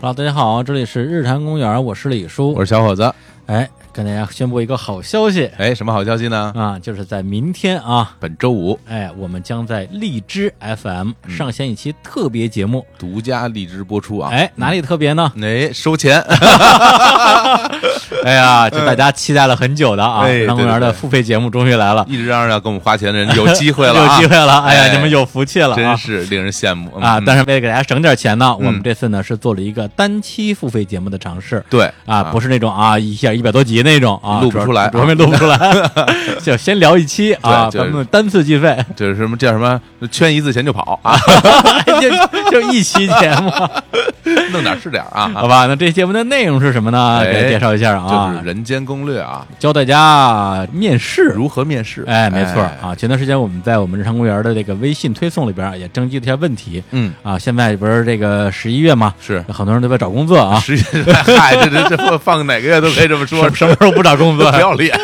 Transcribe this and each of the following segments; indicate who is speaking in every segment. Speaker 1: Hello，大家好，这里是日坛公园，我是李叔
Speaker 2: 我。是小伙子。
Speaker 1: 哎，跟大家宣布一个好消息
Speaker 2: 哎，什么好消息呢？
Speaker 1: 啊，就是在明天啊，
Speaker 2: 本周五
Speaker 1: 哎，我们将在荔枝 FM
Speaker 2: 嗯
Speaker 1: 上线一期特别节目。
Speaker 2: 独家荔枝播出啊！
Speaker 1: 哎，哪里特别呢？
Speaker 2: 哎，收钱，
Speaker 1: 哎呀，就大家期待了很久的啊，
Speaker 2: 嗯哎
Speaker 1: 日坛公园
Speaker 2: 对对
Speaker 1: 的
Speaker 2: 对
Speaker 1: 付费节目终于来了，
Speaker 2: 一直嚷嚷要给我们花钱的人有机会了、
Speaker 1: 有
Speaker 2: 啊，
Speaker 1: 机会了！哎呀，
Speaker 2: 哎
Speaker 1: 你们有福气了
Speaker 2: 真
Speaker 1: 啊！
Speaker 2: 是令人羡慕
Speaker 1: 啊，
Speaker 2: 嗯
Speaker 1: 但是为了给大家省点钱呢，
Speaker 2: 嗯
Speaker 1: 我们这次呢是做了一个单期付费节目的尝试。
Speaker 2: 对
Speaker 1: 啊，不是那种啊一下一百多集那种啊，
Speaker 2: 录不出来
Speaker 1: 主要主要没录不出 来，就先聊一期啊，
Speaker 2: 对就
Speaker 1: 咱
Speaker 2: 是
Speaker 1: 们单次计 费，
Speaker 2: 就是什么叫什么圈一次钱就跑 啊，
Speaker 1: 就就一期节 目，
Speaker 2: 弄点儿是点儿啊，
Speaker 1: 好吧？那这节目的内容是什么呢？给大家
Speaker 2: 哎
Speaker 1: 介绍一下
Speaker 2: 就
Speaker 1: 啊
Speaker 2: 是，人间攻略啊，
Speaker 1: 教大家面试。
Speaker 2: 如何面试？
Speaker 1: 哎，没错啊，前段时间我们在我们日常公园的这个微信推送里边也征集了一些问题。
Speaker 2: 嗯，
Speaker 1: 啊，现在不是这个十一月嘛，
Speaker 2: 是
Speaker 1: 很多人都在找工作啊，
Speaker 2: 实际上，嗨，这这这放哪个月都可以这么说
Speaker 1: 什，么什么时候不找工作
Speaker 2: 不？要脸，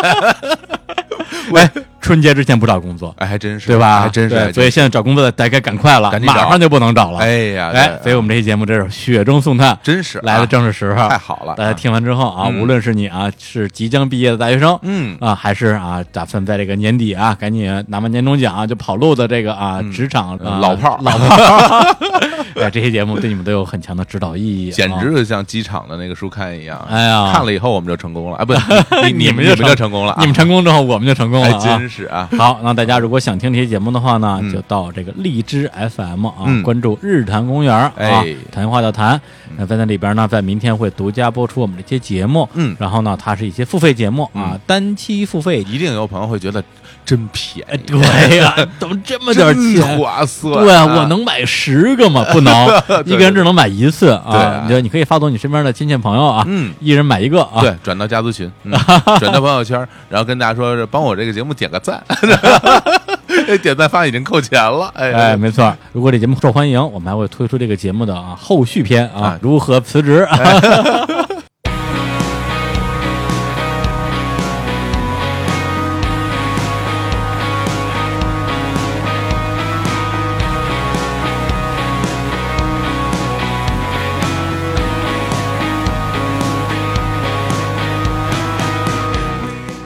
Speaker 1: 喂，春节之前不找工作，
Speaker 2: 哎，还真是，
Speaker 1: 对吧？
Speaker 2: 还真是，
Speaker 1: 对
Speaker 2: 还真
Speaker 1: 所以现在找工作的大家赶快了，
Speaker 2: 赶紧找
Speaker 1: 马上就不能找了。
Speaker 2: 哎呀，
Speaker 1: 哎，所以我们这期节目这是雪中送炭，
Speaker 2: 真是
Speaker 1: 来的
Speaker 2: 啊
Speaker 1: 正是时候。
Speaker 2: 太好了，
Speaker 1: 大家听完之后啊，
Speaker 2: 嗯
Speaker 1: 无论是你啊是即将毕业的大学生，
Speaker 2: 嗯
Speaker 1: 啊，还是啊打算在这个年底啊赶紧拿完年终奖啊就跑路的这个啊职场
Speaker 2: 呃
Speaker 1: 啊
Speaker 2: 老炮儿
Speaker 1: 老炮儿，哎，这些节目对你们都有很强的指导意义，
Speaker 2: 简
Speaker 1: 啊
Speaker 2: 直就像机场的那个书刊一样。
Speaker 1: 哎呀
Speaker 2: 看了以后我们就成功了，哎，不， 你
Speaker 1: 你们
Speaker 2: 们
Speaker 1: 就
Speaker 2: 你
Speaker 1: 成
Speaker 2: 就成功了啊，
Speaker 1: 你们成功之后我们就成功了
Speaker 2: 哎，
Speaker 1: 啊。
Speaker 2: 真是 啊，
Speaker 1: 好，那大家如果想听这些节目的话呢，就到这个荔枝 FM 啊，
Speaker 2: 嗯
Speaker 1: 关注日坛公园啊，
Speaker 2: 哎
Speaker 1: 谈话的谈。那在那里边呢，在明天会独家播出我们这些节目，
Speaker 2: 嗯
Speaker 1: 然后呢，它是一些付费节目啊，单期付 费。
Speaker 2: 一定有朋友会觉得真便
Speaker 1: 哎，
Speaker 2: 宜，
Speaker 1: 对呀、怎么这么点儿
Speaker 2: 真
Speaker 1: 钱？
Speaker 2: 划算，
Speaker 1: 对
Speaker 2: 啊，
Speaker 1: 我能买十个吗？不 能，一个人只能买一次
Speaker 2: 对
Speaker 1: 啊
Speaker 2: 啊！
Speaker 1: 你就你可以发动你身边的亲戚朋友啊，
Speaker 2: 嗯
Speaker 1: 一人买一个啊。
Speaker 2: 对，转到家族群，嗯转到朋友圈，然后跟大家说，帮我这个节目点个赞， 哎点赞发已经扣钱了，哎
Speaker 1: 哎，没错儿。如果这节目受欢迎，我们还会推出这个节目的啊后续篇啊
Speaker 2: 啊，
Speaker 1: 如何辞职。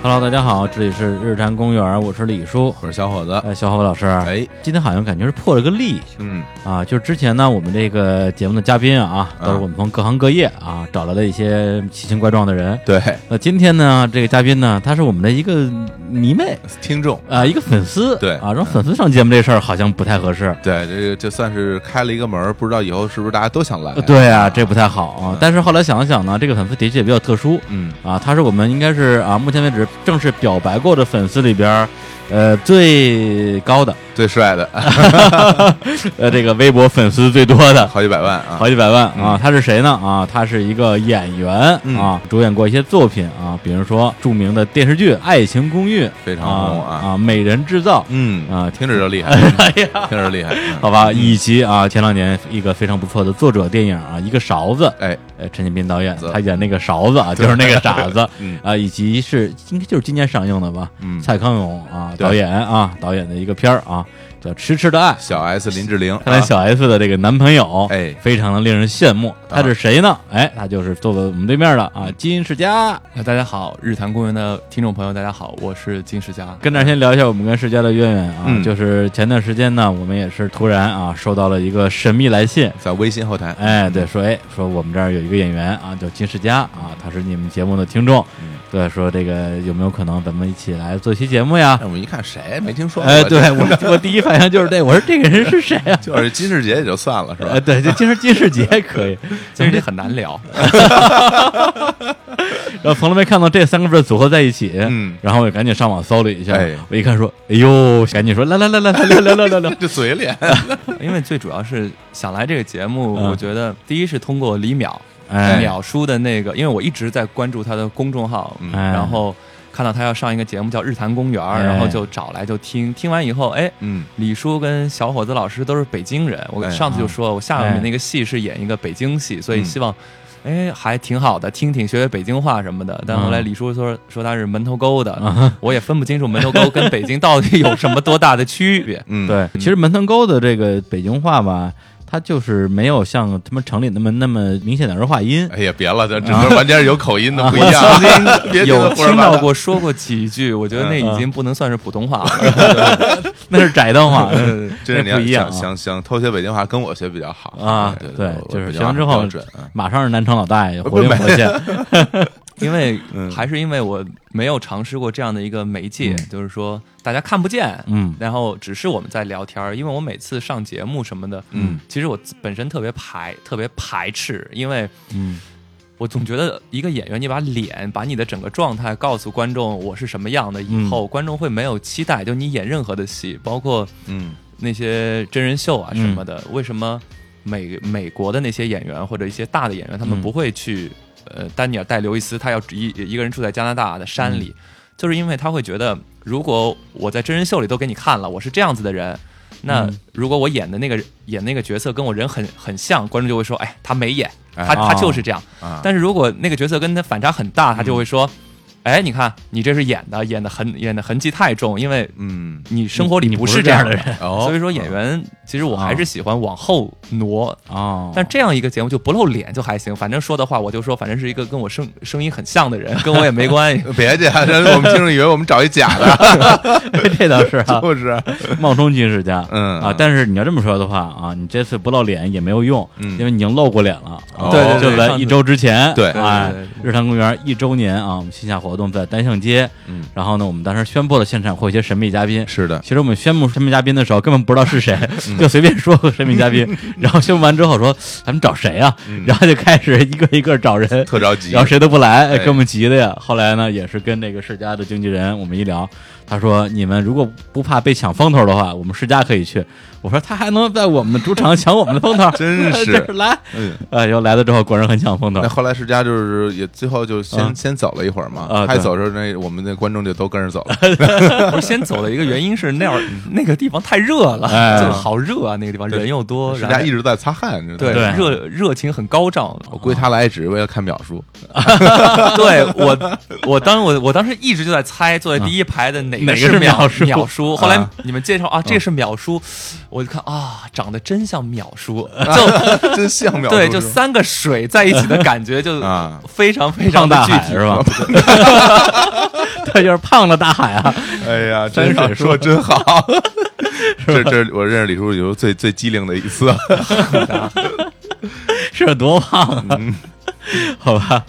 Speaker 1: Hello，大家好，这里是日坛公园，我是李叔，
Speaker 2: 我是小伙子，
Speaker 1: 哎，小伙老师，
Speaker 2: 哎，
Speaker 1: 今天好像感觉是破了个例
Speaker 2: 嗯，
Speaker 1: 啊！就是之前呢，我们这个节目的嘉宾啊，
Speaker 2: 啊
Speaker 1: 都是我们从各行各业啊找来的一些奇形怪状的人。
Speaker 2: 对，
Speaker 1: 那今天呢，这个嘉宾呢，她是我们的一个迷妹
Speaker 2: 听众，
Speaker 1: 啊、一个粉丝，
Speaker 2: 对
Speaker 1: 啊，让粉丝上节目这事儿好像不太合适。
Speaker 2: 对，这个就算是开了一个门儿，不知道以后是不是大家都想来
Speaker 1: 呃，对啊，这不太好啊。但是后来想了想呢，这个粉丝的确也比较特殊
Speaker 2: 嗯，
Speaker 1: 啊，她是我们应该是啊，目前为止正式表白过的粉丝里边儿，呃，最高的，
Speaker 2: 最帅的，
Speaker 1: 呃，这个微博粉丝最多的，
Speaker 2: 好几百万啊，
Speaker 1: 好几百万啊！他是谁呢？啊，他是一个演员
Speaker 2: 嗯
Speaker 1: 啊，主演过一些作品啊，比如说著名的电视剧《爱情公寓》，
Speaker 2: 非常红
Speaker 1: 啊
Speaker 2: 啊
Speaker 1: 啊，《美人制造》
Speaker 2: 嗯
Speaker 1: 啊
Speaker 2: 听着就厉害，
Speaker 1: 哎呀，
Speaker 2: 听着厉害，嗯
Speaker 1: 好吧，以及啊，前两年一个非常不错的作者电影啊，《一个勺子》，
Speaker 2: 哎，
Speaker 1: 呃，陈建斌导演
Speaker 2: 子
Speaker 1: 他演那个勺子啊，就是那个傻 子
Speaker 2: 嗯
Speaker 1: 啊，以及是应该就是今年上映的吧，
Speaker 2: 嗯
Speaker 1: 蔡康永啊
Speaker 2: 对
Speaker 1: 导演啊导演的一个片儿啊，叫《痴痴的爱》。
Speaker 2: 小 S 林志玲，
Speaker 1: 看来
Speaker 2: 啊
Speaker 1: 小 S 的这个男朋友，
Speaker 2: 哎
Speaker 1: 非常的令人羡慕。
Speaker 2: 啊
Speaker 1: 他是谁呢？哎，
Speaker 2: 嗯
Speaker 1: 他就是坐在我们对面的啊，金世佳。
Speaker 3: 那呃大家好，日坛公园的听众朋友，大家好，我是金世佳。
Speaker 1: 跟这儿先聊一下我们跟世佳的渊源啊，
Speaker 2: 嗯
Speaker 1: 就是前段时间呢，我们也是突然啊收到了一个神秘来信。
Speaker 2: 在微信后台，
Speaker 1: 哎，对，说哎，说我们这儿有一个演员啊，叫金世佳啊，他是你们节目的听众，
Speaker 2: 嗯
Speaker 1: 对，说这个有没有可能咱们一起来做期节目呀
Speaker 2: 但？哎我们一看谁没听说过，
Speaker 1: 哎，对 我我第一反应就是这，我说这个人是谁啊？
Speaker 2: 就就是金世杰也就算了，是 吧
Speaker 1: 哎，？对，就金世金世杰可以，
Speaker 3: 其实这很难聊，
Speaker 1: 然后从来没看到这三个字儿组合在一起，
Speaker 2: 嗯
Speaker 1: 然后我就赶紧上网搜了一下，
Speaker 2: 哎
Speaker 1: 我一看说，哎呦，赶紧说来来来来来来来来来来，
Speaker 2: 这嘴脸，
Speaker 3: 因为最主要是想来这个节目，
Speaker 1: 嗯
Speaker 3: 我觉得第一是通过李淼，
Speaker 1: 哎
Speaker 3: 淼叔的那个，因为我一直在关注他的公众号，
Speaker 2: 嗯
Speaker 1: 哎
Speaker 3: 然后看到他要上一个节目叫《日坛公园》，
Speaker 1: 哎
Speaker 3: 然后就找来就听，听完以后，哎。
Speaker 2: 嗯，
Speaker 3: 李叔跟小伙子老师都是北京人，我
Speaker 2: 哎嗯
Speaker 3: 上次就说，我下
Speaker 1: 哎
Speaker 3: 面那个戏是演一个北京戏，所以希望，哎，还挺好的，听听学学北京话什么的。但后来
Speaker 1: 嗯
Speaker 3: 李叔说说他是门头沟的，
Speaker 2: 嗯
Speaker 1: 啊，
Speaker 3: 我也分不清楚门头沟跟北京到底有什么多大的区别
Speaker 2: 。嗯，
Speaker 1: 对，其实门头沟的这个北京话吧，他就是没有像他们城里那么那么明显的儿化音。
Speaker 2: 哎呀，别了，
Speaker 1: 啊
Speaker 2: 这整个完全是有口音的，不一 样。 别听
Speaker 3: 有
Speaker 2: 他胡说
Speaker 3: 听
Speaker 2: 八道嗯
Speaker 3: 到过说过几句，我觉得那已经不能算是普通 话了。
Speaker 1: 那是窄灯话，
Speaker 2: 嗯 真是你
Speaker 1: 那
Speaker 2: 要
Speaker 1: 不一样啊
Speaker 2: 想想想偷学北京话，跟我学比较好
Speaker 1: 啊
Speaker 2: 对
Speaker 1: 对
Speaker 2: 我
Speaker 1: 就是
Speaker 2: 我
Speaker 1: 学完之
Speaker 2: 比较
Speaker 1: 后
Speaker 2: 准。嗯
Speaker 1: 马上是南城老大爷活灵活现。
Speaker 3: 因为
Speaker 2: 嗯
Speaker 3: 还是因为我没有尝试过这样的一个媒介，就是说大家看不见，
Speaker 1: 嗯
Speaker 3: 然后只是我们在聊天儿。因为我每次上节目什么的，
Speaker 2: 嗯，
Speaker 3: 其实我自本身特别排，特别排斥，因为
Speaker 1: 嗯
Speaker 3: 我总觉得一个演员，你把脸，把你的整个状态告诉观众我是什么样的，以后、观众会没有期待。就你演任何的戏，包括
Speaker 2: 嗯
Speaker 3: 那些真人秀啊
Speaker 1: 嗯
Speaker 3: 什么的，为什么美美国的那些演员或者一些大的演员，他们
Speaker 1: 嗯
Speaker 3: 不会去、呃丹尼尔戴刘易斯，他要一一个人住在加拿大的山
Speaker 1: 嗯
Speaker 3: 里，就是因为他会觉得，如果我在真人秀里都给你看了，我是这样子的人。那
Speaker 1: 嗯
Speaker 3: 如果我演的那个演那个角色跟我人很很像，观众就会说，哎，他没演，他
Speaker 2: 哎
Speaker 3: 他就是这样。
Speaker 2: 啊，
Speaker 3: 但是如果那个角色跟他反差很
Speaker 1: 嗯
Speaker 3: 大，他就会说，哎，你看你这是演的，演的很演的痕迹太重，因为
Speaker 2: 嗯
Speaker 3: 你生活里
Speaker 1: 你不
Speaker 3: 不
Speaker 1: 是
Speaker 3: 是
Speaker 1: 这样
Speaker 3: 的
Speaker 1: 的
Speaker 3: 人。
Speaker 2: 哦，
Speaker 3: 所以说演员其实我还是喜欢往后挪，
Speaker 1: 哦，
Speaker 3: 但这样一个节目就不露脸就还行，反正说的话我就说，反正是一个跟我声声音很像的人，跟我也没 关系。
Speaker 2: 嗯别介，让我们听众以为我们找一 假的，
Speaker 1: 这倒是啊，
Speaker 2: 就是
Speaker 1: 冒充军事家。
Speaker 2: 嗯
Speaker 1: 啊，但是你要这么说的话啊，你这次不露脸也没有用，
Speaker 2: 嗯
Speaker 1: 因为你已经露过脸了。
Speaker 2: 哦
Speaker 3: 对对
Speaker 1: 就
Speaker 3: 对
Speaker 1: 在
Speaker 3: 上
Speaker 1: 一
Speaker 3: 次
Speaker 1: 周之前，
Speaker 2: 对
Speaker 1: 哎
Speaker 3: 对对，
Speaker 1: 日坛公园一周年啊，我们线下活动在单向街，
Speaker 2: 嗯，
Speaker 1: 然后呢，我们当时宣布了现场会有一些神秘嘉宾。
Speaker 2: 是嗯的，
Speaker 1: 其实我们宣布神秘嘉宾的时候，根本不知道是谁，就随便说个神秘嘉 宾。然后宣布完之后说：“咱们找谁啊？”
Speaker 2: 嗯
Speaker 1: 然后就开始一个一个找人，
Speaker 2: 特着急
Speaker 1: 然，后谁都不来，哎
Speaker 2: 哎
Speaker 1: 给我们急的呀。后来呢，也是跟那个世家的经纪人我们一聊，他说：“你们如果不怕被抢风头的话，我们世家可以去。”我说：“他还能在我们的主场抢我们的风头，
Speaker 2: 真是
Speaker 1: 这来。
Speaker 2: 嗯。”
Speaker 1: 哎，然后来了之后，果然很抢风头
Speaker 2: 那。后来世家就是也最后就先
Speaker 1: 嗯
Speaker 2: 先走了一会儿嘛，
Speaker 1: 啊
Speaker 2: 他
Speaker 1: 对
Speaker 2: 一走的时候，那我们的观众就都跟着走 了，
Speaker 3: 不是先走的一个原因是那会儿那个地方太热了，
Speaker 1: 哎
Speaker 3: 就是好热啊，那个地方
Speaker 2: 对
Speaker 3: 人又多，
Speaker 2: 世
Speaker 3: 然
Speaker 2: 家
Speaker 3: 后
Speaker 2: 一直在擦汗，你知道
Speaker 3: 对
Speaker 1: 对
Speaker 2: 吗
Speaker 3: 热热情很高涨。
Speaker 2: 我估计他来只是为了看表 叔，
Speaker 3: 对我，我当我我当时一直就在猜坐在第一排的哪
Speaker 1: 哪个
Speaker 3: 是
Speaker 1: 是
Speaker 3: 秒
Speaker 1: 淼叔
Speaker 3: 淼叔，后来
Speaker 2: 啊
Speaker 3: 你们介绍啊，这是淼叔，我就看啊，长得真像淼叔，就
Speaker 2: 真像表叔，
Speaker 3: 对，就是
Speaker 2: 吧
Speaker 3: 三个水在一起的感觉就
Speaker 2: 啊
Speaker 3: 非常非
Speaker 1: 胖
Speaker 3: 常的
Speaker 1: 大
Speaker 3: 具
Speaker 1: 海
Speaker 3: 体
Speaker 1: 是吧？ 他就是胖了大海啊！
Speaker 2: 哎呀，
Speaker 1: 山水
Speaker 2: 真好说 真好，这这是我认识李叔以后最最机灵的一 次，
Speaker 1: 是有多胖啊？
Speaker 2: 嗯
Speaker 1: 好吧，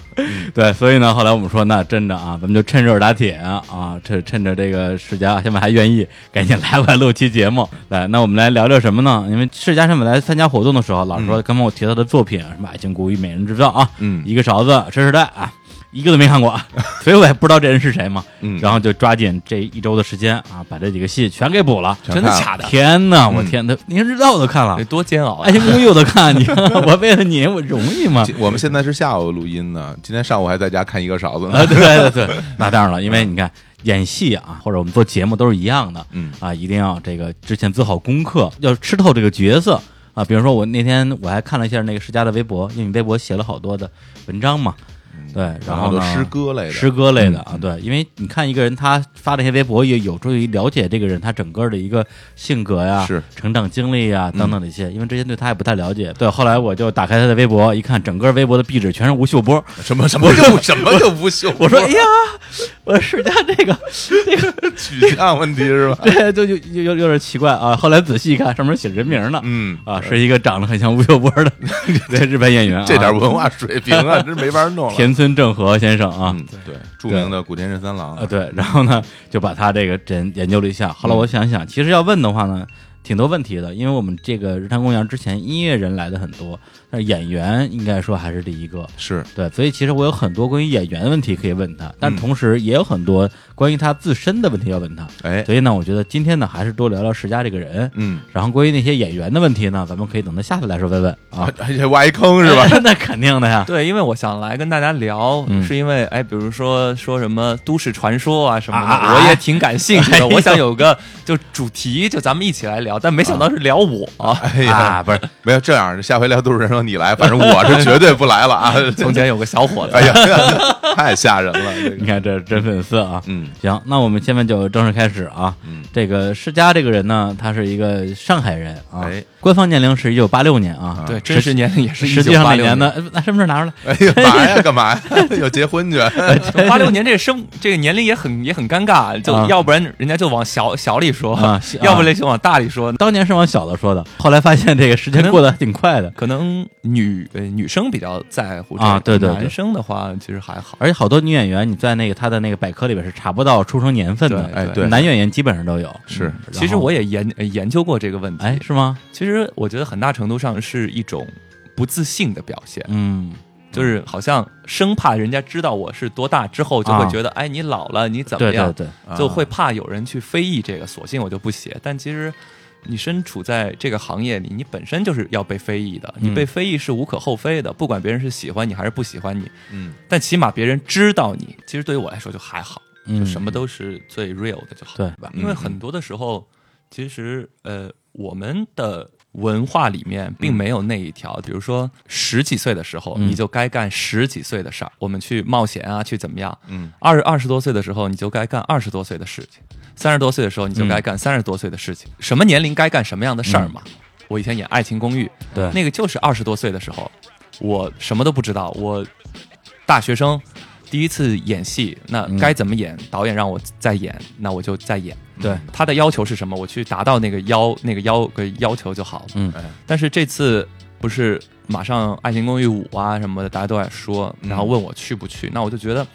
Speaker 1: 对，所以呢，后来我们说，那真的啊，咱们就趁热打铁啊，啊趁趁着这个世家现在还愿意，赶紧来过来录期节目。来，那我们来聊聊什么呢？因为世家上次来参加活动的时候，老师说刚刚我提到的作品啊，什么《爱情故寓》《美人制造》啊，
Speaker 2: 嗯
Speaker 1: 一个勺子》《吃时代》啊。一个都没看 过，所以我也不知道这人是谁嘛。
Speaker 2: 嗯
Speaker 1: 然后就抓紧这一周的时间啊，把这几个戏全给补了。
Speaker 2: 全嗯
Speaker 3: 真的
Speaker 2: 看了
Speaker 3: 假的？
Speaker 1: 天哪，我天，他您知道我都看了
Speaker 3: 得，多煎熬
Speaker 1: 《
Speaker 3: 啊
Speaker 1: 爱！情公寓》我都看，哎你看 我为了你，我容易吗？
Speaker 2: 今我们现在是下午录音呢，今天上午还在家看一个勺子
Speaker 1: 啊，
Speaker 2: 呢。
Speaker 1: 对对对，那当然了，因为你看演戏啊，或者我们做节目都是一样的，
Speaker 2: 嗯
Speaker 1: 啊，一定要这个之前做好功课，要吃透这个角色啊。比如说我那天我还看了一下那个世家的微博，因为你微博写了好多的文章嘛，
Speaker 2: 嗯
Speaker 1: 对，然
Speaker 2: 好
Speaker 1: 后
Speaker 2: 多
Speaker 1: 呢
Speaker 2: 诗歌类的，嗯
Speaker 1: 诗歌类的啊，对，因为你看一个人他发这些微博，也有助于了解这个人他整个的一个性格呀、
Speaker 2: 是嗯
Speaker 1: 成长经历呀等等的一些，因为之前对他也不太了解。对，后来我就打开他的微博，一看整个微博的壁纸全是吴秀波，
Speaker 2: 什么 什么就什么就不秀，
Speaker 1: 我 说哎呀，我说世家这 个这个
Speaker 2: 取向问题是吧？
Speaker 1: 对，哎就就有有有点奇怪啊。后来仔细一看，上面写着人名呢，
Speaker 2: 嗯，
Speaker 1: 啊，是一个长得很像吴秀波的 对日本演员啊，
Speaker 2: 这点文化水平 啊，真没法弄了。
Speaker 1: 田村正和先生啊。
Speaker 2: 嗯，对，著名的古田任三郎
Speaker 1: 啊，，对，然后呢，就把他这个人研究了一下。后来我想想，其实要问的话呢，挺多问题的，因为我们这个日坛公园之前音乐人来的很多，但是演员应该说还是第一个。
Speaker 2: 是
Speaker 1: 对，所以其实我有很多关于演员的问题可以问他，但同时也有很多关于他自身的问题要问他。
Speaker 2: 哎，
Speaker 1: 所以呢，我觉得今天呢，还是多聊聊石佳这个人。
Speaker 2: 嗯，
Speaker 1: 然后关于那些演员的问题呢，咱们可以等到下次来说再问啊。
Speaker 2: 而且哎挖一坑 是吧？？
Speaker 1: 那肯定的呀。
Speaker 3: 对，因为我想来跟大家聊，
Speaker 1: 嗯
Speaker 3: 是因为哎，比如说说什么都市传说啊什么的，
Speaker 1: 啊
Speaker 3: 我也挺感兴趣
Speaker 1: 哎
Speaker 3: 的。
Speaker 1: 呦
Speaker 3: 我想有个就主题，就咱们一起来聊，但没想到是聊我啊。
Speaker 2: 哎呀，
Speaker 1: 啊，不是，
Speaker 2: 没有这样，下回聊都是人说你来，反正我是绝对不来了啊！
Speaker 3: 从前有个小伙子
Speaker 2: 哎，呀， 太吓人了，这
Speaker 1: 你
Speaker 2: 个
Speaker 1: 看这是真粉丝啊。
Speaker 2: 嗯
Speaker 1: 行，那我们下面就正式开始啊。
Speaker 2: 嗯
Speaker 1: 这个世嘉这个人呢，他是一个上海人啊，
Speaker 2: 哎
Speaker 1: 官方年龄是一九八六年啊，
Speaker 3: 对，真实年龄也是
Speaker 1: 实际上哪
Speaker 3: 1986
Speaker 1: 年
Speaker 3: 年
Speaker 1: 呢？？呃拿身份证拿出来。
Speaker 2: 哎呀，嘛呀，干嘛呀？ 要结婚去？
Speaker 1: 哎
Speaker 3: 八六年这生这个年龄也很也很尴尬，就
Speaker 1: 啊
Speaker 3: 要不然人家就往小小里说
Speaker 1: 啊，
Speaker 3: 要不然就往大里说。
Speaker 1: 当年是往小了说的，后来发现这个时间过得还挺快的，
Speaker 3: 可能女呃女生比较在乎这个
Speaker 1: 啊对对对
Speaker 3: 男生的话其实还好。
Speaker 1: 而且好多女演员你在那个她的那个百科里边是查不到出生年份的，
Speaker 2: 哎，对，
Speaker 1: 男演员基本上都有。
Speaker 2: 是
Speaker 1: 然后
Speaker 3: 其实我也研呃研究过这个问题，
Speaker 1: 哎是吗？
Speaker 3: 其实我觉得很大程度上是一种不自信的表现，
Speaker 1: 嗯，
Speaker 3: 就是好像生怕人家知道我是多大之后，就
Speaker 1: 啊
Speaker 3: 会觉得、哎你老了你怎么
Speaker 1: 对
Speaker 3: 样
Speaker 1: 对，对，
Speaker 3: 就
Speaker 2: 啊
Speaker 3: 会怕有人去非议这个，索性我就不写。但其实你身处在这个行业里，你本身就是要被非议的，
Speaker 1: 嗯
Speaker 3: 你被非议是无可厚非的，不管别人是喜欢你还是不喜欢你，
Speaker 2: 嗯，
Speaker 3: 但起码别人知道你。其实对于我来说就还好，
Speaker 1: 嗯
Speaker 3: 就什么都是最 real 的就好，
Speaker 1: 对
Speaker 3: 吧？因为很多的时候，其实呃，我们的。文化里面并没有那一条，比如说十几岁的时候，
Speaker 1: 嗯
Speaker 3: 你就该干十几岁的事儿，我们去冒险啊，去怎么样？
Speaker 2: 嗯，
Speaker 3: 二二十多岁的时候，你就该干二十多岁的事情；三十多岁的时候，
Speaker 1: 嗯
Speaker 3: 你就该干三十多岁的事情。什么年龄该干什么样的事儿嘛？我以前演《爱情公寓》，
Speaker 1: 对
Speaker 3: 那个就是二十多岁的时候，我什么都不知道，我大学生第一次演戏，那
Speaker 1: 嗯
Speaker 3: 该怎么演？导演让我再演，那我就再演。嗯
Speaker 1: 对，
Speaker 3: 他的要求是什么？我去达到那个要那个要个要求就好了。
Speaker 1: 嗯
Speaker 2: 哎
Speaker 3: 但是这次不是马上《爱情公寓五》啊什么的，大家都在说，
Speaker 2: 嗯
Speaker 3: 然后问我去不去，那我就觉得，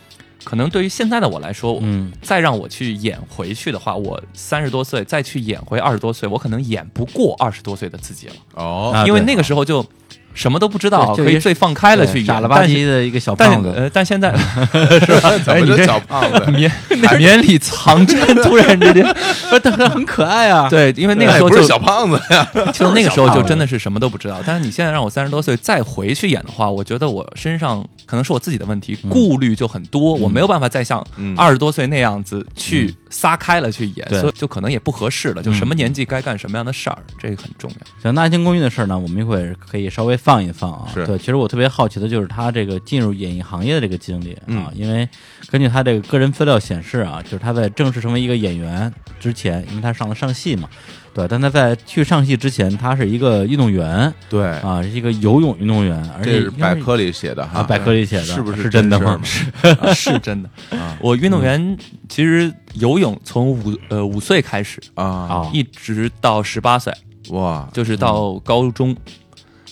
Speaker 3: 可能对于现在的我来说，
Speaker 1: 嗯
Speaker 3: 再让我去演回去的话，我三十多岁再去演回二十多岁，我可能演不过二十多岁的自己了，
Speaker 2: 哦，
Speaker 1: 啊
Speaker 3: 因为
Speaker 1: 对啊
Speaker 3: 那个时候就什么都不知道，
Speaker 1: 对就
Speaker 3: 可
Speaker 1: 也
Speaker 3: 以
Speaker 1: 是
Speaker 3: 最放开了去演，
Speaker 1: 傻了吧
Speaker 3: 但是
Speaker 1: 唧的一个小
Speaker 3: 但
Speaker 1: 胖
Speaker 3: 是
Speaker 1: 子，
Speaker 3: 呃， 但现在
Speaker 2: 哎怎
Speaker 1: 哎
Speaker 2: 么就小胖 子？
Speaker 3: 绵绵里藏针，突然之间，
Speaker 1: 不是，但是很可爱啊。
Speaker 3: 对，因为那个
Speaker 2: 哎
Speaker 3: 时候
Speaker 2: 不是
Speaker 3: 就
Speaker 2: 小胖子呀，
Speaker 3: 就那个时候就真的是什么都不知道。但是你现在让我三十多岁再回去演的话，我觉得我身上可能是我自己的问题，顾虑就很多，我没有办法再像
Speaker 2: 嗯
Speaker 3: 二十多岁那样子去撒开了去演，
Speaker 1: 对
Speaker 3: 所以就可能也不合适了。就什么年纪该干什么样的事儿，这个很重 要。
Speaker 1: 行，那《爱情公寓》的事儿呢，我们一会儿可以稍微放一放啊。
Speaker 2: 是
Speaker 1: 对，其实我特别好奇的就是他这个进入演艺行业的这个经历啊，
Speaker 2: 嗯
Speaker 1: 因为根据他这个个人资料显示啊，就是他在正式成为一个演员之前，因为他上了上戏嘛，对，但他在去上戏之前，他是一个运动员
Speaker 3: 哎
Speaker 2: 对，
Speaker 1: 啊，是一个游泳运动员，而
Speaker 2: 这
Speaker 1: 且
Speaker 2: 是百科里写的
Speaker 1: 啊，
Speaker 2: 哈，
Speaker 1: 百科里写的，
Speaker 2: 是不
Speaker 1: 是
Speaker 2: 是
Speaker 1: 真的
Speaker 2: 事儿
Speaker 1: 吗？
Speaker 2: 嘛？
Speaker 3: 是真的嗯
Speaker 2: 啊，
Speaker 3: 我运动员其实游泳从五呃五岁开始，
Speaker 2: 啊，
Speaker 1: 啊，
Speaker 3: 一直到十八岁，
Speaker 2: 哇，
Speaker 3: 就是到高中，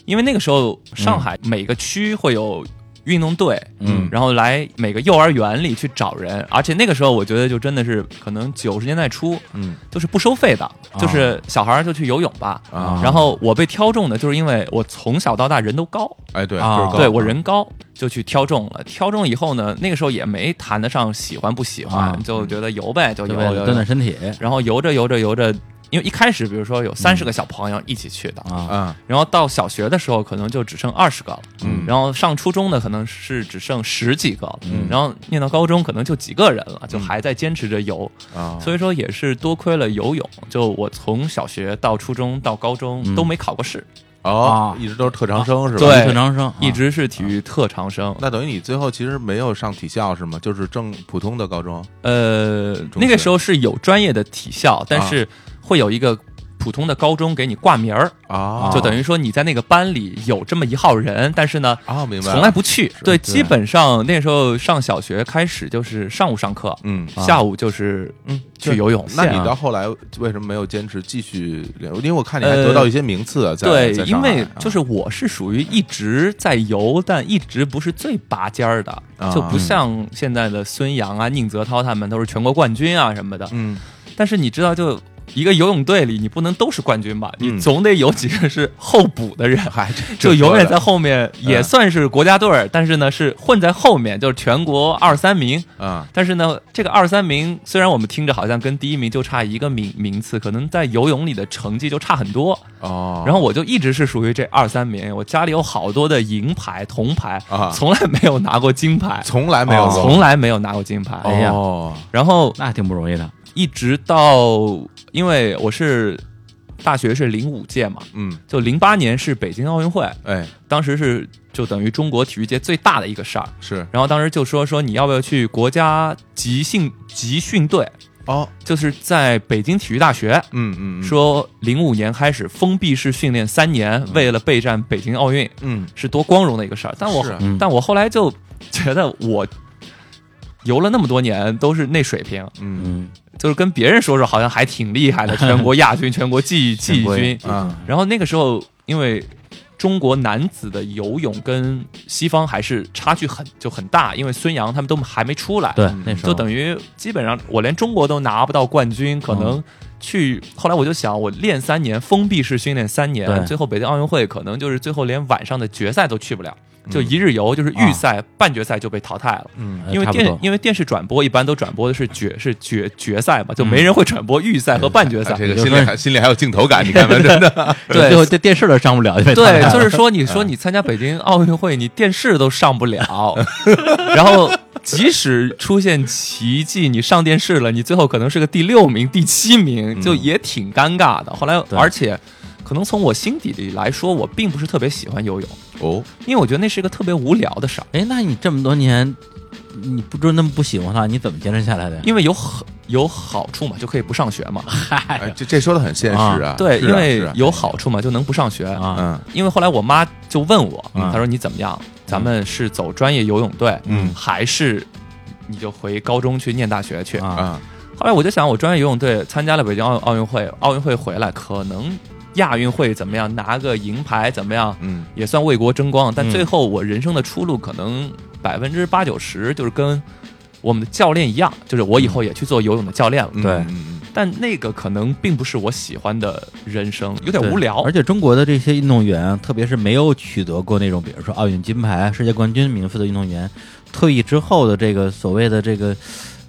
Speaker 3: 因为那个时候上海每个区会有运动队，
Speaker 1: 嗯
Speaker 3: 然后来每个幼儿园里去找人，而且那个时候我觉得就真的是可能九十年代初
Speaker 2: 嗯
Speaker 3: 就是不收费的，
Speaker 1: 啊
Speaker 3: 就是小孩儿就去游泳吧。
Speaker 2: 啊，
Speaker 3: 然后我被挑中的就是因为我从小到大人都高，
Speaker 2: 哎对，
Speaker 1: 啊
Speaker 2: 就是高
Speaker 3: 对我人高就去挑中了。挑中以后呢，那个时候也没谈得上喜欢不喜欢，
Speaker 1: 啊
Speaker 3: 就觉得游呗，就
Speaker 1: 对
Speaker 3: 游
Speaker 1: 为了
Speaker 3: 游
Speaker 1: 锻
Speaker 3: 游
Speaker 1: 炼。身体
Speaker 3: 然后游着游着游着，因为一开始比如说有三十个小朋友一起去的，
Speaker 1: 嗯啊，
Speaker 2: 啊，
Speaker 3: 然后到小学的时候可能就只剩二十个了，
Speaker 2: 嗯
Speaker 3: 然后上初中的可能是只剩十几个了，
Speaker 2: 嗯
Speaker 3: 然后念到高中可能就几个人了，就还在坚持着游，
Speaker 2: 啊，
Speaker 3: 所以说也是多亏了游泳，就我从小学到初中到高中
Speaker 1: 嗯
Speaker 3: 都没考过试，
Speaker 2: 哦
Speaker 1: 啊，
Speaker 2: 一直都是特长生是吧？
Speaker 3: 啊对
Speaker 1: 特长
Speaker 2: 啊
Speaker 1: 生
Speaker 3: 一直是体育特长生。
Speaker 2: 那等于你最后其实没有上体校是吗？就是正普通的高中
Speaker 3: 呃，
Speaker 2: 中
Speaker 3: 那个
Speaker 2: 学
Speaker 3: 时候是有专业的体校，但是会有一个。普通的高中给你挂名儿，
Speaker 2: 啊
Speaker 3: 就等于说你在那个班里有这么一号人，但是呢，
Speaker 2: 啊，明白了，
Speaker 3: 从来不去。
Speaker 1: 对
Speaker 3: 对，基本上那时候上小学开始就是上午上课，
Speaker 2: 嗯。
Speaker 3: 下午就是
Speaker 2: 嗯
Speaker 3: 去游泳。
Speaker 2: 那
Speaker 1: 线啊
Speaker 2: 你到后来为什么没有坚持继续练？因为我看你还
Speaker 3: 呃
Speaker 2: 得到一些名次啊，在
Speaker 3: 对，
Speaker 2: 在
Speaker 3: 因
Speaker 2: 上海
Speaker 3: 为
Speaker 2: 啊
Speaker 3: 就是我是属于一直在游，但一直不是最拔尖儿的
Speaker 2: 啊，
Speaker 3: 就不像现在的孙杨啊、宁泽涛他们都是全国冠军啊什么的。
Speaker 2: 嗯
Speaker 3: 但是你知道，就一个游泳队里，你不能都是冠军吧？
Speaker 2: 嗯
Speaker 3: 你总得有几个是候补的人，
Speaker 2: 嗨，
Speaker 3: 就永远在
Speaker 2: 在
Speaker 3: 后面，
Speaker 2: 嗯
Speaker 3: 也算是国家队儿，但是呢是混在后面，就是全国二三名。
Speaker 2: 啊
Speaker 3: 但是呢，这个二三名虽然我们听着好像跟第一名就差一个名名次，可能在游泳里的成绩就差很多。
Speaker 2: 哦，
Speaker 3: 然后我就一直是属于这二三名，我家里有好多的银牌、铜牌
Speaker 2: 啊
Speaker 3: 从来没有拿过金牌，哦
Speaker 2: 从来没有过
Speaker 3: 从啊来没有拿过金牌。
Speaker 1: 哎呀
Speaker 2: 哦
Speaker 3: 然后
Speaker 1: 那还挺不容易的
Speaker 3: 一直到，因为我是大学是零五届嘛，
Speaker 2: 嗯，
Speaker 3: 就零八年是北京奥运会，
Speaker 2: 哎，
Speaker 3: 当时是就等于中国体育界最大的一个事儿。
Speaker 2: 是
Speaker 3: 然后当时就说说你要不要去国家集训集训队，
Speaker 2: 哦，
Speaker 3: 就是在北京体育大学，
Speaker 2: 嗯嗯，嗯，
Speaker 3: 说零五年开始封闭式训练三年，为了备战北京奥运，
Speaker 2: 嗯，
Speaker 3: 是多光荣的一个事儿。但我、
Speaker 2: 是啊
Speaker 1: 嗯
Speaker 3: 但我后来就觉得我游了那么多年都是那水平，
Speaker 2: 嗯
Speaker 1: 嗯
Speaker 3: 就是跟别人说说好像还挺厉害的，全国亚军、全国季季
Speaker 1: 全国
Speaker 3: 军。
Speaker 2: 啊，
Speaker 3: 然后那个时候因为。中国男子的游泳跟西方还是差距很就很大，因为孙杨他们都还没出来，
Speaker 1: 对
Speaker 2: 嗯，
Speaker 1: 那时候
Speaker 3: 就等于基本上我连中国都拿不到冠军，
Speaker 1: 嗯
Speaker 3: 可能去后来我就想，我练三年封闭式训练三年，
Speaker 1: 对
Speaker 3: 最后北京奥运会可能就是最后连晚上的决赛都去不了，
Speaker 1: 嗯
Speaker 3: 就一日游就是预赛、半决赛就被淘汰了。
Speaker 2: 嗯
Speaker 1: 哎
Speaker 3: 因
Speaker 1: 啊
Speaker 3: 为
Speaker 1: 差不
Speaker 3: 电
Speaker 1: 多
Speaker 3: 因为电视转播一般都转播的是决是决决赛嘛，就
Speaker 1: 嗯
Speaker 3: 没人会转播预赛和半 决赛。
Speaker 2: 啊这个心里还心里还有镜头感，你看看真的，
Speaker 3: 对
Speaker 1: 最后这电视都上不了，因 为他
Speaker 3: 对，
Speaker 1: 们
Speaker 3: 就是说，你说你参加北京奥运会，你电视都上不了，然后即使出现奇迹，你上电视了，你最后可能是个第六名、第七名，就也挺尴尬的。后来，
Speaker 1: 对
Speaker 3: 而且可能从我心底里来说，我并不是特别喜欢游泳，
Speaker 2: 哦，
Speaker 3: 因为我觉得那是一个特别无聊的事儿，
Speaker 1: 哎，那你这么多年，你不就那么不喜欢他，你怎么坚持下来的呀？
Speaker 3: 因为有好有好处嘛，就可以不上学嘛。
Speaker 2: 哎，这这说的很现实啊，
Speaker 3: 对，
Speaker 2: 是啊
Speaker 3: 因为
Speaker 2: 是啊
Speaker 3: 有好处嘛，就能不上学。
Speaker 1: 啊，
Speaker 2: 嗯
Speaker 3: 因为后来我妈就问我，
Speaker 1: 嗯
Speaker 3: 她说你怎么样？咱们是走专业游泳队，
Speaker 2: 嗯
Speaker 3: 还是你就回高中去念大学去？
Speaker 1: 啊
Speaker 2: 啊，
Speaker 3: 后来我就想，我专业游泳队参加了北京奥奥运会，奥运会回来可能亚运会怎么样，拿个银牌怎么样，
Speaker 2: 嗯
Speaker 3: 也算为国争光。但
Speaker 1: 嗯
Speaker 3: 最后我人生的出路可能百分之八九十就是跟我们的教练一样，就是我以后也去做游泳的教练了。
Speaker 2: 嗯
Speaker 1: 对
Speaker 2: 嗯嗯
Speaker 3: 但那个可能并不是我喜欢的人生，有点
Speaker 1: 对
Speaker 3: 无聊
Speaker 1: 而。且中国的这些运动员，特别是没有取得过那种，比如说奥运金牌、世界冠军名次的运动员，退役之后的这个所谓的这个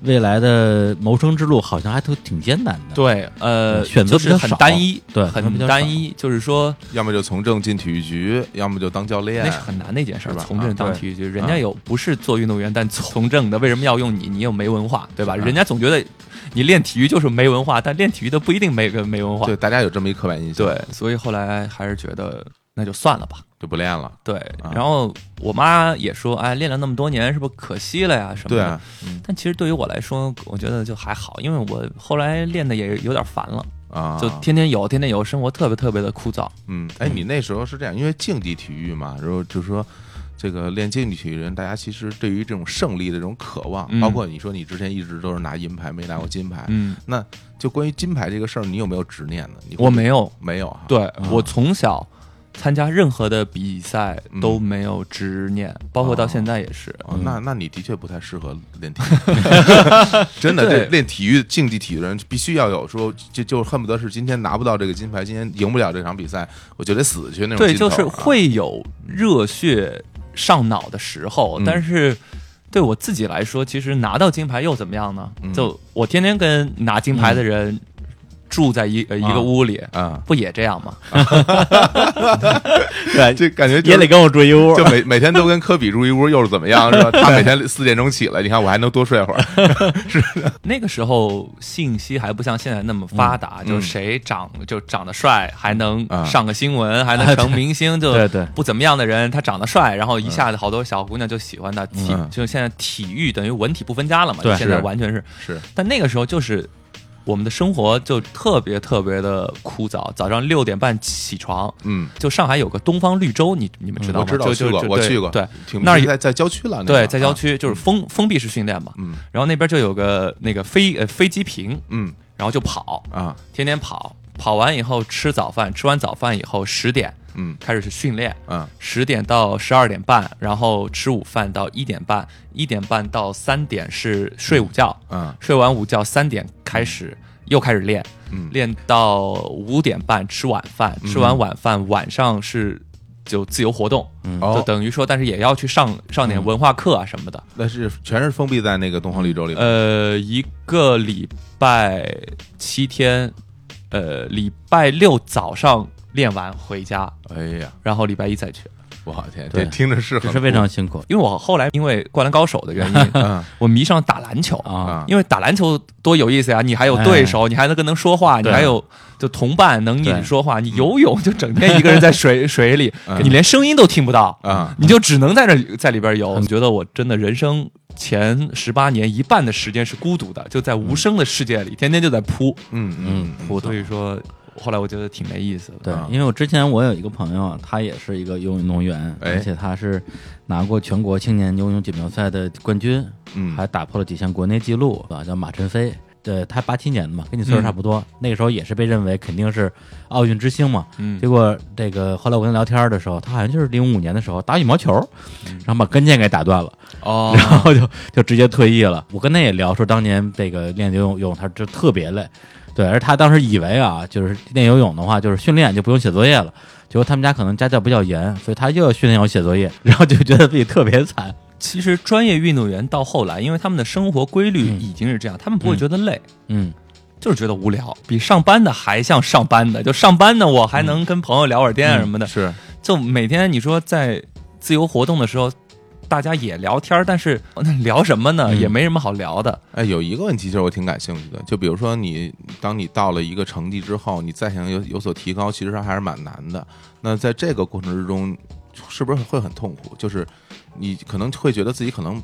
Speaker 1: 未来的谋生之路，好像还都挺艰难的。
Speaker 3: 对，呃，
Speaker 1: 对选择
Speaker 3: 就
Speaker 1: 比
Speaker 3: 是
Speaker 1: 较
Speaker 3: 很
Speaker 1: 少
Speaker 3: 单一，
Speaker 1: 对选择
Speaker 3: 很
Speaker 1: 比较
Speaker 3: 单
Speaker 1: 少
Speaker 3: 一，就是说
Speaker 2: 要么就从政进体育局，要么就当教练，
Speaker 3: 那是很难的一件事儿
Speaker 2: 是吧
Speaker 3: 啊从政
Speaker 2: 啊
Speaker 3: 当
Speaker 2: 对
Speaker 3: 体育局，人家有不是做运动员但从政的，为什么要用你？你又没文化，对吧？
Speaker 2: 是啊
Speaker 3: 人家总觉得你练体育就是没文化，但练体育的不一定没个没文化。
Speaker 2: 对，大家有这么一刻板印象，
Speaker 3: 对，所以后来还是觉得那就算了吧。
Speaker 2: 就不练了，
Speaker 3: 对
Speaker 2: 啊，
Speaker 3: 然后我妈也说，哎，练了那么多年，是不是可惜了呀？什么
Speaker 2: 对
Speaker 3: 的。
Speaker 2: 啊，
Speaker 3: 但其实对于我来说，我觉得就还好，因为我后来练的也有点烦了，
Speaker 2: 啊，
Speaker 3: 就天天有，天天有，生活特别特别的枯燥。
Speaker 2: 嗯，哎，你那时候是这样，因为竞技体育嘛，然后就是说。这个练竞技体育人，大家其实对于这种胜利的这种渴望，
Speaker 3: 嗯
Speaker 2: 包括你说你之前一直都是拿银牌，没拿过金牌，
Speaker 3: 嗯，
Speaker 2: 那就关于金牌这个事儿，你有没有执念呢？你会
Speaker 3: 我没有，
Speaker 2: 没有啊哈，
Speaker 3: 对、我从小参加任何的比赛
Speaker 2: 嗯
Speaker 3: 都没有执念，包括到现在也是。
Speaker 2: 哦，那那你的确不太适合练体育， 真的，
Speaker 3: 对
Speaker 2: 这练体育、竞技体育的人必须要有说，就就恨不得是今天拿不到这个金牌，今天赢不了这场比赛，我就得死去那种
Speaker 3: 对，
Speaker 2: 劲头啊。
Speaker 3: 就是会有热血上脑的时候，
Speaker 2: 嗯
Speaker 3: 但是。对我自己来说，其实拿到金牌又怎么样呢？
Speaker 2: 嗯
Speaker 3: 就我天天跟拿金牌的人住在一、呃一
Speaker 1: 啊
Speaker 3: 个屋里，
Speaker 2: 啊，
Speaker 3: 不也这样吗？
Speaker 1: 对，
Speaker 2: 这感觉就
Speaker 1: 也得跟我住一屋
Speaker 2: 就。每每天都跟科比住一屋，又是怎么样是吧？他每天四点钟起来，你看我还能多睡会儿。
Speaker 3: 那个时候信息还不像现在那么发达，
Speaker 2: 嗯
Speaker 3: 就谁长就长得帅，还能
Speaker 2: 啊
Speaker 3: 上个新闻，还能成明星，就
Speaker 1: 对对
Speaker 3: 不怎么样的人，他长得帅，然后一下子好多小姑娘就喜欢他。体
Speaker 2: 嗯
Speaker 3: 就现在体育等于文体不分家了嘛，
Speaker 1: 对
Speaker 3: 现在
Speaker 2: 是
Speaker 3: 完全是。
Speaker 2: 是，
Speaker 3: 但那个时候就是我们的生活就特别特别的枯燥，早上六点半起床。
Speaker 2: 嗯，
Speaker 3: 就上海有个东方绿洲，你你们知道
Speaker 2: 我
Speaker 3: 吗？
Speaker 2: 知道，
Speaker 3: 就
Speaker 2: 去
Speaker 3: 就
Speaker 2: 过，
Speaker 3: 就
Speaker 2: 我
Speaker 3: 对
Speaker 2: 去过，
Speaker 3: 对，
Speaker 2: 挺
Speaker 3: 那儿有
Speaker 2: 在在郊区了，那
Speaker 3: 对，
Speaker 2: 个
Speaker 3: 在郊
Speaker 2: 啊，
Speaker 3: 区就是封封闭式训练嘛。
Speaker 2: 嗯
Speaker 3: 然后那边就有个那个飞呃飞机坪，
Speaker 2: 嗯
Speaker 3: 然后就跑，
Speaker 2: 啊，
Speaker 3: 天天跑，跑完以后吃早饭，吃完早饭以后十点
Speaker 2: 嗯
Speaker 3: 开始去训练，
Speaker 2: 啊，
Speaker 3: 十点到十二点半，然后吃午饭到一点半，一点半到三点是睡午觉，
Speaker 2: 啊，
Speaker 3: 睡完午觉三点开始又开始练，
Speaker 2: 嗯
Speaker 3: 练到五点半吃晚饭，吃完晚饭晚上是就自由活动，就
Speaker 2: 哦，
Speaker 3: 等于说，但是也要去上上
Speaker 1: 嗯
Speaker 3: 点文化课啊什么的。
Speaker 2: 那是全是封闭在那个东方绿洲里。
Speaker 3: 呃，一个礼拜七天，呃，礼拜六早上练完回家，
Speaker 2: 哎呀，
Speaker 3: 呃然后礼拜一再去。
Speaker 2: 我天，
Speaker 1: 对
Speaker 2: 这听着是
Speaker 1: 这
Speaker 2: 很
Speaker 1: 是非常辛苦
Speaker 3: 因为嗯我后来因为《灌篮高手》的 原
Speaker 2: 酷
Speaker 3: 因，
Speaker 2: 啊
Speaker 3: 我迷上打篮球
Speaker 1: 啊哎
Speaker 2: 啊，
Speaker 3: 因为打篮球多有意思呀！你还有对手，你还能跟能说话，你
Speaker 1: 对啊
Speaker 3: 还有就同伴能一
Speaker 1: 对
Speaker 3: 起说话。你游泳就整天一个人在水水里，
Speaker 2: 嗯
Speaker 3: 你连声音都听不到
Speaker 2: 啊
Speaker 3: 你就只能在这里在里边游。你觉得我真的人生前十八年一半的时间是孤独的，就在无声的世界里，天天就在扑。
Speaker 2: 嗯嗯
Speaker 1: 嗯扑腾
Speaker 3: 所。以说，后来我觉得挺没意思的。
Speaker 1: 对
Speaker 2: 啊，
Speaker 1: 因为我之前我有一个朋友，他也是一个游泳运动员，
Speaker 2: 哎
Speaker 1: 而且他是拿过全国青年游泳锦标赛的冠军，
Speaker 2: 嗯
Speaker 1: 还打破了几项国内纪录啊，叫马晨飞。对他八七年的嘛，跟你
Speaker 2: 嗯
Speaker 1: 岁数差不多，那个时候也是被认为肯定是奥运之星嘛。
Speaker 3: 嗯
Speaker 1: 结果这个后来我跟他聊天的时候，他好像就是零五年的时候打羽毛球，
Speaker 2: 嗯
Speaker 1: 然后把跟腱给打断了，
Speaker 3: 哦
Speaker 1: 然后就就直接退役了。我跟他也聊说，当年这个练游泳，泳他就特别累，对，而他当时以为啊，就是练游泳的话，就是训练就不用写作业了。结果他们家可能家教比较严，所以他又要训练我写作业，然后就觉得自己特别惨。
Speaker 3: 其实专业运动员到后来，因为他们的生活规律已经是这样，他们不会觉得累。
Speaker 1: 嗯，
Speaker 3: 就是觉得无聊，比上班的还像上班的。就上班呢，我
Speaker 1: 嗯
Speaker 3: 还能跟朋友聊会儿天啊什么的。
Speaker 2: 是
Speaker 3: 就每天你说在自由活动的时候，大家也聊天儿，但是 那聊什么呢？
Speaker 1: 嗯
Speaker 3: 也没什么好聊的。
Speaker 2: 哎，有一个问题其实我挺感兴趣的，就比如说你，当你到了一个成绩之后，你再想有有所提高，其实还是蛮难的。那在这个过程之中，是不是会很痛苦？就是你可能会觉得自己可能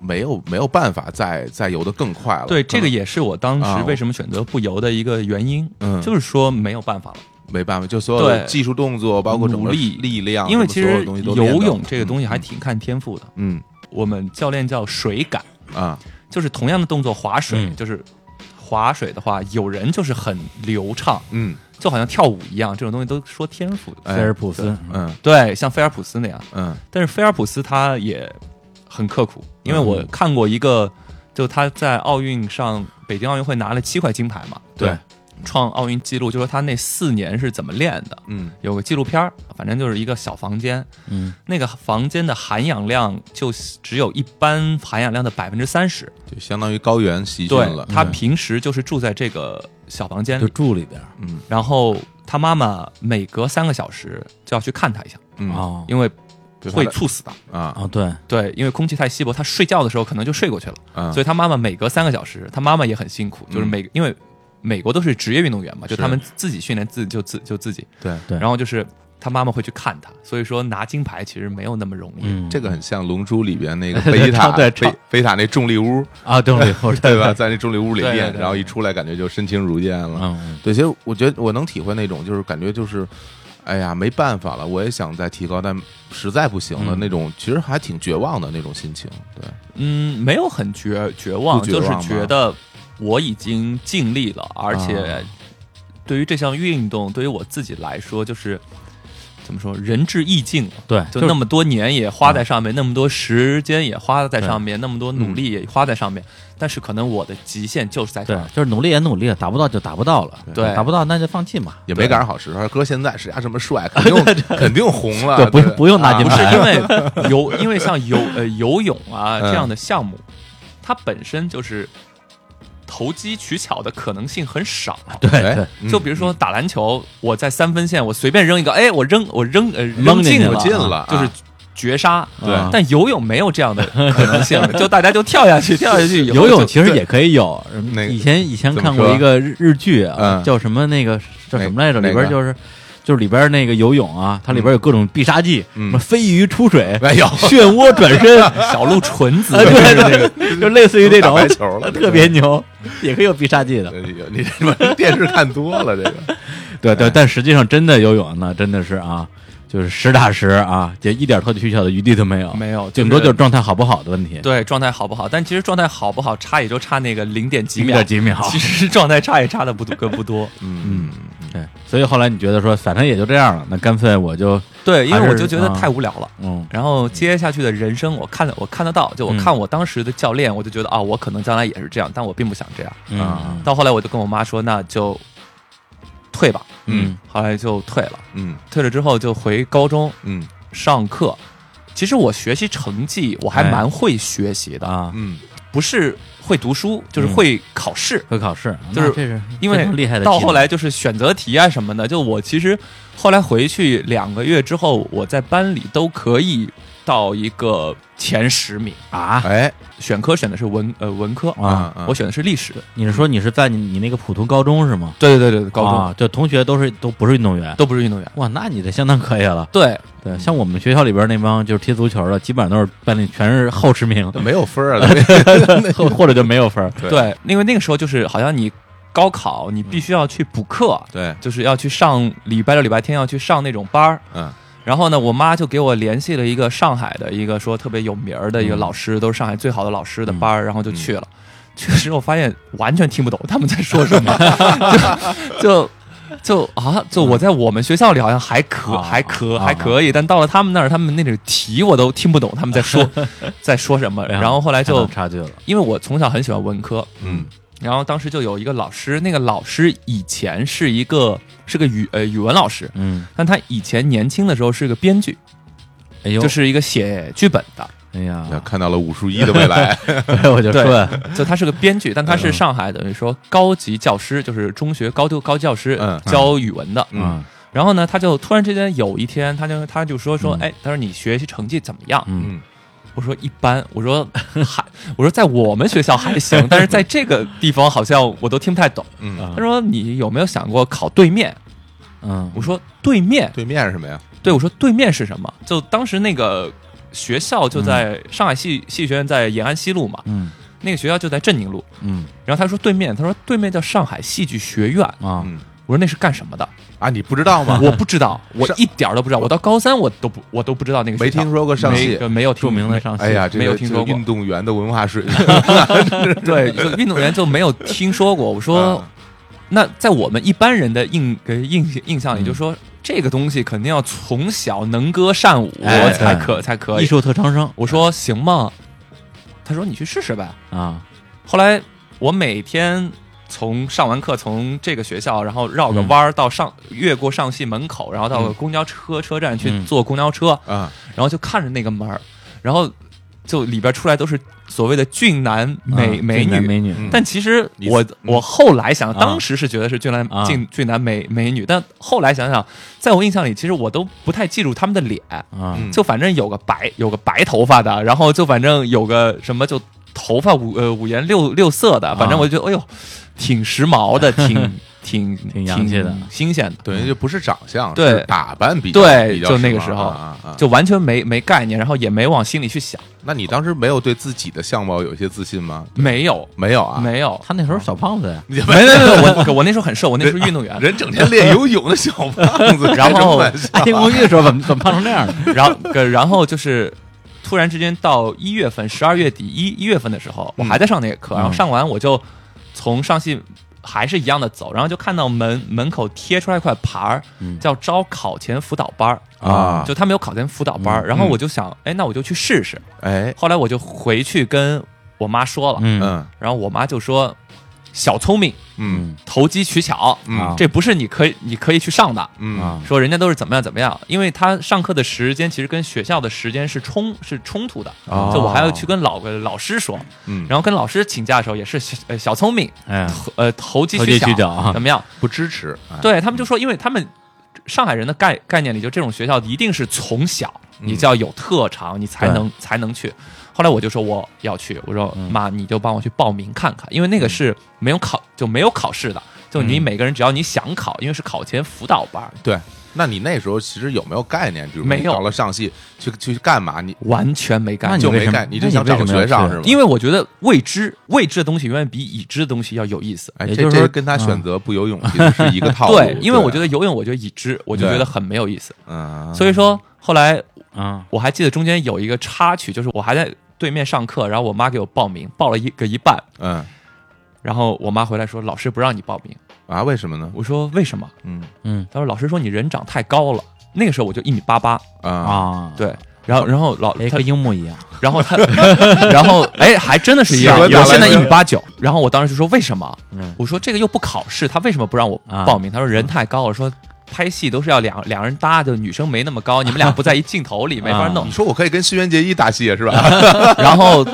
Speaker 2: 没有没有办法再再游得更快了。
Speaker 3: 对，这个
Speaker 2: 也
Speaker 3: 也是我当
Speaker 2: 啊
Speaker 3: 时为什么选择不游的一个原因，
Speaker 2: 嗯
Speaker 3: 就是说没有办法了。
Speaker 2: 没办法，就所有的
Speaker 3: 对
Speaker 2: 技术动作，包括整个
Speaker 3: 努力
Speaker 2: 力量，
Speaker 3: 因为
Speaker 2: 什
Speaker 3: 其
Speaker 2: 么所有
Speaker 3: 实
Speaker 2: 的东西都练
Speaker 3: 游
Speaker 2: 到
Speaker 3: 泳
Speaker 2: 了
Speaker 3: 这个东西还挺看天赋的。
Speaker 2: 嗯
Speaker 3: 我们教练叫水感，
Speaker 2: 嗯啊
Speaker 3: 就是同样的动作划水，
Speaker 1: 嗯
Speaker 3: 就是划水的话，有人就是很流畅，
Speaker 2: 嗯
Speaker 3: 就好像跳舞一样，这种东西都说天赋的。
Speaker 2: 哎
Speaker 1: 菲尔普斯，
Speaker 2: 嗯
Speaker 3: 对，像菲尔普斯那样。
Speaker 2: 嗯
Speaker 3: 但是菲尔普斯他也很刻苦，因为
Speaker 2: 嗯
Speaker 3: 我看过一个，就他在奥运上北京奥运会拿了七块金牌嘛，
Speaker 2: 对，
Speaker 3: 创奥运纪录，就说他那四年是怎么练的。
Speaker 2: 嗯
Speaker 3: 有个纪录片儿，反正就是一个小房间，
Speaker 1: 嗯
Speaker 3: 那个房间的含氧量就只有一般含氧量的百分之三十。
Speaker 2: 就相当于高原习训
Speaker 3: 对
Speaker 2: 了，。
Speaker 3: 他平时就是住在这个小房间
Speaker 1: 就
Speaker 3: 里，
Speaker 1: 住里边儿
Speaker 2: 嗯
Speaker 3: 然后他妈妈每隔三个小时就要去看他一下，
Speaker 2: 嗯
Speaker 1: 哦
Speaker 3: 因为
Speaker 2: 对
Speaker 3: 会
Speaker 2: 他的
Speaker 3: 猝死的。
Speaker 2: 啊
Speaker 1: 哦，对，
Speaker 3: 对，因为空气太稀薄，他睡觉的时候可能就睡过去了。
Speaker 2: 啊
Speaker 3: 所以他妈妈每隔三个小时，他妈妈也很辛苦，就是
Speaker 2: 嗯
Speaker 3: 每、因为美国都是职业运动员嘛，就是他们自己训练自就自就自己，
Speaker 2: 对。
Speaker 1: 对
Speaker 3: 然后就是他妈妈会去看他，所以说拿金牌其实没有那么容易。
Speaker 1: 嗯，
Speaker 2: 这个很像《龙珠》里边那个
Speaker 1: 对
Speaker 2: 贝塔，
Speaker 1: 唱对
Speaker 2: 贝
Speaker 1: 唱
Speaker 2: 贝塔那重力屋，
Speaker 1: 啊，对 对对
Speaker 2: 对吧？？在那重力屋里
Speaker 3: 对对
Speaker 2: 练，
Speaker 3: 对
Speaker 2: 然后一出来，感觉就身轻如燕了。
Speaker 1: 嗯，
Speaker 2: 对，其实我觉得我能体会那种，就是感觉就是，哎呀，没办法了，我也想再提高，但实在不行了
Speaker 1: 嗯
Speaker 2: 那种，其实还挺绝望的那种心情。对，
Speaker 3: 嗯，没有很绝绝望，
Speaker 2: 不绝望
Speaker 3: 就是
Speaker 2: 吗
Speaker 3: 觉得我已经尽力了，而
Speaker 2: 啊
Speaker 3: 且对于这项运动，对于我自己来说，就是怎么说，仁至义尽了。
Speaker 1: 对，
Speaker 3: 就那么多年也花在上面，那么多时间也花在上面，那么多努
Speaker 2: 嗯
Speaker 3: 力也花在上面，但是可能我的极限就是在这
Speaker 1: 对
Speaker 3: 儿。，
Speaker 1: 就是努力也努力了，达不到就达不到了，
Speaker 3: 对
Speaker 1: 达不到那就放弃嘛。
Speaker 2: 也没赶上好时候。哥现在是家什么帅，肯定肯定红了
Speaker 1: 对，，不不用拿
Speaker 2: 啊
Speaker 1: 金
Speaker 3: 不是
Speaker 1: 牌，
Speaker 3: 因 为游，因为像游呃游泳
Speaker 2: 嗯
Speaker 3: 啊这样的项目，它本身就是投机取巧的可能性很少。
Speaker 1: 对
Speaker 2: 哎
Speaker 1: 对，
Speaker 2: 嗯
Speaker 3: 就比如说打篮球，我在三分线我随便扔一个，哎，我扔我扔呃
Speaker 1: 扔
Speaker 3: 扔
Speaker 1: 进去
Speaker 3: 进
Speaker 1: 了
Speaker 2: 我进了，
Speaker 3: 就是
Speaker 2: 啊
Speaker 3: 绝杀。
Speaker 2: 对
Speaker 1: 啊
Speaker 3: 但游泳没有这样的可能 性，就大家就跳下去，跳下去以后就。
Speaker 1: 游泳其实
Speaker 3: 对
Speaker 1: 也可以有。
Speaker 2: 嗯那个
Speaker 1: 以前以前
Speaker 2: 怎么
Speaker 1: 看过
Speaker 2: 说
Speaker 1: 一个日日剧啊，
Speaker 2: 嗯
Speaker 1: 叫什么那个叫什么来着？
Speaker 2: 哪
Speaker 1: 里边
Speaker 2: 哪个
Speaker 1: 就是就是里边那个游泳啊，它里边有各种必杀技，什
Speaker 2: 嗯
Speaker 1: 么飞鱼出水、
Speaker 2: 哎 呦，
Speaker 1: 漩涡转身，啊
Speaker 3: 小鹿纯子
Speaker 1: 对对对，就类似于这
Speaker 2: 打
Speaker 1: 种
Speaker 2: 白球了，
Speaker 1: 特别牛，也可以有必杀技的
Speaker 2: 哎。呦。你 这他妈电视看多了，这个
Speaker 1: 对
Speaker 2: 哎
Speaker 1: 对，但实际上真的游泳呢，真的是啊，就是实打实啊，也一点投机取巧的余地都没有，
Speaker 3: 没有
Speaker 1: 顶多
Speaker 3: 就
Speaker 1: 就是是状态好不好的问题，
Speaker 3: 对状态好不好？但其实状态好不好，差也就差那个零点几
Speaker 1: 零
Speaker 3: 秒
Speaker 1: 点。几秒。
Speaker 3: 其实状态差也差的不多，不多。
Speaker 2: 嗯，
Speaker 1: 对，所以后来你觉得说，反正也就这样了，那干脆我就
Speaker 3: 对，因
Speaker 1: 还
Speaker 3: 为
Speaker 1: 是
Speaker 3: 我就觉得
Speaker 1: 啊
Speaker 3: 太无聊了。
Speaker 1: 嗯
Speaker 3: 然后接下去的人生，我看我看得到，就我
Speaker 1: 嗯
Speaker 3: 看我当时的教练，我就觉得啊，我可能将来也是这样，但我并不想这样。
Speaker 1: 啊
Speaker 3: 到后来我就跟我妈说，那就退吧。
Speaker 1: 嗯
Speaker 3: 后来就退了，
Speaker 2: 嗯
Speaker 3: 退了之后就回高中
Speaker 2: 嗯
Speaker 3: 上课。其实我学习成绩我还
Speaker 1: 哎
Speaker 3: 蛮会学习的，
Speaker 1: 啊
Speaker 2: 嗯
Speaker 3: 不是会读书，就是
Speaker 1: 嗯
Speaker 3: 会考试。
Speaker 1: 和考试，
Speaker 3: 就是
Speaker 1: 那这是
Speaker 3: 因
Speaker 1: 非
Speaker 3: 为
Speaker 1: 常厉害的
Speaker 3: 到
Speaker 1: 技
Speaker 3: 后
Speaker 1: 能
Speaker 3: 来就是选择题啊什么的，就我其实后来回去两个月之后，我在班里都可以到一个前十名。
Speaker 1: 啊，
Speaker 2: 哎
Speaker 3: 选科选的是文呃文科
Speaker 1: 啊
Speaker 3: 我选的是历史。
Speaker 1: 你是说你是在你你那个普通高中是吗？
Speaker 3: 对对对对，高中、
Speaker 1: 啊，就同学都是都嗯不是运动员，
Speaker 3: 都不是运动员。
Speaker 1: 哇，那你这相当可以了。
Speaker 3: 对，
Speaker 1: 对，像我们学校里边那帮就是踢足球的，基本上都是班里全是后十 名，
Speaker 2: 没有分儿啊，对
Speaker 1: 或或者就没有分儿。
Speaker 2: 对
Speaker 3: 对，因为那个时候就是好像你高考，你必须要去补课，
Speaker 2: 对，
Speaker 3: 就是要去上礼拜六、礼拜天要去上那种班儿。
Speaker 2: 嗯
Speaker 3: 然后呢，我妈就给我联系了一个上海的一个说特别有名儿的一个老师，都是上海最好的老师的班
Speaker 1: 嗯
Speaker 3: 儿，然后就去了。确实，我发现完全听不懂他们在说什么，就 就就啊，就我在我们学校里好像还可、
Speaker 1: 啊
Speaker 3: 还可、
Speaker 1: 啊
Speaker 3: 还可以，但到了他们那儿，他们那种题我都听不懂他们 在说在说什么。然后后来
Speaker 1: 哎太大
Speaker 3: 就
Speaker 1: 啊差距了，
Speaker 3: 因为我从小很喜欢文科，
Speaker 2: 嗯
Speaker 3: 然后当时就有一个老师，那个老师以前是一个是个语呃语文老师，
Speaker 1: 嗯，
Speaker 3: 但他以前年轻的时候是个编剧，
Speaker 1: 哎呦，
Speaker 3: 就是一个写剧本 的，
Speaker 1: 哎呀，
Speaker 2: 看到了武术一的未来，
Speaker 1: 哎我就说
Speaker 3: 就他是个编剧，但他
Speaker 2: 嗯
Speaker 3: 是上海等于说高级教师，就是中学高就高教师
Speaker 2: 嗯
Speaker 3: 教语文的。
Speaker 2: 嗯
Speaker 1: 啊，
Speaker 3: 然后呢，他就突然之间有一天，他就他就说说，
Speaker 1: 嗯
Speaker 3: 哎，他说你学习成绩怎么样？
Speaker 1: 嗯，
Speaker 2: 嗯
Speaker 3: 我说一般，我说 还我说在我们学校 还行，但是在这个地方好像我都听不太懂。
Speaker 2: 嗯，
Speaker 1: 啊
Speaker 3: 他说你有没有想过考对面？
Speaker 1: 嗯
Speaker 3: 我说对面，
Speaker 2: 对面是什么呀？
Speaker 3: 对我说对面是什么？就当时那个学校就在
Speaker 2: 嗯
Speaker 3: 上海戏戏剧学院在延安西路嘛，
Speaker 1: 嗯
Speaker 3: 那个学校就在镇宁路。
Speaker 1: 嗯
Speaker 3: 然后他说对面，他说对面叫上海戏剧学院。
Speaker 1: 啊，
Speaker 2: 嗯
Speaker 3: 我说那是干什么的？
Speaker 2: 啊，你不知道吗？
Speaker 3: 我不知道，我
Speaker 2: 上
Speaker 3: 一点儿都不知道。我到高三我都不我都不知道那个
Speaker 2: 没
Speaker 3: 学校
Speaker 2: 听说过上
Speaker 3: 没
Speaker 2: 戏。
Speaker 3: 就没有
Speaker 1: 著
Speaker 3: 听
Speaker 1: 名的上戏
Speaker 2: 哎呀，这
Speaker 3: 没有
Speaker 2: 个
Speaker 3: 听
Speaker 2: 这
Speaker 3: 说
Speaker 2: 个
Speaker 3: 过
Speaker 2: 运动员的文化水平，
Speaker 3: 对，就运动员就没有听说过。我说
Speaker 2: 啊
Speaker 3: 那在我们一般人的印呃印印象里，就说这个东西肯定要从小能歌善舞
Speaker 1: 哎
Speaker 3: 才
Speaker 1: 对
Speaker 3: 可才可
Speaker 1: 艺
Speaker 3: 以。
Speaker 1: 术特长生
Speaker 3: 我说行吗？他说你去试试呗。
Speaker 1: 啊，
Speaker 3: 后来我每天从上完课，从这个学校，然后绕个弯儿到上、越过上戏门口，然后到
Speaker 2: 嗯
Speaker 3: 公交车车站去
Speaker 1: 嗯
Speaker 3: 坐公交车，
Speaker 2: 啊，
Speaker 3: 然后就看着那个门儿，然后就里边出来都是所谓的俊男美、
Speaker 1: 啊
Speaker 3: 美
Speaker 1: 俊男
Speaker 3: 女。
Speaker 1: 美女，
Speaker 2: 嗯
Speaker 3: 但其实
Speaker 2: 你
Speaker 3: 我、
Speaker 2: 嗯
Speaker 3: 我后来想，
Speaker 1: 啊
Speaker 3: 当时是觉得是俊男、
Speaker 1: 啊
Speaker 3: 俊俊男美美女，但后来想想，在我印象里，其实我都不太记住他们的脸，
Speaker 1: 啊，
Speaker 2: 嗯
Speaker 3: 就反正有个白有个白头发的，然后就反正有个什么就头发五呃五颜六六色
Speaker 1: 啊
Speaker 3: 的，反正我就觉得哎呦，挺时髦 的，挺挺
Speaker 1: 挺洋气的
Speaker 3: 新鲜的，
Speaker 2: 等于就不是长相，
Speaker 3: 对
Speaker 2: 是打扮比较
Speaker 3: 对
Speaker 2: 比较
Speaker 3: 就那
Speaker 2: 时
Speaker 3: 个
Speaker 2: 髦
Speaker 3: 时候
Speaker 2: 啊啊啊！
Speaker 3: 就完全没没概念，然后也没往心里去想，
Speaker 2: 那你当时没有对自己的相貌有一些自信吗？
Speaker 3: 没有
Speaker 2: 没有啊，
Speaker 3: 没 有，
Speaker 1: 他那时候小胖子 呀，
Speaker 2: 你，
Speaker 3: 没没没，我我那时候很瘦，我那时候运动 员
Speaker 2: 人整天练游泳的小胖子，
Speaker 3: 然后
Speaker 2: 开什么 玩笑
Speaker 1: 爱听公寓的时候怎么怎么胖成那样的？
Speaker 3: 然后个然后就是。突然之间到一月份，十二月底一一月份的时候，我还在上那个课，然后
Speaker 1: 嗯
Speaker 3: 上完我就从上戏还是一样的走，然后就看到门门口贴出来一块牌儿，
Speaker 1: 嗯
Speaker 3: 叫招考前辅导班儿
Speaker 2: 啊
Speaker 3: 就他没有考前辅导
Speaker 1: 嗯
Speaker 3: 班儿，然后我就想，哎，那我就去试试。
Speaker 2: 哎，
Speaker 3: 后来我就回去跟我妈说了，
Speaker 1: 嗯
Speaker 2: 嗯
Speaker 3: 然后我妈就说，小聪明，
Speaker 2: 嗯
Speaker 3: 投机取巧，
Speaker 2: 嗯
Speaker 1: 啊
Speaker 3: 这不是你可以你可以去上的。
Speaker 2: 嗯
Speaker 1: 啊，
Speaker 3: 说人家都是怎么样怎么样，因为他上课的时间其实跟学校的时间是冲是冲突的，
Speaker 2: 哦
Speaker 3: 就我还要去跟老老师说，
Speaker 2: 嗯，
Speaker 3: 然后跟老师请假的时候也是小呃小聪明，
Speaker 1: 哎，
Speaker 3: 投呃投机
Speaker 1: 投机
Speaker 3: 取巧
Speaker 1: 取巧啊嗯
Speaker 3: 怎么样？
Speaker 2: 不支持，哎，
Speaker 3: 对他们就说，因为他们上海人的概概念里，就这种学校一定是从小
Speaker 1: 嗯
Speaker 3: 你就要有特长，你才能才能去。后来我就说我要去，我说
Speaker 1: 嗯
Speaker 3: 妈，你就帮我去报名看看，因为那个是没有考就没有考试的，就你
Speaker 1: 嗯
Speaker 3: 每个人只要你想考，因为是考前辅导班，
Speaker 2: 对。那你那时候其实有没有概念？比如
Speaker 3: 没
Speaker 2: 你
Speaker 3: 有
Speaker 2: 到了上戏去去干嘛？你
Speaker 3: 完全没概
Speaker 1: 那
Speaker 3: 念
Speaker 1: 你。
Speaker 2: 就
Speaker 1: 为
Speaker 2: 没
Speaker 1: 什么
Speaker 2: 干，你就
Speaker 1: 那你
Speaker 2: 想
Speaker 1: 为
Speaker 2: 找
Speaker 1: 什
Speaker 2: 个
Speaker 1: 么要
Speaker 2: 学上
Speaker 1: 去
Speaker 2: 是吗？
Speaker 3: 因为我觉得未知未知的东西远远比已知的东西要有意思。
Speaker 2: 哎，
Speaker 1: 也
Speaker 2: 这
Speaker 1: 就是
Speaker 2: 这
Speaker 1: 说
Speaker 2: 跟他选
Speaker 1: 嗯
Speaker 2: 择不游泳其实是一个套路。
Speaker 3: 对，因为我觉
Speaker 2: 得，
Speaker 3: 得游泳，我觉得已知，我就
Speaker 2: 对
Speaker 3: 觉得很没有意思。
Speaker 2: 嗯，
Speaker 3: 所以说后来
Speaker 1: 啊，
Speaker 3: 我还记得中间有一个插曲，就是我还在对面上课，然后我妈给我报名，报了一个一半，
Speaker 2: 嗯
Speaker 3: 然后我妈回来说老师不让你报名，
Speaker 2: 啊，为什么呢？
Speaker 3: 我说为什么？
Speaker 2: 嗯
Speaker 1: 嗯
Speaker 3: 她说老师说你人长太高了，那个时候我就一米八八，
Speaker 2: 啊
Speaker 1: 啊，，
Speaker 3: 对。然后，然后老
Speaker 1: 哎，
Speaker 3: 她
Speaker 1: 跟樱木一样，
Speaker 3: 然后他， 然后哎，还真的是一样。
Speaker 2: 喜欢打
Speaker 3: 我现在
Speaker 2: 篮
Speaker 3: 一
Speaker 2: 球
Speaker 3: 米八九，然后我当时就说为什么？
Speaker 1: 嗯
Speaker 3: 我说这个又不考试，他为什么不让我
Speaker 2: 啊
Speaker 3: 报名？他说人太高了，说拍戏都是要两两人搭，就女生没那么 高，你们俩
Speaker 2: 啊嗯
Speaker 3: 不在一镜头里，没法弄
Speaker 2: 你。说我可以跟轩辕杰一打戏是吧？
Speaker 3: 然后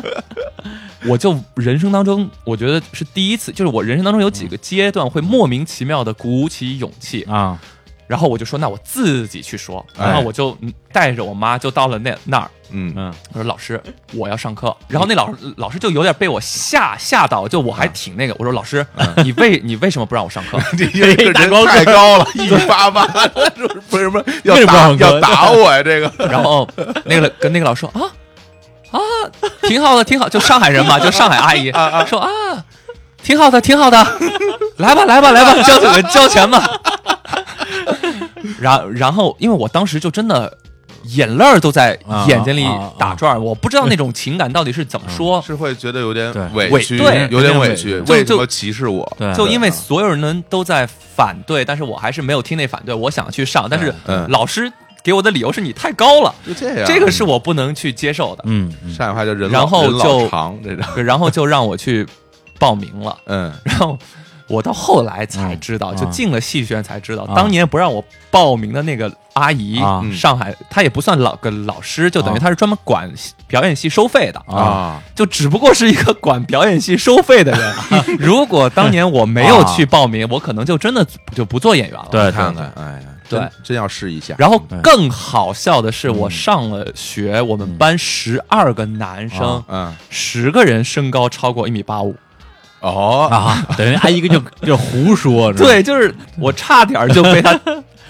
Speaker 3: 我就人生当中，我觉得是第一次，就是我人生当中有几个阶段会莫名其妙的鼓起勇气，
Speaker 1: 啊，
Speaker 3: 然后我就说那我自己去说，
Speaker 2: 嗯哎
Speaker 3: 然后我就带着我妈就到了那那儿，
Speaker 2: 嗯
Speaker 1: 嗯
Speaker 3: 我说老师我要上课，然后那老老师就有点被我吓吓到，就我还挺那个，我说老师你为你为什么不让我上 课？
Speaker 2: 这这
Speaker 1: 这
Speaker 2: 人
Speaker 1: 大高个
Speaker 2: 太高了，一米八八， 是不是为什么要
Speaker 1: 为什么
Speaker 2: 打
Speaker 1: 很高
Speaker 2: 要打我呀？这个
Speaker 3: 然后那个跟那个老师说啊啊，挺好的，挺好，就上海人 嘛，就上海阿姨说啊，挺好的，挺好的， 来吧，来吧，来吧，交钱交钱吧。然然后，因为我当时就真的眼泪儿都在眼睛里打转儿，我不知道那种情感到底是怎么说，
Speaker 2: 是会觉得有点
Speaker 1: 对
Speaker 2: 委
Speaker 3: 委
Speaker 2: 屈，
Speaker 3: 对
Speaker 2: 有
Speaker 1: 肯
Speaker 2: 点
Speaker 1: 定
Speaker 2: 委
Speaker 1: 委
Speaker 2: 屈，
Speaker 1: 屈
Speaker 3: 就
Speaker 2: 为什
Speaker 3: 就
Speaker 2: 么歧视我？
Speaker 1: 对
Speaker 3: 就因为所有人都在反对，但是我还是没有听那反对，我想去上，但是
Speaker 2: 嗯啊
Speaker 3: 老师给我的理由是你太高了，
Speaker 2: 就这样，
Speaker 3: 这个是我不能去接受的。
Speaker 1: 嗯嗯
Speaker 2: 上海话叫人老
Speaker 3: 然后
Speaker 2: 人老
Speaker 3: 就
Speaker 2: 长这种，
Speaker 3: 然后就让我去报名了。
Speaker 2: 嗯
Speaker 3: 然后我到后来才知道，
Speaker 1: 嗯
Speaker 3: 就
Speaker 1: 啊
Speaker 3: 进了戏剧学院才知道，
Speaker 1: 啊
Speaker 3: 当年不让我报名的那个阿姨，
Speaker 1: 啊
Speaker 2: 嗯
Speaker 3: 上海她也不算老个老师，就等于
Speaker 1: 啊
Speaker 3: 她是专门管戏表演系收费的，
Speaker 1: 啊，
Speaker 3: 就只不过是一个管表演系收费的人。啊 如果当年我没有去报名，我可能就真的就不做演员了。
Speaker 1: 对对
Speaker 2: 看看，哎呀，
Speaker 3: 对
Speaker 2: 真，真要试一下。
Speaker 3: 然后
Speaker 1: 对
Speaker 3: 更好笑的是，我上了学，我们班十二个男生
Speaker 1: 嗯啊，
Speaker 2: 嗯，
Speaker 3: 十个人身高超过一米八五，
Speaker 2: 哦，
Speaker 1: 啊， 等于阿姨就就胡说，是吧
Speaker 3: 对，就是我差点儿就被 他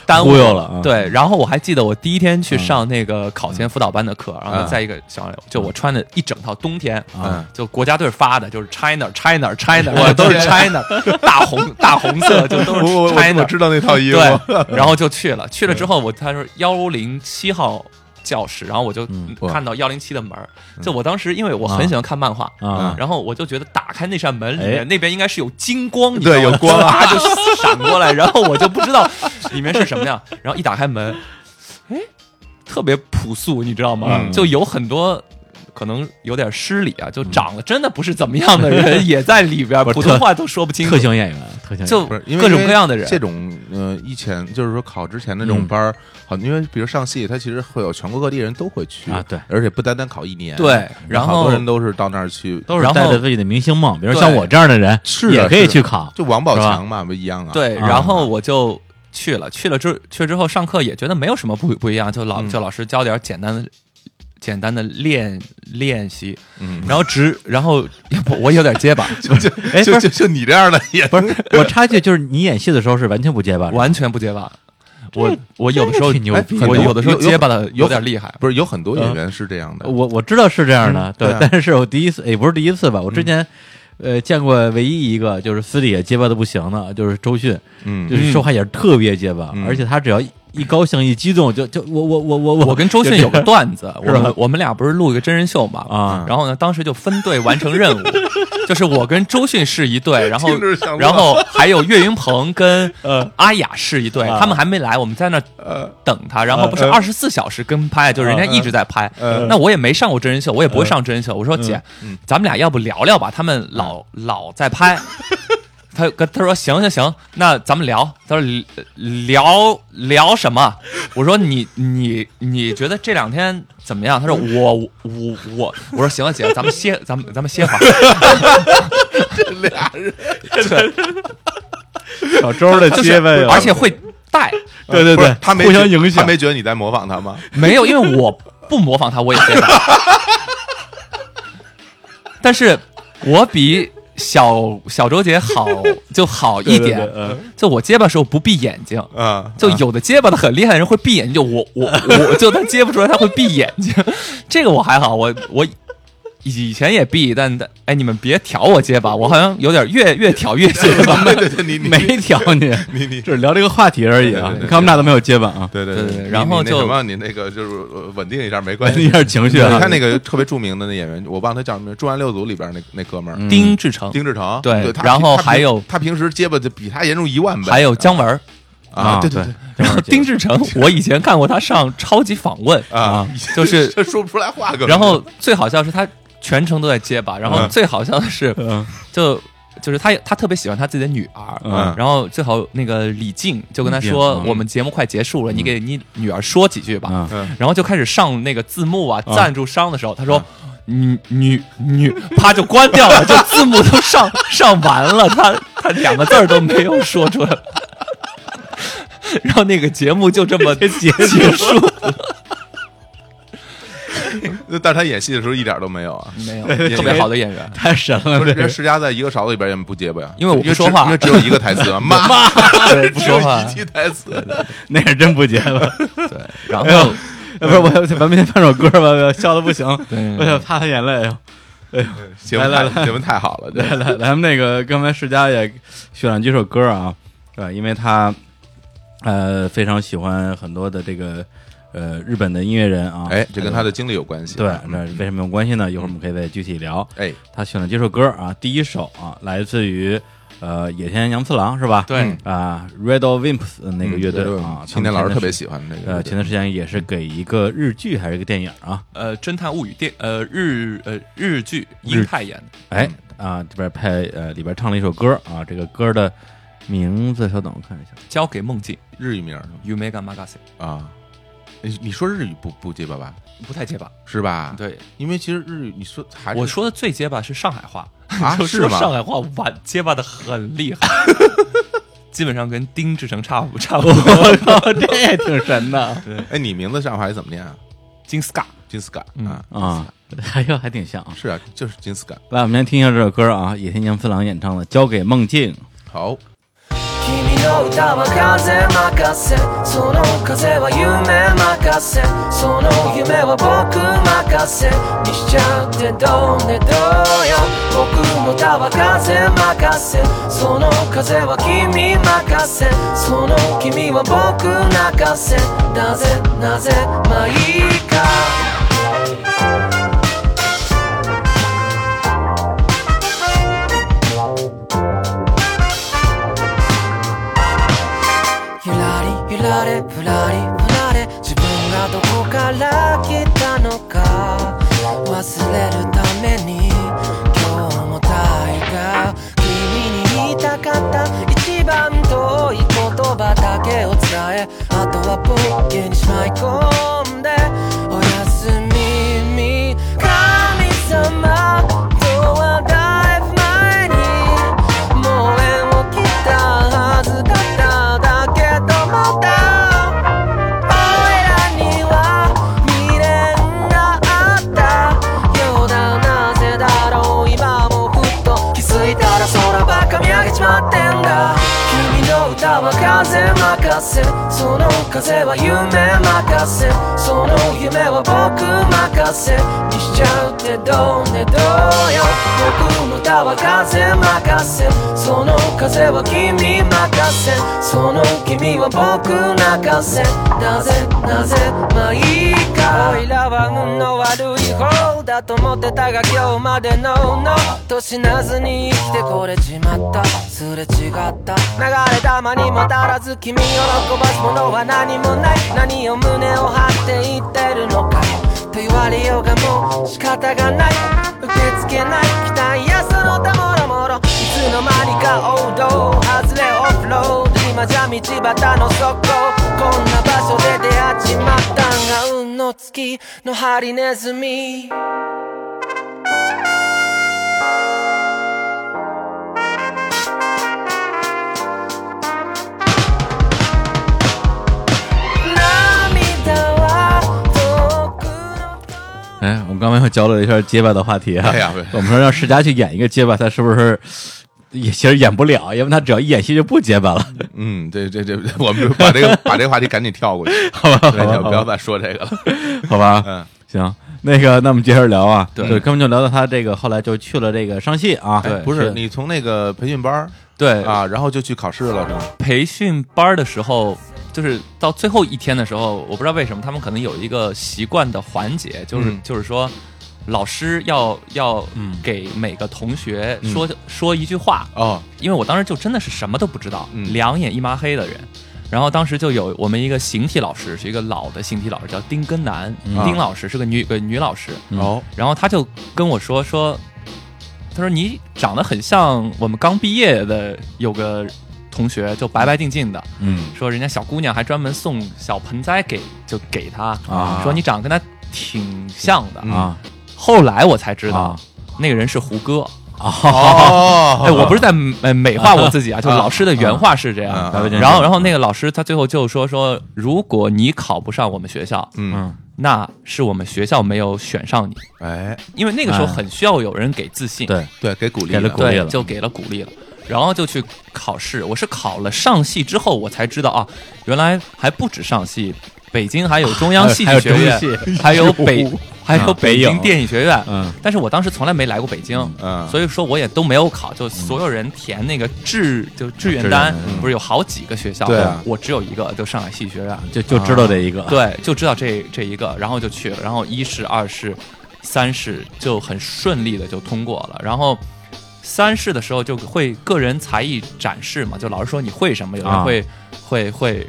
Speaker 3: 耽
Speaker 1: 嗯
Speaker 3: 误
Speaker 1: 忽悠了啊嗯
Speaker 3: 对，然后我还记得我第一天去上那个考前辅导班的课，然后在一个小就我穿的一整套冬天。
Speaker 2: 嗯
Speaker 1: 啊，
Speaker 3: 就国家队发的，就是 China China China，我都是 China，大 红大红色，就都
Speaker 2: 我
Speaker 3: 是
Speaker 2: 我我
Speaker 3: China
Speaker 2: 我。知道那套衣服，
Speaker 3: 对，然后就去了，去了之后我他说幺零七号教室，然后我就
Speaker 1: 嗯
Speaker 2: 哇嗯
Speaker 3: 看到幺零七的门儿，就我当时因为我很喜欢看漫画，
Speaker 1: 啊
Speaker 3: 嗯然后我就觉得打开那扇门里面，
Speaker 1: 哎
Speaker 3: 那边应该是有金光，你知道
Speaker 2: 对，
Speaker 3: 吗
Speaker 2: 有光啊，
Speaker 3: 啪就闪过来，然后我就不知道里面是什么样，然后一打开门，哎，特别朴素，你知道吗？
Speaker 2: 嗯
Speaker 3: 就有很多。可能有点失礼啊，就长得真的不是怎么样 的人也在里边，
Speaker 1: 不是
Speaker 3: 普通话都说不清楚
Speaker 1: 特，型演员，特型演员
Speaker 3: 就
Speaker 2: 不是因为
Speaker 3: 各种各样的
Speaker 2: 因为
Speaker 3: 人
Speaker 2: 这种呃，以前就是说考之前的这种
Speaker 1: 嗯
Speaker 2: 班儿，很因为比如上戏，它其实会有全国各地人都会去
Speaker 1: 啊对
Speaker 2: 而且不单单考一年，
Speaker 3: 对然后
Speaker 2: 好多人都是到那儿去，
Speaker 1: 都是
Speaker 3: 然后
Speaker 1: 带着自己的明星梦，比如
Speaker 3: 对
Speaker 1: 像我这样的人，
Speaker 2: 是的
Speaker 1: 也可以
Speaker 2: 是的
Speaker 1: 去考，
Speaker 2: 就王宝
Speaker 1: 是吧
Speaker 2: 强嘛，不一样啊，，
Speaker 3: 对，
Speaker 1: 啊
Speaker 3: 然后我就去了，去了之去了之后上课也觉得没有什么不不一样，就老
Speaker 2: 嗯
Speaker 3: 就老师教点儿简单的简单的练练习，
Speaker 2: 嗯，
Speaker 3: 然后直然后我有点结巴，
Speaker 2: 就就
Speaker 1: 哎
Speaker 2: 就
Speaker 1: 不
Speaker 2: 就就你这样的也不是，
Speaker 1: 我插一句，就是你演戏的时候是完全不结巴的，
Speaker 3: 完全不结巴。我我有的时候
Speaker 1: 这挺牛
Speaker 2: 哎
Speaker 1: 逼
Speaker 2: 很
Speaker 1: 的。
Speaker 3: 我
Speaker 2: 多
Speaker 3: 有的时候
Speaker 2: 有有
Speaker 3: 结巴的
Speaker 2: 有
Speaker 3: 有点厉 害，
Speaker 2: 不是有很多
Speaker 3: 嗯
Speaker 2: 演员是这样的，
Speaker 1: 我我知道是这样的，
Speaker 2: 对
Speaker 1: 嗯对嗯
Speaker 2: 啊，
Speaker 1: 但是我第一次也不是第一次吧，我之前呃见过唯一一个就是私底下结巴的不行的，就是周迅，
Speaker 2: 嗯
Speaker 1: 就，是说话也是特别结巴
Speaker 2: 嗯，
Speaker 1: 而且他只要一一高兴一激动，就就我我我我
Speaker 3: 我跟周迅有个 段子，我
Speaker 1: 是吧
Speaker 3: 们我们俩不是录一个真人秀嘛
Speaker 1: 啊
Speaker 3: 然后呢，当时就分队完成任务， 就是我跟周迅是一队，然 后
Speaker 2: 听着像话
Speaker 3: 然后还有岳云鹏 跟阿雅是一队，
Speaker 1: 啊
Speaker 3: 他们还没来，我们在那
Speaker 2: 嗯呃
Speaker 3: 等他，然后不是
Speaker 2: 呃啊
Speaker 3: 二十四小时跟拍，就是人家一直在拍
Speaker 2: 呃。
Speaker 3: 那我也没上过真人秀，我也不会上真人秀。我说姐
Speaker 2: 嗯嗯，
Speaker 3: 咱们俩要不聊聊吧？他们老老 在拍。他跟他说行行行，那咱们聊。他说聊聊什么？我说你你你觉得这两天怎么样？他说
Speaker 2: 嗯
Speaker 3: 我我我我说行了啊姐，咱们歇咱们咱们 歇会儿。
Speaker 1: 小周的
Speaker 3: 就是而且会带，
Speaker 1: 对对
Speaker 2: 不是
Speaker 1: 对，
Speaker 2: 他没
Speaker 1: 互相
Speaker 2: 觉
Speaker 1: 影
Speaker 2: 他
Speaker 1: 响
Speaker 2: 没觉得你在模仿他吗？
Speaker 3: 没有，因为我不模仿他，我也接打。但是，我比小小周姐好就好一点。
Speaker 1: 对对对嗯
Speaker 3: 就我结巴的时候不闭眼睛，
Speaker 2: 啊，
Speaker 3: 就有的结巴的很厉害的人会闭眼睛，就我我我就他结不出来，他会闭眼睛。这个我还好，我我以前也闭，但但哎，你们别挑我结巴，我好像有点越越挑越结巴。
Speaker 2: 对对对， 你你
Speaker 1: 没挑你，
Speaker 2: 你你
Speaker 1: 就是聊这个话题而已啊
Speaker 2: 对对对。
Speaker 1: 你看我们俩都没有结巴啊，
Speaker 2: 对对
Speaker 3: 对对
Speaker 2: 你
Speaker 3: 然后
Speaker 2: 你那
Speaker 3: 就
Speaker 2: 什么，你那个就是呃稳定一下没关
Speaker 1: 稳定
Speaker 2: 系
Speaker 1: 一。下情绪啊
Speaker 2: 你。看那个特别著名的那演员，我忘他叫什么，《重案六组》里边那那哥们儿，
Speaker 1: 嗯
Speaker 3: 丁志成，
Speaker 2: 丁志成。
Speaker 3: 对
Speaker 2: 他
Speaker 3: 然后
Speaker 2: 他平
Speaker 3: 还有
Speaker 2: 他平时结巴就比他严重一万倍。
Speaker 3: 还有姜文儿。
Speaker 2: 啊，对
Speaker 1: 对
Speaker 2: 对，
Speaker 3: 然后丁志成，我以前看过他上《超级访问》
Speaker 2: 啊，
Speaker 3: 就是
Speaker 2: 这 说不出来话，根本
Speaker 3: 然后最好笑是他全程都在结巴，然后
Speaker 2: 嗯
Speaker 3: 最好笑的是，
Speaker 1: 嗯
Speaker 3: 就就是他他特别喜欢他自己的女儿，
Speaker 2: 嗯
Speaker 3: 然后最好那个李静就跟他
Speaker 1: 李
Speaker 3: 说
Speaker 1: 静：“嗯
Speaker 3: 我们节目快结束了，你给你女儿说几句吧。
Speaker 1: 啊”
Speaker 2: 嗯
Speaker 3: 然后就开始上那个字幕啊，
Speaker 1: 嗯
Speaker 3: 赞助商的时候，他说：“女女女， 啪就关掉了，就字幕都上上完了，他他两个字儿都没有说出来， 然后那个节目就这么结束，
Speaker 2: 但是他演戏的时候一点都没有啊。
Speaker 3: 没有 特别好的演员，
Speaker 1: 太神了，
Speaker 2: 不是，
Speaker 1: 这
Speaker 2: 人
Speaker 1: 个
Speaker 2: 家世家在一个勺子里边也不结巴呀，
Speaker 3: 因为我不
Speaker 2: 只
Speaker 3: 说话
Speaker 2: 因为只有一个 台词啊，妈，
Speaker 3: 对不
Speaker 2: 只
Speaker 3: 说
Speaker 2: 有
Speaker 3: 话
Speaker 2: 一，句台词，
Speaker 1: 那是真不结巴。
Speaker 3: 对，然
Speaker 1: 哎呦
Speaker 3: 后，
Speaker 1: 不是我，咱们先放首歌吧，我笑的不行，
Speaker 2: 嗯
Speaker 3: 对
Speaker 1: 我想擦擦眼泪。哎呦
Speaker 2: 节目
Speaker 1: 来啊来
Speaker 2: 太节目太好了，这
Speaker 1: 来来，咱们那个刚才世佳也选了几首歌啊，对吧？因为他呃非常喜欢很多的这个呃日本的音乐人啊，
Speaker 2: 哎，这跟他的经历有关系，
Speaker 1: 对，那
Speaker 2: 嗯
Speaker 1: 为什么有关系呢？一会儿我们可以再具体聊。
Speaker 2: 哎，
Speaker 1: 他选了几首歌啊，第一首啊来自于呃野田洋次郎是吧？
Speaker 3: 对
Speaker 1: 啊，Red o Wimps 的那个乐队
Speaker 2: 嗯
Speaker 1: 啊，
Speaker 2: 青年老师特别喜欢这个
Speaker 1: 呃，
Speaker 2: 乐
Speaker 1: 前
Speaker 2: 队，
Speaker 1: 段时间也是给一个日剧还是一个电影啊，
Speaker 3: 呃，侦探物语电呃日呃日剧英泰演的，
Speaker 2: 嗯
Speaker 1: 哎啊，这边拍呃里边唱了一首歌啊，这个歌的名字稍等我看一下，
Speaker 3: 交给梦境
Speaker 2: 日语名儿是吗
Speaker 3: u m e g a Magase，
Speaker 2: 啊，你你说日语不不结巴吧？
Speaker 3: 不太结巴，
Speaker 2: 是吧？，
Speaker 3: 对，
Speaker 2: 因为其实日语你说还是
Speaker 3: 我说的最结巴是上海话，
Speaker 2: 啊
Speaker 3: 就是说上
Speaker 2: 吗？
Speaker 3: 海话哇，结巴的很厉 害，基本上跟丁志成差不差不多。
Speaker 1: 我 靠，哦这也挺神的
Speaker 2: 哎，你名字上海怎么念啊？
Speaker 3: 金斯卡，
Speaker 2: 金斯卡
Speaker 3: 嗯
Speaker 2: 啊，
Speaker 1: 啊，哎呦，还挺像啊。
Speaker 2: 是啊，就是金斯卡。
Speaker 1: 来，我们先听一下这首歌啊，野田洋次郎演唱的《交给梦境》。
Speaker 2: 好，
Speaker 4: 君の歌は風任せその風は夢任せその夢は僕任せにしちゃってどうねどうよ僕の歌は風任せその風は君任せその君は僕泣かせなぜなぜまあいいかゆらりゆられふらりふられ自分がどこから来たのか忘れるために今日も大河君に言いたかった一番遠い言葉だけを伝えあとはポッケにしまい込んでおやすみ神様とはだいぶ前にもう縁を切ったはずだっただけどまた俺らには未練があったようだなぜだろう今もふっと気づいたら空ばっか見上げちまってんだ君の歌は風任せその風は夢任せその夢は僕任せにしちゃうってどうねどうよ僕の歌は風任せその風は君任せその君は僕任せなぜなぜまあいいかおいらは運の悪い方だと思ってたが今日までののと死なずに生きてこれちまったすれ違った流れ玉にも足らず君を喜ばすものは何もない何を胸を張って言ってるのかと言われようがもう仕方がない受け付けない期待やその他もろもろいつの間にか王道外れオフロード今じゃ道端の底こんな場所で出会っちまったが運の月のハリネズミ涙は遠くの
Speaker 1: 哎，我们刚才又交流了一下结巴的话题啊。
Speaker 2: 哎呀不是
Speaker 1: 我们说让世佳去演一个结巴，他是不是 也其实演不了？因为他只要一演戏就不结巴了，
Speaker 2: 嗯，这这这，我们就把这个把这个话题赶紧跳过去，
Speaker 1: 好吧？
Speaker 2: 对
Speaker 1: 好吧
Speaker 2: 不要再说这个了。
Speaker 1: 好吧？
Speaker 2: 嗯，
Speaker 1: 行，那个，那我们接着聊啊。对，根本就聊到他这个，后来就去了这个上戏啊。
Speaker 3: 对
Speaker 2: 不是
Speaker 1: 去
Speaker 2: 你从那个培训班儿
Speaker 3: 对，
Speaker 2: 啊，然后就去考试了是吗？
Speaker 3: 培训班儿的时候，就是到最后一天的时候，我不知道为什么他们可能有一个习惯的环节，就是、
Speaker 2: 嗯
Speaker 3: 就是说。老师要要
Speaker 1: 嗯
Speaker 3: 给每个同学说、说一句话，
Speaker 2: 哦，
Speaker 3: 因为我当时就真的是什么都不知道，
Speaker 2: 嗯
Speaker 3: 两眼一抹黑的人。然后当时就有我们一个形体老师，是一个老的形体老师，叫丁根南，
Speaker 1: 嗯
Speaker 3: 丁老师是个女个女老师。
Speaker 1: 嗯
Speaker 2: 哦，
Speaker 3: 然后他就跟我说说，他说你长得很像我们刚毕业的有个同学，就白白净净的，
Speaker 1: 嗯
Speaker 3: 说人家小姑娘还专门送小盆栽给就给他，
Speaker 1: 啊
Speaker 3: 说你长得跟他挺像的。
Speaker 2: 嗯
Speaker 1: 啊
Speaker 3: 后来我才知道、
Speaker 1: 啊
Speaker 3: 那个人是胡歌。
Speaker 2: 哦
Speaker 3: 哎，我不是
Speaker 1: 啊
Speaker 3: 在美美化我自己啊，就老师的原话是这样。
Speaker 2: 啊
Speaker 1: 白白先生
Speaker 3: 然后，然后那个老师他最后就说说，如果你考不上我们学校，
Speaker 2: 嗯，
Speaker 1: 嗯
Speaker 3: 那是我们学校没有选上你，
Speaker 2: 哎，
Speaker 3: 因为那个时候
Speaker 1: 哎
Speaker 3: 很需要有人给自信。
Speaker 1: 对
Speaker 2: 对，给鼓励
Speaker 1: 给了
Speaker 2: 了，
Speaker 1: 鼓励
Speaker 3: 对，就给了鼓励了。然后就去考试，我是考了上戏之后，我才知道啊，原来还不止上戏，北京还有中央戏
Speaker 1: 还有
Speaker 3: 剧学
Speaker 1: 还有中，
Speaker 3: 院 还有北，还有北
Speaker 1: 北
Speaker 3: 京
Speaker 1: 影
Speaker 3: 电影学院。
Speaker 1: 嗯
Speaker 3: 但是我当时从来没来过北京，
Speaker 2: 嗯嗯
Speaker 3: 所以说我也都没有考，就所有人填那个志就志愿单，不是有好几个学校，
Speaker 2: 对啊
Speaker 3: 我只有一个，就上海戏剧学院。
Speaker 1: 就就知道这一个，
Speaker 3: 对，就知道这这一个，然后就去了，然后一试、二试、三试就很顺利的就通过了，然后三试的时候就会个人才艺展示嘛，就老师说你会什么，有
Speaker 1: 啊
Speaker 3: 人会、会会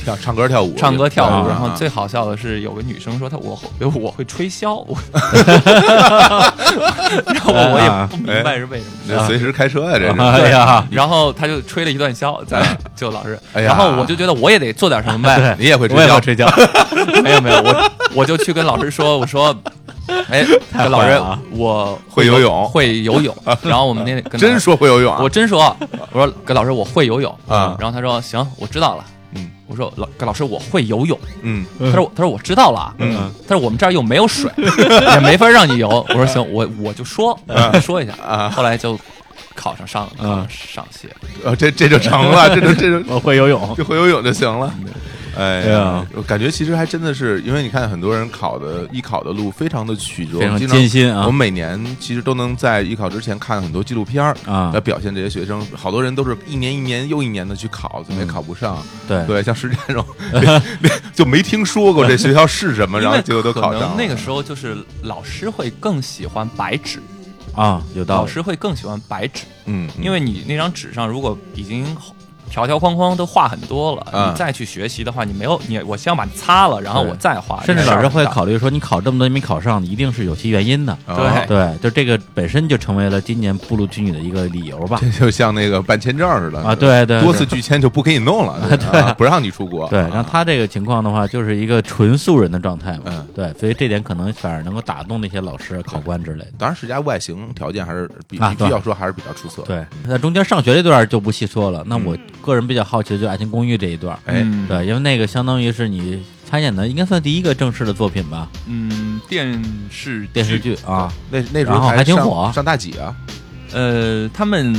Speaker 2: 跳唱歌跳舞，
Speaker 3: 唱歌跳舞，
Speaker 2: 对
Speaker 3: 然后
Speaker 2: 啊
Speaker 3: 最好笑的是有个女生说她我我我会吹 箫，啊我然后我也不明白是为什么。
Speaker 2: 这随时开车啊呀，这是
Speaker 3: 啊
Speaker 1: 哎呀，
Speaker 3: 然后她就吹了一段箫，在就老师，
Speaker 2: 哎呀
Speaker 3: 然后我就觉得我也得做点什么呗，
Speaker 1: 对
Speaker 2: 你也会
Speaker 1: 我也
Speaker 2: 觉
Speaker 1: 会睡觉，
Speaker 3: 没有没有，我我就去跟老师说，我说，哎，跟老
Speaker 1: 坏
Speaker 3: 师
Speaker 1: 了啊，
Speaker 3: 我
Speaker 2: 会游泳
Speaker 3: 会 游泳。然后我们那跟老
Speaker 2: 真
Speaker 3: 师，
Speaker 2: 说会游泳啊，
Speaker 3: 我真说，我说跟老师我会游泳
Speaker 2: 啊
Speaker 3: 然后他说行，我知道了。
Speaker 2: 嗯
Speaker 3: 我说老跟老师我会游泳，
Speaker 2: 嗯
Speaker 3: 他说我他说我知道了啊，
Speaker 2: 嗯
Speaker 3: 他说我们这儿又没 有水，也没法让你游。我说行，我我就说我就说一下
Speaker 2: 啊嗯
Speaker 3: 后来就考上上考
Speaker 1: 啊
Speaker 3: 上上戏了，
Speaker 2: 呃这这就成了，这就这就
Speaker 1: 我会游泳，
Speaker 2: 就会游泳就 行了。哎
Speaker 1: 对啊，
Speaker 2: 我感觉其实还真的是，因为你看很多人考的艺考的路非常的曲折，
Speaker 1: 非常
Speaker 2: 我们经常
Speaker 1: 艰辛啊
Speaker 2: 我们每年其实都能在艺考之前看很多纪录片儿
Speaker 1: 啊
Speaker 2: 来表现这些学生。好多人都是一年一年又一年的去考，怎么也考不上。
Speaker 1: 嗯对
Speaker 2: 对，像石 这种连连就没听说过这学校是 什么，然后结果都考
Speaker 3: 因为可
Speaker 2: 上了
Speaker 3: 能。那个时候就是老师会更喜欢白纸，
Speaker 1: 啊，有道
Speaker 3: 老
Speaker 1: 理，
Speaker 3: 师会更喜欢白纸，
Speaker 2: 嗯，嗯，
Speaker 3: 因为你那张纸上如果已经条条框框都画很多了，
Speaker 2: 嗯
Speaker 3: 你再去学习的话，你没有你，我先把你擦了，然后
Speaker 1: 对
Speaker 3: 我再画。
Speaker 1: 甚至
Speaker 3: 啊这事
Speaker 1: 老
Speaker 3: 儿
Speaker 1: 师会
Speaker 3: 很大
Speaker 1: 考虑说，你考这么多年没考上，你一定是有其原因的。
Speaker 2: 哦
Speaker 3: 对
Speaker 1: 对，就这个本身就成为了今年不录取你的一个理由吧。
Speaker 2: 这 就像那个办签证似的
Speaker 1: 啊对对
Speaker 2: 多
Speaker 1: 对
Speaker 2: 次拒签就不给你 弄了，对啊不让你出国。
Speaker 1: 对，
Speaker 2: 啊
Speaker 1: 然后他这个情况的话，就是一个纯素人的状态嘛。
Speaker 2: 嗯
Speaker 1: 对，所以这点可能反而能够打动那些老师、考官之类的。
Speaker 2: 当然，石家外形条件还是比
Speaker 1: 啊
Speaker 2: 必
Speaker 1: 对
Speaker 2: 须要说还是比较出色。，
Speaker 1: 对，那中间上学这段就不细说了。那我个人比较好奇的就是《爱情公寓》这一段，
Speaker 2: 哎，
Speaker 3: 嗯
Speaker 1: 对，因为那个相当于是你参演的，应该算第一个正式的作品吧，
Speaker 3: 嗯，电视
Speaker 1: 电视，剧啊。
Speaker 2: 那那时
Speaker 1: 然
Speaker 2: 候
Speaker 1: 后还挺
Speaker 2: 上
Speaker 1: 火
Speaker 2: 上大几啊？
Speaker 3: 呃，他们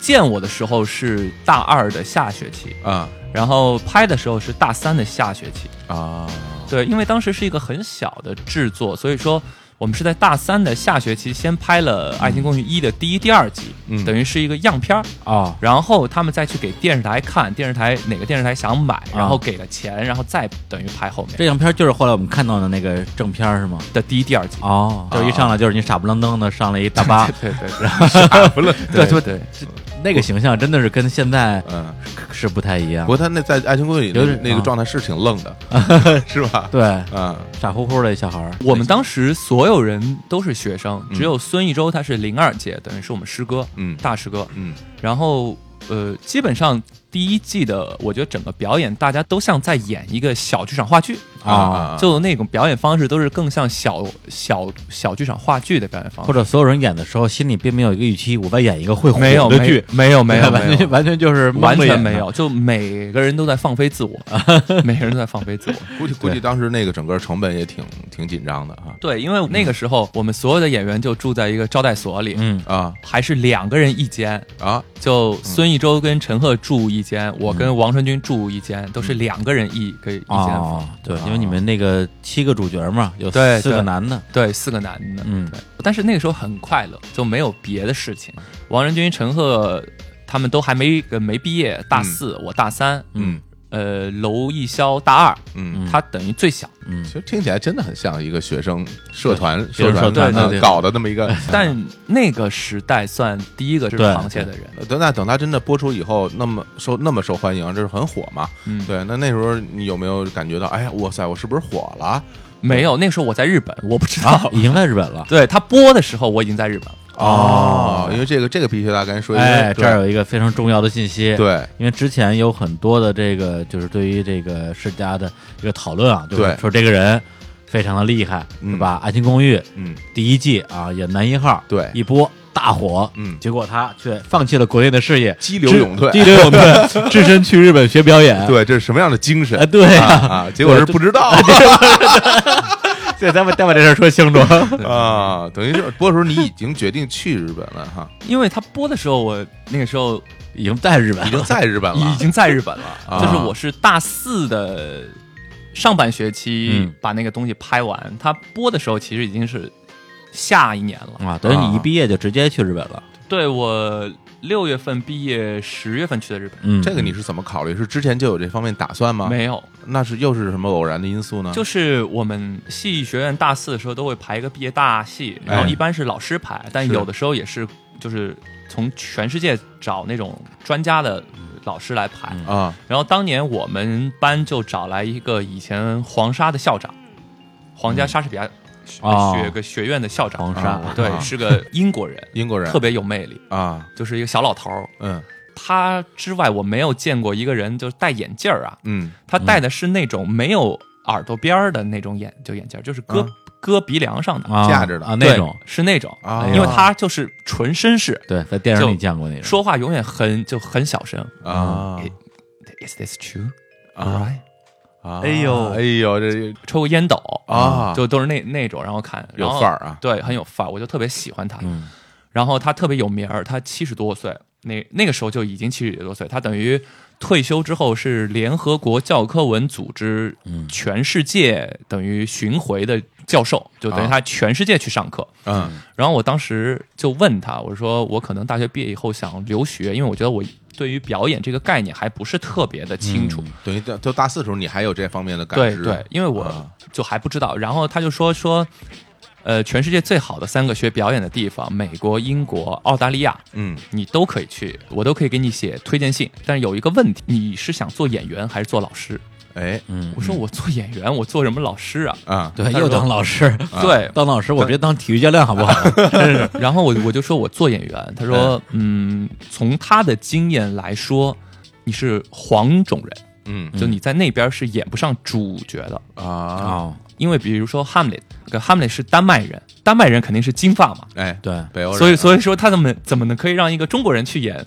Speaker 3: 见我的时候是大二的下学期，
Speaker 2: 啊
Speaker 3: 然后拍的时候是大三的下学期。
Speaker 2: 啊，
Speaker 1: 哦
Speaker 3: 对，因为当时是一个很小的制作，所以说我们是在大三的下学期先拍了《爱情公寓一》的第一、第二集，
Speaker 2: 嗯
Speaker 3: 等于是一个样片儿。
Speaker 1: 哦，
Speaker 3: 然后他们再去给电视台看，电视台哪个电视台想买，然后给了钱，然后再等于拍后面
Speaker 1: 这样片儿就是后来我们看到的那个正片儿是吗？
Speaker 3: 的第一、第二集。
Speaker 1: 哦，就是一上来就是你傻不愣登的上了一大巴，
Speaker 3: 啊对 对对，
Speaker 2: 傻不 愣。
Speaker 3: 对
Speaker 1: 对
Speaker 3: 对对，
Speaker 1: 那个形象真的是跟现在
Speaker 2: 嗯，
Speaker 1: 是不太一样
Speaker 2: 不。过他那在《爱情公寓》里
Speaker 1: 有
Speaker 2: 那
Speaker 1: 点
Speaker 2: 那
Speaker 1: 啊
Speaker 2: 个状态是挺愣 的，是吧？
Speaker 1: 对，
Speaker 2: 啊，
Speaker 1: 傻乎乎的小孩儿。
Speaker 3: 我们当时所有人都是学生，
Speaker 2: 嗯
Speaker 3: 只有孙艺洲他是零二届，等于是我们师哥，
Speaker 2: 嗯
Speaker 3: 大师哥。
Speaker 2: 嗯
Speaker 3: 然后呃，基本上第一季的，我觉得整个表演大家都像在演一个小剧场话剧。
Speaker 2: 啊啊，
Speaker 3: 就那种表演方式都是更像小小小剧场话剧的表演方式，
Speaker 1: 或者所有人演的时候，心里并没有一个预期，我在演一个会火
Speaker 3: 没有
Speaker 1: 的
Speaker 3: 没
Speaker 1: 剧，
Speaker 3: 没有没有没
Speaker 1: 完
Speaker 3: 有
Speaker 1: 全 完全就是蒙
Speaker 3: 完
Speaker 1: 着
Speaker 3: 全
Speaker 1: 演的
Speaker 3: 没有，就每个人都在放飞自我，每个人都在放飞自我。
Speaker 2: 估计估计当时那个整个成本也挺挺紧张的啊
Speaker 3: 对，因为那个时候我们所有的演员就住在一个招待所里，
Speaker 1: 嗯
Speaker 2: 啊
Speaker 3: 还是两个人一间，
Speaker 2: 啊
Speaker 3: 就孙艺洲跟陈赫住一间，我跟王传君住一间，都是两个人一个一间房。
Speaker 1: 哦，对，因为你们那个七个主角嘛，有
Speaker 3: 对
Speaker 1: 四个
Speaker 3: 对
Speaker 1: 男的，
Speaker 3: 对，四个男的，
Speaker 1: 嗯
Speaker 3: 对。但是那个时候很快乐，就没有别的事情。王传君、陈赫他们都还没呃没毕业，大四，我大三，
Speaker 2: 嗯
Speaker 3: 呃，娄艺潇大二，
Speaker 2: 嗯。
Speaker 3: 他等于最小。
Speaker 1: 嗯
Speaker 2: 其，实听起来真的很像一个学生社团、
Speaker 1: 学生社
Speaker 2: 团
Speaker 1: 团
Speaker 2: 啊
Speaker 1: 对对
Speaker 2: 搞的那么一个，
Speaker 3: 但那个时代算第一个是螃蟹的人，
Speaker 2: 呃 等那等他真的播出以后，那么受那么受欢迎，这是很火嘛？
Speaker 3: 嗯
Speaker 2: 对，那那时候你有没有感觉到，哎呀，哇塞，我是不是火了？
Speaker 3: 没有，那时候我在日本，我不知道。
Speaker 1: 啊，已经在日本了。
Speaker 3: 对他播的时候，我已经在日本了。
Speaker 2: 哦，因为这个这个必须大家赶紧说一下。
Speaker 1: 哎，
Speaker 2: 对
Speaker 1: 这儿有一个非常重要的信息，，
Speaker 2: 对
Speaker 1: 因为之前有很多的这个就是对于这个世家的一个讨论啊，就
Speaker 2: 对
Speaker 1: 是说这个人非常的厉害，
Speaker 2: 嗯
Speaker 1: 是吧？《爱情公寓》
Speaker 2: 嗯
Speaker 1: 第一季啊，也男一号，
Speaker 2: 对
Speaker 1: 一波大火，
Speaker 2: 嗯
Speaker 1: 结果他却放弃了国内的事业，
Speaker 2: 激流
Speaker 1: 只
Speaker 2: 勇退
Speaker 1: 激流勇退， 只身去日本学表演，
Speaker 2: 对，这是什么样的精神
Speaker 1: 啊，对呀、
Speaker 2: 啊
Speaker 3: 呃
Speaker 2: 啊？结果是不知道
Speaker 1: 对，咱把咱把这事儿说清 楚。
Speaker 2: 啊，等于是播的时候你已经决定去日本了哈，
Speaker 3: 因为他播的时候，我那个时候
Speaker 1: 已经在日本
Speaker 2: 已经
Speaker 1: 了，
Speaker 2: 在日本了，
Speaker 3: 已经在日本了，
Speaker 2: 啊
Speaker 3: 就是我是大四的上半学期
Speaker 1: 嗯
Speaker 3: 把那个东西拍完，他播的时候其实已经是下一年了。
Speaker 1: 啊，等于你一毕业就直接去日本了。
Speaker 3: 对我六月份毕业，十月份去的日本，
Speaker 1: 嗯，
Speaker 2: 这个你是怎么考虑？是之前就有这方面打算吗？，
Speaker 3: 没有，
Speaker 2: 那是又是什么偶然的因素
Speaker 1: 啊
Speaker 2: 呢？
Speaker 3: 就是是我们戏剧学院大四的时候都会排一个毕业大戏，
Speaker 2: 哎
Speaker 3: 然后一般是老师排，但
Speaker 2: 是
Speaker 3: 有的时候也是就是从全世界找那种专家的老师来排。
Speaker 1: 嗯
Speaker 2: 啊，
Speaker 3: 然后当年我们班就找来一个以前黄沙的校长，皇家莎士比亚学、
Speaker 1: 嗯哦
Speaker 3: 学个学院的校长，
Speaker 1: 黄沙
Speaker 2: 啊
Speaker 3: 对，
Speaker 2: 啊
Speaker 3: 是个英国人，
Speaker 2: 英国人
Speaker 3: 特别有魅力，
Speaker 2: 啊，
Speaker 3: 就是一个小老头儿。
Speaker 2: 嗯
Speaker 3: 他之外，我没有见过一个人就是戴眼镜儿啊，
Speaker 2: 嗯
Speaker 3: 他戴的是那种没有耳朵边儿的那种眼就眼镜儿，就是搁、
Speaker 2: 啊
Speaker 3: 搁鼻梁上的
Speaker 1: 嗯啊
Speaker 2: 架着的
Speaker 1: 啊那种，哎
Speaker 3: 对是那种，
Speaker 2: 啊
Speaker 3: 因为他就是纯绅士，
Speaker 1: 对，在电影里见过那种。
Speaker 3: 说话永远很就很小声。
Speaker 2: 啊
Speaker 3: Is this true?
Speaker 2: 啊
Speaker 3: Right？
Speaker 2: 啊！
Speaker 1: 哎呦
Speaker 2: 哎呦，这
Speaker 3: 抽个烟斗嗯
Speaker 2: 啊
Speaker 3: 就都是那那种，然后看
Speaker 2: 有
Speaker 3: 然后
Speaker 2: 范儿啊
Speaker 3: 对，很有范儿，我就特别喜欢他。
Speaker 1: 嗯
Speaker 3: 然后他特别有名儿，他七十多岁，那那个时候就已经七十多岁，他等于退休之后是联合国教科文组织
Speaker 1: 嗯
Speaker 3: 全世界等于巡回的教授，就等于
Speaker 2: 啊
Speaker 3: 他全世界去上课。
Speaker 2: 嗯
Speaker 3: 然后我当时就问他，我说我可能大学毕业以后想留学，因为我觉得我对于表演这个概念还不是特别的清楚。
Speaker 2: 等于到就大四的时候你还有这方面嗯的感
Speaker 3: 对
Speaker 2: 知，
Speaker 3: 对，因为我
Speaker 2: 啊
Speaker 3: 就还不知道。然后他就说说，呃，全世界最好的三个学表演的地方，美国、英国、澳大利亚，
Speaker 2: 嗯
Speaker 3: 你都可以去，我都可以给你写推荐信。但是有一个问题，你是想做演员还是做老师？
Speaker 2: 哎
Speaker 1: 嗯
Speaker 3: 我，说我做演员，我做什么老师啊？
Speaker 2: 啊
Speaker 1: 对，又当老师，
Speaker 3: 对，
Speaker 1: 当老师，我直接当体育教练好不好？
Speaker 2: 啊
Speaker 3: 然后我我就说我做演员，他
Speaker 2: 哎
Speaker 3: 说，嗯，从他的经验来说，你是黄种人，
Speaker 2: 嗯
Speaker 3: 就你在那边是演不上主角的，
Speaker 2: 啊
Speaker 1: 哦，
Speaker 3: 因为比如说 Hamlet，那个 Hamlet 是丹麦人，丹麦人肯定是金发嘛，
Speaker 2: 哎
Speaker 1: 对，
Speaker 2: 北欧人，
Speaker 3: 所以
Speaker 2: 以
Speaker 3: 所以说他怎么怎么能可以让一个中国人去演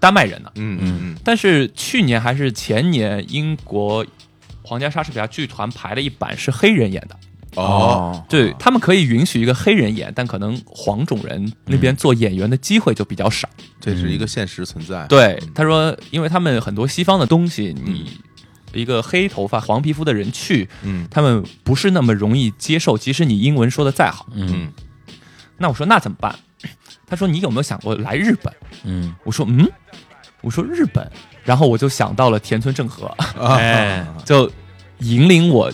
Speaker 3: 丹麦人呢？
Speaker 2: 嗯嗯
Speaker 3: 但是去年还是前年，英国皇家莎士比亚剧团排了一版是黑人演的。
Speaker 2: 嗯哦
Speaker 3: 对他们可以允许一个黑人演，但可能黄种人那
Speaker 2: 嗯
Speaker 3: 边做演员的机会就比较少。
Speaker 2: 这是一个现实存在，
Speaker 3: 嗯对，他说，因为他们很多西方的东西，你一个黑头发、黄皮肤的人去，
Speaker 2: 嗯
Speaker 3: 他们不是那么容易接受，即使你英文说的再好。
Speaker 1: 嗯
Speaker 2: 嗯
Speaker 3: 那我说那怎么办？他说你有没有想过来日本？
Speaker 1: 嗯，
Speaker 3: 我说嗯，我说日本，然后我就想到了田村正和。
Speaker 1: 哎
Speaker 2: 啊
Speaker 3: 就引领我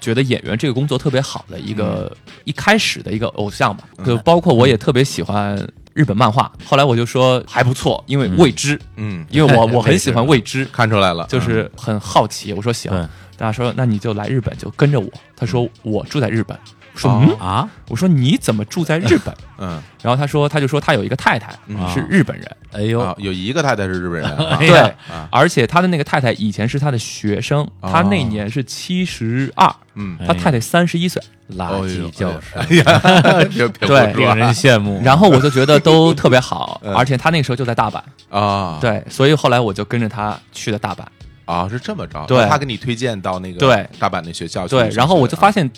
Speaker 3: 觉得演员这个工作特别好的一个、一开始的一个偶像吧。就包括我也特别喜欢日本漫画，后来我就说还不错，因为未知，
Speaker 2: 嗯，
Speaker 3: 因为我我很喜欢未知，
Speaker 2: 看出来了，
Speaker 3: 就是很好奇。我说行
Speaker 1: 嗯对，嗯
Speaker 3: 大家说那你就来日本就跟着我。他说我住在日本，我说
Speaker 2: 哦
Speaker 3: 嗯，
Speaker 1: 啊，
Speaker 3: 我说你怎么住在日 本？
Speaker 2: 嗯
Speaker 3: 然后他说他就说他有一个太太
Speaker 2: 嗯
Speaker 3: 是日本人，
Speaker 1: 哎呦，
Speaker 2: 啊，有一个太太是日本人啊
Speaker 1: 哎呀
Speaker 3: 对。而且他的那个太太以前是他的学生，他那年是七十二，
Speaker 2: 嗯，
Speaker 1: 哦
Speaker 2: 哦
Speaker 1: 哎
Speaker 3: 他太太三十一岁，
Speaker 1: 垃圾教师，
Speaker 2: 哎呀，别别
Speaker 3: 对
Speaker 1: 令人羡慕。
Speaker 3: 然后我就觉得 都特别好，
Speaker 1: 嗯
Speaker 3: 而且他那个时候就在大阪，
Speaker 2: 啊，
Speaker 3: 对，所以后来我就跟着他去了大阪，
Speaker 2: 啊，是这么着，
Speaker 3: 对
Speaker 2: 他给你推荐到那个
Speaker 3: 对
Speaker 2: 大阪那学校去上
Speaker 3: 对，
Speaker 2: 学
Speaker 3: 然后我就发现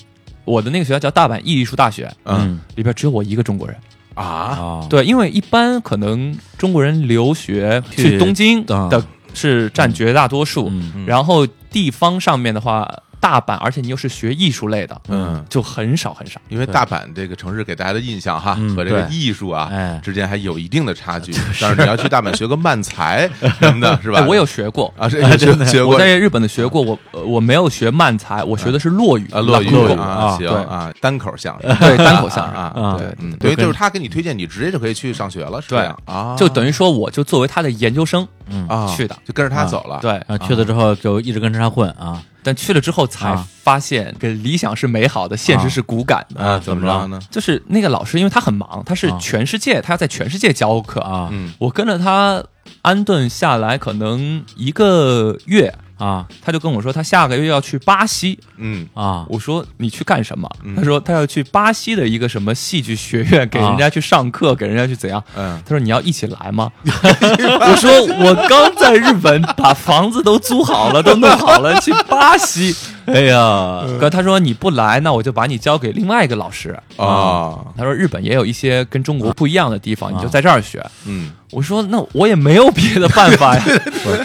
Speaker 3: 我的那个学校叫大阪艺术大学，
Speaker 2: 嗯
Speaker 3: 里边只有我一个中国人，
Speaker 2: 啊，
Speaker 1: 啊，
Speaker 3: 对，因为一般可能中国人留学
Speaker 1: 去
Speaker 3: 去东京
Speaker 1: 啊
Speaker 3: 的是占绝大多数，
Speaker 1: 嗯
Speaker 3: 然后地方上面的话，大阪，而且你又是学艺术类的，
Speaker 2: 嗯。
Speaker 3: 就很少很少，
Speaker 2: 因为大阪这个城市给大家的印象哈
Speaker 1: 嗯
Speaker 2: 和这个
Speaker 1: 对
Speaker 2: 艺术啊
Speaker 1: 哎
Speaker 2: 之间还有一定的差 距，但是你要去大阪学个漫才什么的，是吧
Speaker 3: 哎，？我有学过。
Speaker 2: 啊，是
Speaker 1: 哎
Speaker 2: 学
Speaker 1: 真的
Speaker 2: 学
Speaker 3: 我
Speaker 2: 过
Speaker 3: 在日本的学过，我呃我没有学漫才，我学的是落语
Speaker 2: 啊，落语
Speaker 1: 落语
Speaker 2: 啊，
Speaker 1: 啊
Speaker 2: 行
Speaker 3: 对
Speaker 2: 啊，单口相 声
Speaker 3: 对单口相声
Speaker 2: 啊
Speaker 1: 啊
Speaker 2: 啊，对，嗯等于就是他给你推荐，你直接就可以去上学了，是这样啊，
Speaker 3: 就等于说我就作为他的研究生，
Speaker 2: 啊
Speaker 3: 去的嗯
Speaker 2: 就跟着他走了，
Speaker 3: 对，
Speaker 1: 啊，去了之后就一直跟着他混啊，
Speaker 3: 但去了之后才
Speaker 1: 啊
Speaker 3: 发现，这理想是美好的，现实是骨感的。
Speaker 2: 啊，怎么着呢？
Speaker 3: 就是那个老师，因为他很忙，他是
Speaker 1: 啊
Speaker 3: 全世界，他要在全世界教课
Speaker 2: 嗯
Speaker 1: 啊
Speaker 3: 我跟着他安顿下来，可能一个月，
Speaker 1: 啊
Speaker 3: 他就跟我说他下个月要去巴西，
Speaker 2: 嗯
Speaker 1: 啊
Speaker 3: 我说你去干什么
Speaker 2: 嗯？
Speaker 3: 他说他要去巴西的一个什么戏剧学院给
Speaker 1: 啊
Speaker 3: 人家去上课，给人家去怎样？
Speaker 2: 嗯
Speaker 3: 他说你要一起来吗？ 我说我刚在日本把房子都租好了，都弄好了，去巴西。
Speaker 1: 哎呀，
Speaker 3: 可他说你不来，那我就把你交给另外一个老师。
Speaker 2: 啊
Speaker 3: 他说日本也有一些跟中国不一样的地
Speaker 1: 啊
Speaker 3: 方，你就在这儿学。
Speaker 2: 嗯，
Speaker 3: 我说那我也没有别的办法 呀，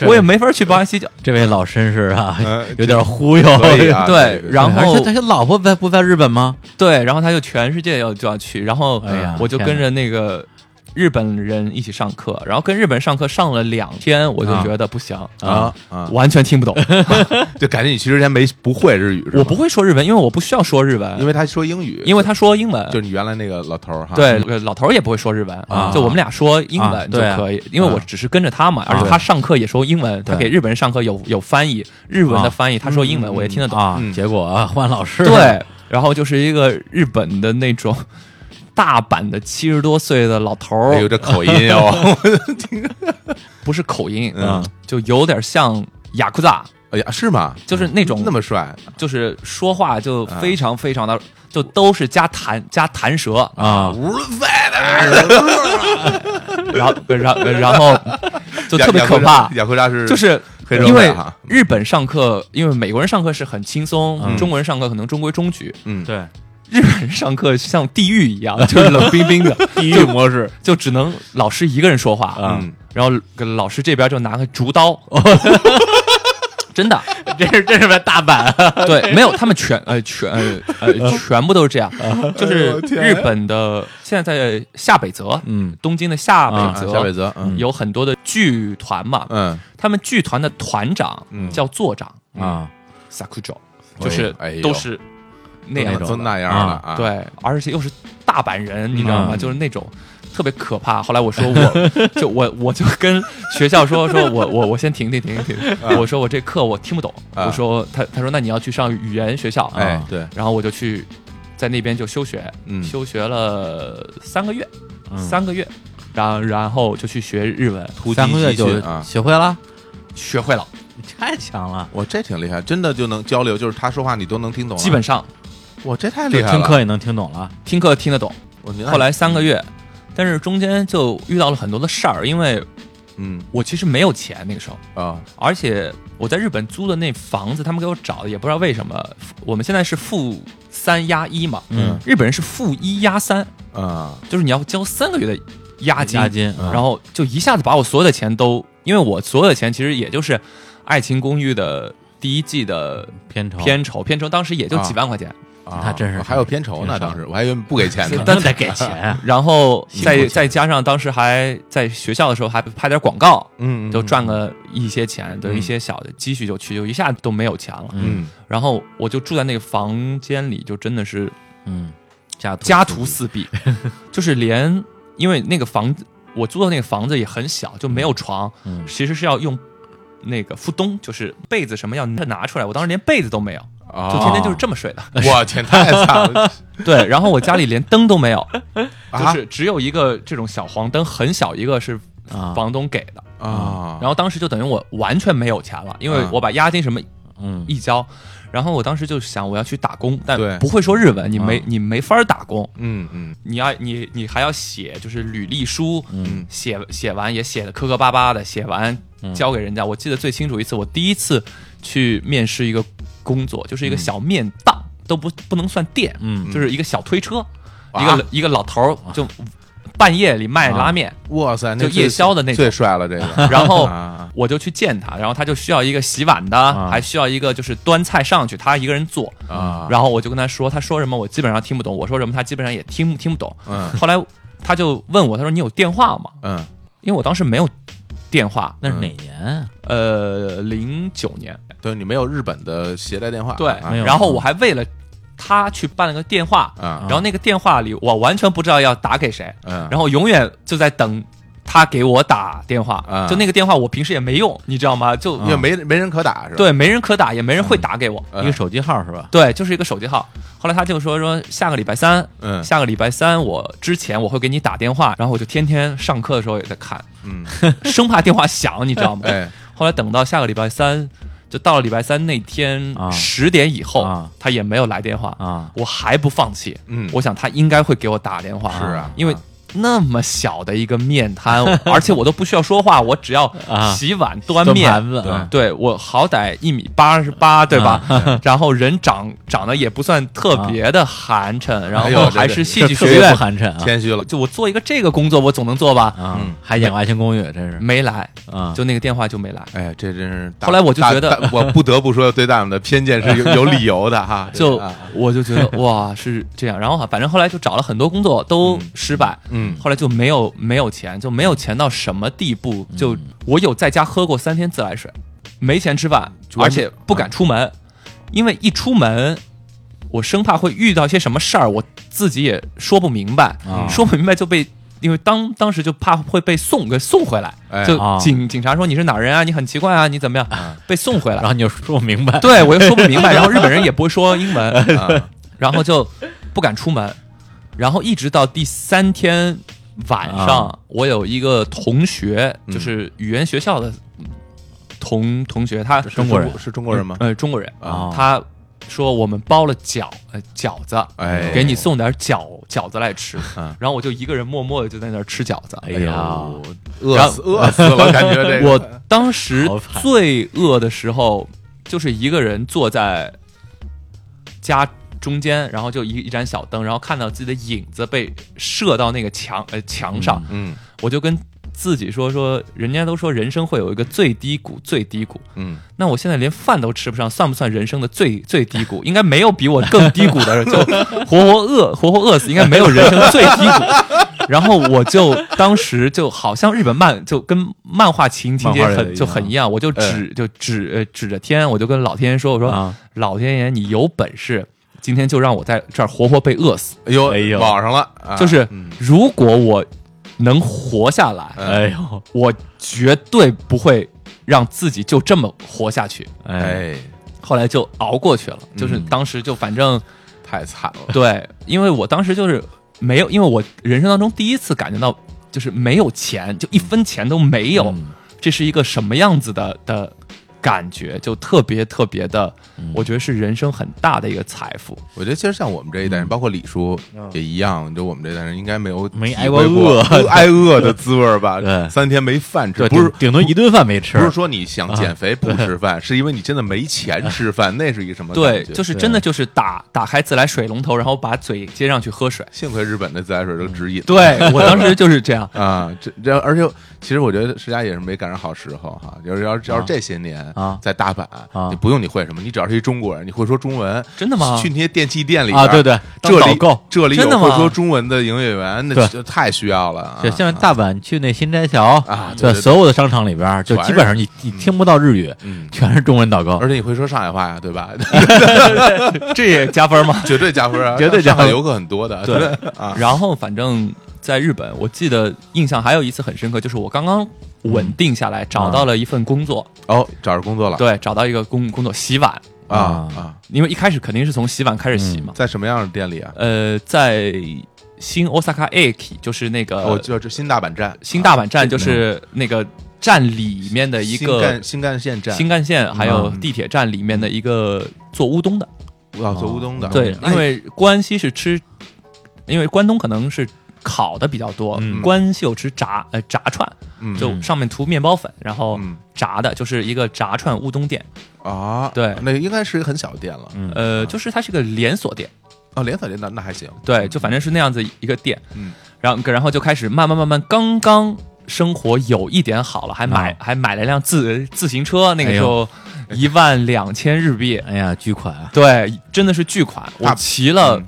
Speaker 3: 我也没法去巴西。
Speaker 1: 这位老绅士啊
Speaker 2: 呃，
Speaker 1: 有点忽悠。
Speaker 2: 可以啊，
Speaker 3: 对
Speaker 2: 这个
Speaker 3: 然后
Speaker 1: 而且他他老婆在不在日本吗？
Speaker 3: 对，然后他就全世界要就要去，然后呃
Speaker 1: 哎呀
Speaker 3: 我就跟着那个日本人一起上课，然后跟日本人上课上了两天，我就
Speaker 1: 啊
Speaker 3: 觉得不行，
Speaker 2: 啊啊，
Speaker 3: 完 全听不懂。
Speaker 2: 就感觉你去之前没不会日语是吧？
Speaker 3: 我不，会说日文，因为我不需要说日文，
Speaker 2: 因为他说英语，
Speaker 3: 因为他说英文
Speaker 2: 就。是你原来那个老头儿哈，
Speaker 3: 对，老头儿也不会说日文，
Speaker 1: 啊
Speaker 3: 就我们俩说英文就
Speaker 1: 对啊
Speaker 3: 可以，因为我只是跟着他嘛，而且
Speaker 1: 对
Speaker 3: 他上课也说英文，他
Speaker 1: 对
Speaker 3: 给日本人上课有有翻译，日文
Speaker 1: 啊
Speaker 3: 的翻译，他说英文我也听得懂。
Speaker 1: 啊
Speaker 2: 嗯，
Speaker 1: 结果啊换老师了
Speaker 3: 对，然后就是一个日本的那种大阪的七十多岁的老头儿，
Speaker 2: 哎呦这口音 哟，
Speaker 3: 不是口音，
Speaker 2: 嗯，
Speaker 3: 就有点像雅库扎，
Speaker 2: 哎呀是吗？
Speaker 3: 就是那种
Speaker 2: 那么嗯帅，
Speaker 3: 就是说话就非常非常的，就都是加弹加弹舌，
Speaker 1: 啊，
Speaker 2: 无在的，
Speaker 3: 然后然后 然后就特别可怕，
Speaker 2: 雅克扎是
Speaker 3: 就是
Speaker 2: 黑社会
Speaker 3: 因为
Speaker 2: 哈
Speaker 3: 日本上课，因为美国人上课是很轻松，中国人上课可能中规中矩，
Speaker 2: 嗯
Speaker 1: 对，
Speaker 3: 日本人上课像地狱一 样，就是冷冰冰的，
Speaker 1: 地狱模式
Speaker 3: 就只能老师一个人说话，
Speaker 2: 嗯
Speaker 3: 然后老师这边就拿个竹 刀，真的，
Speaker 1: 这是这是在大阪
Speaker 3: 对，没有，他们全呃全呃呃全部都是这样，
Speaker 1: 哎
Speaker 3: 就是日本的现在在下北泽，
Speaker 1: 嗯，
Speaker 3: 东京的下
Speaker 1: 啊
Speaker 3: 北泽，
Speaker 2: 夏伟泽，嗯
Speaker 3: 有很多的剧团嘛，
Speaker 2: 嗯
Speaker 3: 他们剧团的团长
Speaker 2: 嗯
Speaker 3: 叫座长
Speaker 1: 啊，
Speaker 3: sakujo，就是
Speaker 2: 哎呦
Speaker 3: 都是那样
Speaker 1: 都
Speaker 3: 的，
Speaker 2: 都那样了啊，
Speaker 3: 对，而且又是大阪人，你知道吗？
Speaker 1: 嗯
Speaker 3: 就是那种。特别可怕。后来我说 我，就我我就跟学校说，说我我我先停停停停停。我说我这课我听不懂。
Speaker 2: 啊
Speaker 3: 我说他他说那你要去上语言学校。
Speaker 2: 哎
Speaker 1: 啊
Speaker 2: 对，
Speaker 3: 然后我就去在那边就休学，
Speaker 2: 嗯
Speaker 3: 休学了三个月，
Speaker 1: 嗯
Speaker 3: 三个月，然然后就去学日文，
Speaker 2: 突击
Speaker 1: 三个月
Speaker 2: 集训
Speaker 1: 就
Speaker 2: 啊，
Speaker 1: 学会了，
Speaker 3: 学会了，
Speaker 1: 太强了，
Speaker 2: 我这挺厉害，真的就能交流，就是他说话你都能听懂了，
Speaker 3: 基本上
Speaker 2: 哇这太
Speaker 1: 就
Speaker 2: 厉害
Speaker 1: 听
Speaker 2: 了，
Speaker 1: 课也能听懂了
Speaker 3: 听课听得懂。
Speaker 2: 我您
Speaker 3: 后来三个月，但是中间就遇到了很多的事儿，因为
Speaker 2: 嗯
Speaker 3: 我其实没有钱那个时候，
Speaker 2: 啊
Speaker 3: 而且我在日本租的那房子，他们给我找的也不知道为什么，我们现在是负三押一嘛，
Speaker 1: 嗯，
Speaker 3: 日本人是负一押三，
Speaker 2: 啊
Speaker 3: 就是你要交三个月的押金，
Speaker 1: 押金，
Speaker 2: 嗯
Speaker 3: 然后就一下子把我所有的钱都，因为我所有的钱其实也就是《爱情公寓》的第一季的
Speaker 1: 片酬
Speaker 3: 片酬，片酬当时也就几万块钱，
Speaker 2: 啊，
Speaker 1: 他真是
Speaker 2: 还有片酬呢，
Speaker 1: 挺爽
Speaker 2: 当时我还以为不给钱呢，
Speaker 1: 但得给钱
Speaker 3: 然后
Speaker 1: 辛苦
Speaker 3: 再
Speaker 1: 钱
Speaker 3: 再加上当时还在学校的时候还拍点广告，
Speaker 2: 嗯
Speaker 3: 就赚个一些钱，的
Speaker 2: 嗯
Speaker 3: 一些小的积蓄就去，就一下子都没有钱了。
Speaker 2: 嗯
Speaker 3: 然后我就住在那个房间里，就真的是
Speaker 1: 嗯，家徒
Speaker 3: 家徒四壁，就是连因为那个房子我租的那个房子也很小，就没有床，
Speaker 1: 嗯
Speaker 3: 其实是要用那个富东，就是被子什么要拿出来，我当时连被子都没有，
Speaker 2: 啊，
Speaker 3: 就天天就是这么睡的。
Speaker 2: 我天太惨 了
Speaker 3: 对，然后我家里连灯都没有，就
Speaker 2: 啊
Speaker 3: 是只有一个这种小黄灯，很小一个是
Speaker 1: 啊
Speaker 3: 房东给的。
Speaker 2: 啊，
Speaker 3: 嗯然后当时就等于我完全没有钱了，因为
Speaker 2: 啊
Speaker 3: 我把押金什么
Speaker 1: 嗯
Speaker 3: 一交，然后我当时就想我要去打工，但
Speaker 2: 对
Speaker 3: 不会说日文，你没
Speaker 1: 啊
Speaker 3: 你没法儿打工，
Speaker 2: 嗯嗯
Speaker 3: 你要你你还要写就是履历书，
Speaker 1: 嗯
Speaker 3: 写写完也写的磕磕巴巴的，写完交给人家。我记得最清楚一次，我第一次去面试一个工作，就是一个小面档，都不不能算店，
Speaker 1: 嗯
Speaker 3: 就是一个小推车，
Speaker 2: 哇
Speaker 3: 一个一个老头儿就半夜里
Speaker 1: 啊
Speaker 3: 卖拉面，
Speaker 2: 哇塞，那
Speaker 3: 就
Speaker 2: 最
Speaker 3: 夜宵的那种
Speaker 2: 最帅了这个
Speaker 3: 然后
Speaker 2: 啊
Speaker 3: 我就去见他，然后他就需要一个洗碗的，
Speaker 1: 啊
Speaker 3: 还需要一个就是端菜上去，他一个人做。
Speaker 2: 啊，
Speaker 3: 然后我就跟他说，他说什么我基本上听不懂，我说什么他基本上也听听不懂。
Speaker 2: 嗯
Speaker 3: 后来他就问我，他说你有电话吗？
Speaker 2: 嗯
Speaker 3: 因为我当时没有电话，
Speaker 1: 那是哪年啊？
Speaker 3: 呃，零九年
Speaker 2: 对你没有日本的携带电话
Speaker 3: 对，
Speaker 2: 啊
Speaker 1: 没有
Speaker 3: 然后我还为了他去办了个电话，
Speaker 2: 啊
Speaker 3: 然后那个电话里我完全不知道要打给谁，
Speaker 2: 嗯，
Speaker 3: 然后永远就在等他给我打电话，
Speaker 2: 啊
Speaker 3: 就那个电话我平时也没用，你知道吗？就、
Speaker 2: 因为没没人可打是吧？
Speaker 3: 对没人可打，也没人会打给我，
Speaker 2: 嗯
Speaker 1: 一个手机号是吧？
Speaker 3: 对，就是一个手机号。后来他就说说下个礼拜三，
Speaker 2: 嗯
Speaker 3: 下个礼拜三我之前我会给你打电话，然后我就天天上课的时候也在看，
Speaker 2: 嗯
Speaker 3: 生怕电话响，你知道吗？
Speaker 2: 哎
Speaker 3: 后来等到下个礼拜三就到了礼拜三那天
Speaker 1: 啊
Speaker 3: 十点以后，
Speaker 1: 啊
Speaker 3: 他也没有来电话
Speaker 1: 啊
Speaker 3: 我还不放弃。
Speaker 2: 嗯
Speaker 3: 我想他应该会给我打电话，
Speaker 2: 是啊
Speaker 3: 因为
Speaker 2: 啊。
Speaker 3: 那么小的一个 面摊，而且我都不需要说话，我只要
Speaker 1: 啊
Speaker 3: 洗碗、端
Speaker 1: 端
Speaker 3: 面、
Speaker 1: 盘子
Speaker 2: 对
Speaker 1: 啊
Speaker 3: 对我好歹一米八十八，对吧？ 然后人长长得也不算特别的寒碜，然
Speaker 2: 哎呦
Speaker 3: 后
Speaker 2: 这
Speaker 3: 还是戏
Speaker 1: 这
Speaker 3: 剧
Speaker 1: 特
Speaker 3: 学
Speaker 1: 别
Speaker 3: 院
Speaker 1: 不，寒碜啊
Speaker 2: 谦虚了，
Speaker 3: 就我做一个这个工作，我总能做吧？
Speaker 1: 啊
Speaker 2: 嗯！
Speaker 1: 还演过《爱情公寓》，真是
Speaker 3: 没来，
Speaker 1: 啊，
Speaker 3: 就那个电话就没来。
Speaker 2: 哎，这真是大。
Speaker 3: 后来我就
Speaker 2: 大
Speaker 3: 觉得
Speaker 2: 大我不得不说对大勇的偏见是有有理由的哈。
Speaker 3: 就
Speaker 2: 啊
Speaker 3: 我就觉得哇是这样，然后反正后来就找了很多工作都
Speaker 2: 嗯
Speaker 3: 失败，
Speaker 2: 嗯
Speaker 3: 后来就没有没有钱，就没有钱到什么地步？就我有在家喝过三天自来水，没钱吃饭，
Speaker 2: 主要
Speaker 3: 而
Speaker 2: 是
Speaker 3: 且不敢出门，因为一出门。我生怕会遇到些什么事儿，我自己也说不明白，
Speaker 1: 啊
Speaker 3: 说不明白就被，因为当当时就怕会被送给送回来，
Speaker 2: 哎
Speaker 3: 就
Speaker 1: 啊
Speaker 3: 警、警察说你是哪儿人啊，你很奇怪啊，你怎么样，被送回来
Speaker 1: 然，后你就说不明白，
Speaker 3: 对我又说不明白，然后日本人也不会说英文，
Speaker 2: 啊
Speaker 3: 然后就不敢出门，然后一直到第三天晚上，
Speaker 2: 啊
Speaker 3: 我有一个同学，
Speaker 2: 嗯
Speaker 3: 就是语言学校的同同学，他
Speaker 2: 这是
Speaker 1: 中国人
Speaker 2: 嗯是中国人吗？哦
Speaker 3: 呃，中国人，
Speaker 1: 啊
Speaker 3: 他说我们包了饺呃饺子，
Speaker 2: 哎
Speaker 3: 给你送点饺饺子来吃
Speaker 2: 啊，
Speaker 3: 然后我就一个人默默的就在那儿吃饺子。
Speaker 1: 哎
Speaker 2: 哎呦
Speaker 1: 呀，
Speaker 2: 饿死饿死了，感觉这个
Speaker 3: 我当时
Speaker 1: 好惨
Speaker 3: 最饿的时候，就是一个人坐在家中间，然后就一一盏小灯，然后看到自己的影子被射到那个墙呃墙上，
Speaker 2: 嗯
Speaker 3: 我就跟自己说说，人家都说人生会有一个最低谷，最低谷。
Speaker 2: 嗯，
Speaker 3: 那我现在连饭都吃不上，算不算人生的最最低谷？应该没有比我更低谷的 人，就活活饿活活饿死，应该没有人生最低谷。然后我就当时就好像日本漫就跟漫画情情节
Speaker 1: 漫画里的
Speaker 3: 很
Speaker 1: 一样哎
Speaker 3: 就很一样，我就指就指呃指着天，我就跟老天爷说，我说、
Speaker 1: 啊
Speaker 3: 老天爷，你有本事。今天就让我在这儿活活被饿死，
Speaker 2: 哎呦
Speaker 1: 哎呦
Speaker 2: 网上了，啊
Speaker 3: 就是
Speaker 2: 嗯
Speaker 3: 如果我能活下来，
Speaker 1: 哎呦，
Speaker 3: 我绝对不会让自己就这么活下去。
Speaker 1: 哎，
Speaker 2: 哎，
Speaker 3: 后来就熬过去了，就是
Speaker 2: 嗯
Speaker 3: 当时就反正
Speaker 2: 太惨了，
Speaker 3: 对，因为我当时就是没有，因为我人生当中第一次感觉到就是没有钱，就一分钱都没有，
Speaker 1: 嗯
Speaker 3: 这是一个什么样子的的感觉，就特别特别的，
Speaker 2: 嗯
Speaker 3: 我觉得是人生很大的一个财富。
Speaker 2: 我觉得其实像我们这一代人，包括李叔也一样，就我们这代人应该没有
Speaker 1: 没
Speaker 2: 体
Speaker 1: 挨过
Speaker 2: 会过
Speaker 1: 饿
Speaker 2: 挨饿的滋味儿吧？
Speaker 1: 对
Speaker 2: 三天没饭吃
Speaker 1: 对，，
Speaker 2: 不是
Speaker 1: 顶顶多一顿饭没吃，
Speaker 2: 不是说你想减肥不吃
Speaker 1: 啊
Speaker 2: 饭，是因为你真的没钱吃 饭，那是一个什么感
Speaker 3: 对
Speaker 2: 觉？，
Speaker 3: 就是真的就是打打开自来水龙头，然后把嘴接上去 喝水。
Speaker 2: 幸亏日本的自来水都直饮。，
Speaker 3: 对我当时就是这样
Speaker 2: 啊，这这而且其实我觉得石家也是没赶上好时候哈，要是要是要是这些年
Speaker 1: 啊
Speaker 2: 在大阪
Speaker 1: 啊
Speaker 2: 你不用你会什么，你只要是一中国人，你会说中文，
Speaker 3: 真的吗
Speaker 2: 去那些电器店里
Speaker 1: 啊
Speaker 2: 边
Speaker 1: 对对当
Speaker 2: 这
Speaker 1: 导
Speaker 2: 里
Speaker 1: 购
Speaker 2: 这里有
Speaker 3: 真的吗
Speaker 2: 会说中文的营业员，那
Speaker 1: 对
Speaker 2: 就太需要了啊。
Speaker 1: 对，像大阪去那新斋桥
Speaker 2: 啊对
Speaker 1: 对，
Speaker 2: 对
Speaker 1: 所有的商场里边儿，就
Speaker 2: 全
Speaker 1: 基
Speaker 2: 是
Speaker 1: 本上你你听不到日语，
Speaker 2: 嗯
Speaker 1: 全是中文导购
Speaker 2: 而。且你会说上海话呀，对吧？
Speaker 3: 这也加分吗？
Speaker 2: 绝对加分啊，
Speaker 1: 绝对加
Speaker 2: 上
Speaker 1: 分
Speaker 2: 海游客很多的，
Speaker 3: 对
Speaker 2: 啊，
Speaker 3: 然后反正在日本，我记得印象还有一次很深刻，就是我刚刚
Speaker 2: 嗯
Speaker 3: 稳定下来，找到了一份工作，
Speaker 2: 哦，找着工作了，
Speaker 3: 对，找到一个工工作洗碗，
Speaker 2: 啊
Speaker 1: 啊
Speaker 2: 啊，
Speaker 3: 因为一开始肯定是从洗碗开始洗嘛。
Speaker 2: 嗯在什么样的店里啊？
Speaker 3: 呃，在新 Osaka Eki，就是那个、
Speaker 2: 我哦就这新大阪站，
Speaker 3: 呃新大阪站，就是那个站里面的一
Speaker 2: 新
Speaker 3: 个
Speaker 2: 干新干线站，嗯
Speaker 3: 新干线，还有地铁站里面的一个做乌冬的。
Speaker 2: 啊做乌冬的，
Speaker 3: 对，
Speaker 2: 哎
Speaker 3: 因为关西是吃，因为关东可能是烤的比较多，
Speaker 1: 嗯
Speaker 3: 关西有吃炸呃炸串，
Speaker 2: 嗯
Speaker 3: 就上面涂面包粉，然后
Speaker 2: 嗯
Speaker 3: 炸的，就是一个炸串乌冬店。
Speaker 2: 啊，
Speaker 3: 对
Speaker 2: 那应该是一个很小的店了，
Speaker 1: 嗯
Speaker 3: 呃，就是它是个连锁店，
Speaker 2: 哦，连锁店那那还行，
Speaker 1: 嗯
Speaker 3: 对，就反正是那样子一个店。
Speaker 2: 嗯，
Speaker 3: 然后然后就开始慢慢慢慢，刚刚生活有一点好了，还买、
Speaker 1: 嗯
Speaker 3: 还买了辆自自行车，那个时候一万两千日币，
Speaker 1: 哎呀，巨款啊！
Speaker 3: 对，真的是巨款，我
Speaker 2: 大
Speaker 3: 骑了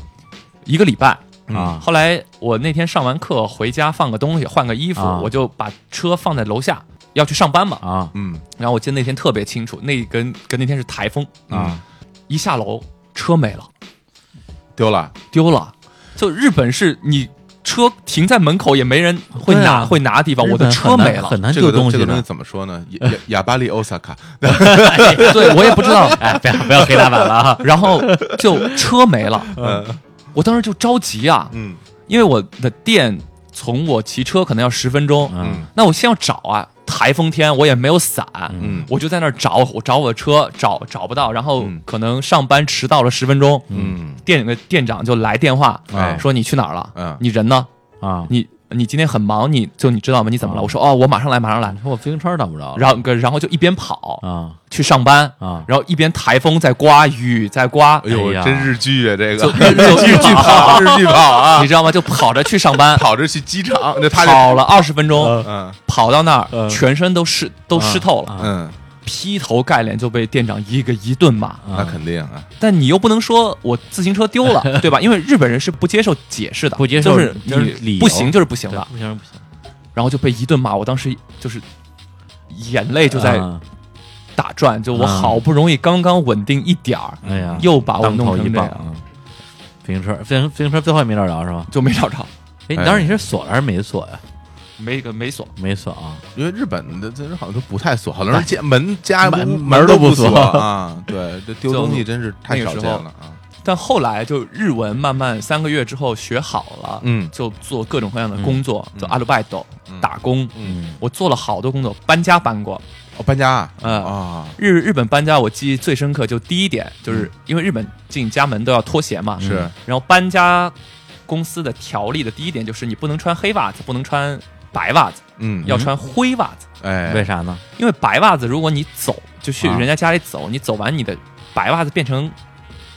Speaker 3: 一个礼拜。
Speaker 1: 嗯啊
Speaker 3: 后来我那天上完课回家放个东西，换个衣服，
Speaker 1: 啊
Speaker 3: 我就把车放在楼下，要去上班嘛。
Speaker 1: 啊
Speaker 2: 嗯
Speaker 3: 然后我记得那天特别清楚，那跟跟那天是台风，嗯
Speaker 1: 啊！
Speaker 3: 一下楼车没了，
Speaker 2: 丢了，
Speaker 3: 丢了。就日本是你车停在门口也没人会
Speaker 1: 对
Speaker 3: 拿、
Speaker 1: 啊
Speaker 3: 会拿的地方，
Speaker 1: 日
Speaker 3: 我
Speaker 1: 本
Speaker 3: 的车
Speaker 1: 很难
Speaker 3: 没了
Speaker 1: 很。难
Speaker 2: 这
Speaker 1: 丢
Speaker 2: 个东
Speaker 1: 东
Speaker 2: 这
Speaker 1: 西
Speaker 2: 个东西
Speaker 1: 的。
Speaker 2: 怎么说呢？哑哑哑巴利 Osaka，
Speaker 3: 对，我也不知道。
Speaker 1: 哎，不要不要黑大阪了啊！
Speaker 3: 然后就车没了，
Speaker 2: 嗯
Speaker 3: 我当时就着急啊，
Speaker 2: 嗯
Speaker 3: 因为我的店从我骑车可能要十分钟，
Speaker 1: 嗯
Speaker 3: 那我先要找啊，台风天我也没有伞，
Speaker 2: 嗯
Speaker 3: 我就在那儿找我找我的车，找找不到，然后可能上班迟到了十分钟，
Speaker 2: 嗯
Speaker 3: 店里的店长就来电话、
Speaker 2: 哎
Speaker 3: 说你去哪儿了？
Speaker 2: 嗯
Speaker 3: 你人呢？
Speaker 1: 啊，
Speaker 3: 你你今天很忙，你就你知道吗？你怎么
Speaker 1: 啊
Speaker 3: 了？我说哦，我马上来，马上来
Speaker 1: 你。说我自行车找不着了，
Speaker 3: 然后然后就一边跑、
Speaker 1: 啊
Speaker 3: 去上班，
Speaker 1: 啊，
Speaker 3: 然后一边台风在刮，雨在刮
Speaker 2: 哎，呦
Speaker 1: 哎，呀
Speaker 2: 真日剧啊，这
Speaker 3: 就
Speaker 2: 个
Speaker 3: 日 日剧跑，
Speaker 2: 日剧 跑啊
Speaker 3: 你，知道吗？就跑着去上班，
Speaker 2: 跑着去机 场，那他
Speaker 3: 跑了二十分钟
Speaker 1: 呃，啊
Speaker 2: 嗯
Speaker 3: 跑到那儿，
Speaker 1: 嗯
Speaker 3: 全身都湿都湿透了，
Speaker 2: 嗯，
Speaker 3: 劈头盖脸就被店长一个一顿骂。
Speaker 2: 那肯定啊，
Speaker 3: 但你又不能说我自行车丢了，对吧？因为日本人是不接受解释的，
Speaker 1: 不接受
Speaker 3: 就是
Speaker 1: 就是理
Speaker 3: 你
Speaker 1: 由
Speaker 3: 不行就是不行
Speaker 1: 对
Speaker 3: 了，
Speaker 1: 不行不行，
Speaker 3: 然后就被一顿骂。我当时就是眼泪就在
Speaker 1: 啊
Speaker 3: 打转，就我
Speaker 1: 啊
Speaker 3: 好不容易刚刚稳定一点儿，
Speaker 1: 哎呀，
Speaker 3: 嗯又把我
Speaker 1: 当
Speaker 3: 弄
Speaker 1: 头一
Speaker 3: 成这
Speaker 1: 棒
Speaker 3: 样，
Speaker 1: 啊！自行车，自行自行车最后也没找着是吧？
Speaker 3: 就没找着，
Speaker 1: 哎，你
Speaker 2: 哎
Speaker 1: 当时你是锁了还是没锁呀？
Speaker 3: 没个没锁。
Speaker 1: 没锁啊，
Speaker 2: 因为日本的这人好像都不太锁，好多人家门家
Speaker 1: 门
Speaker 2: 门
Speaker 1: 都
Speaker 2: 不
Speaker 1: 不锁
Speaker 2: 啊，对，这丢东西真是太少见了啊，
Speaker 3: 但后来就日文慢慢三个月之后学好了，
Speaker 2: 嗯
Speaker 3: 就做各种各样的工作，
Speaker 2: 嗯
Speaker 3: 就アルバイト、
Speaker 2: 嗯
Speaker 3: 打工，
Speaker 1: 嗯
Speaker 3: 我做了好多工作，搬家搬过，
Speaker 2: 哦，搬家啊，
Speaker 3: 嗯
Speaker 2: 啊，
Speaker 3: 日日本搬家，我记忆最深刻就第一点，
Speaker 1: 嗯
Speaker 3: 就是因为日本进家门都要脱鞋嘛，嗯
Speaker 2: 是
Speaker 3: 然后搬家公司的条例的第一点就是你不能穿黑袜子，不能穿白袜子，
Speaker 2: 嗯，
Speaker 3: 要穿灰袜子。
Speaker 2: 哎，
Speaker 1: 为啥呢？
Speaker 3: 因为白袜子，如果你走就去
Speaker 1: 啊
Speaker 3: 人家家里走，你走完你的白袜子变成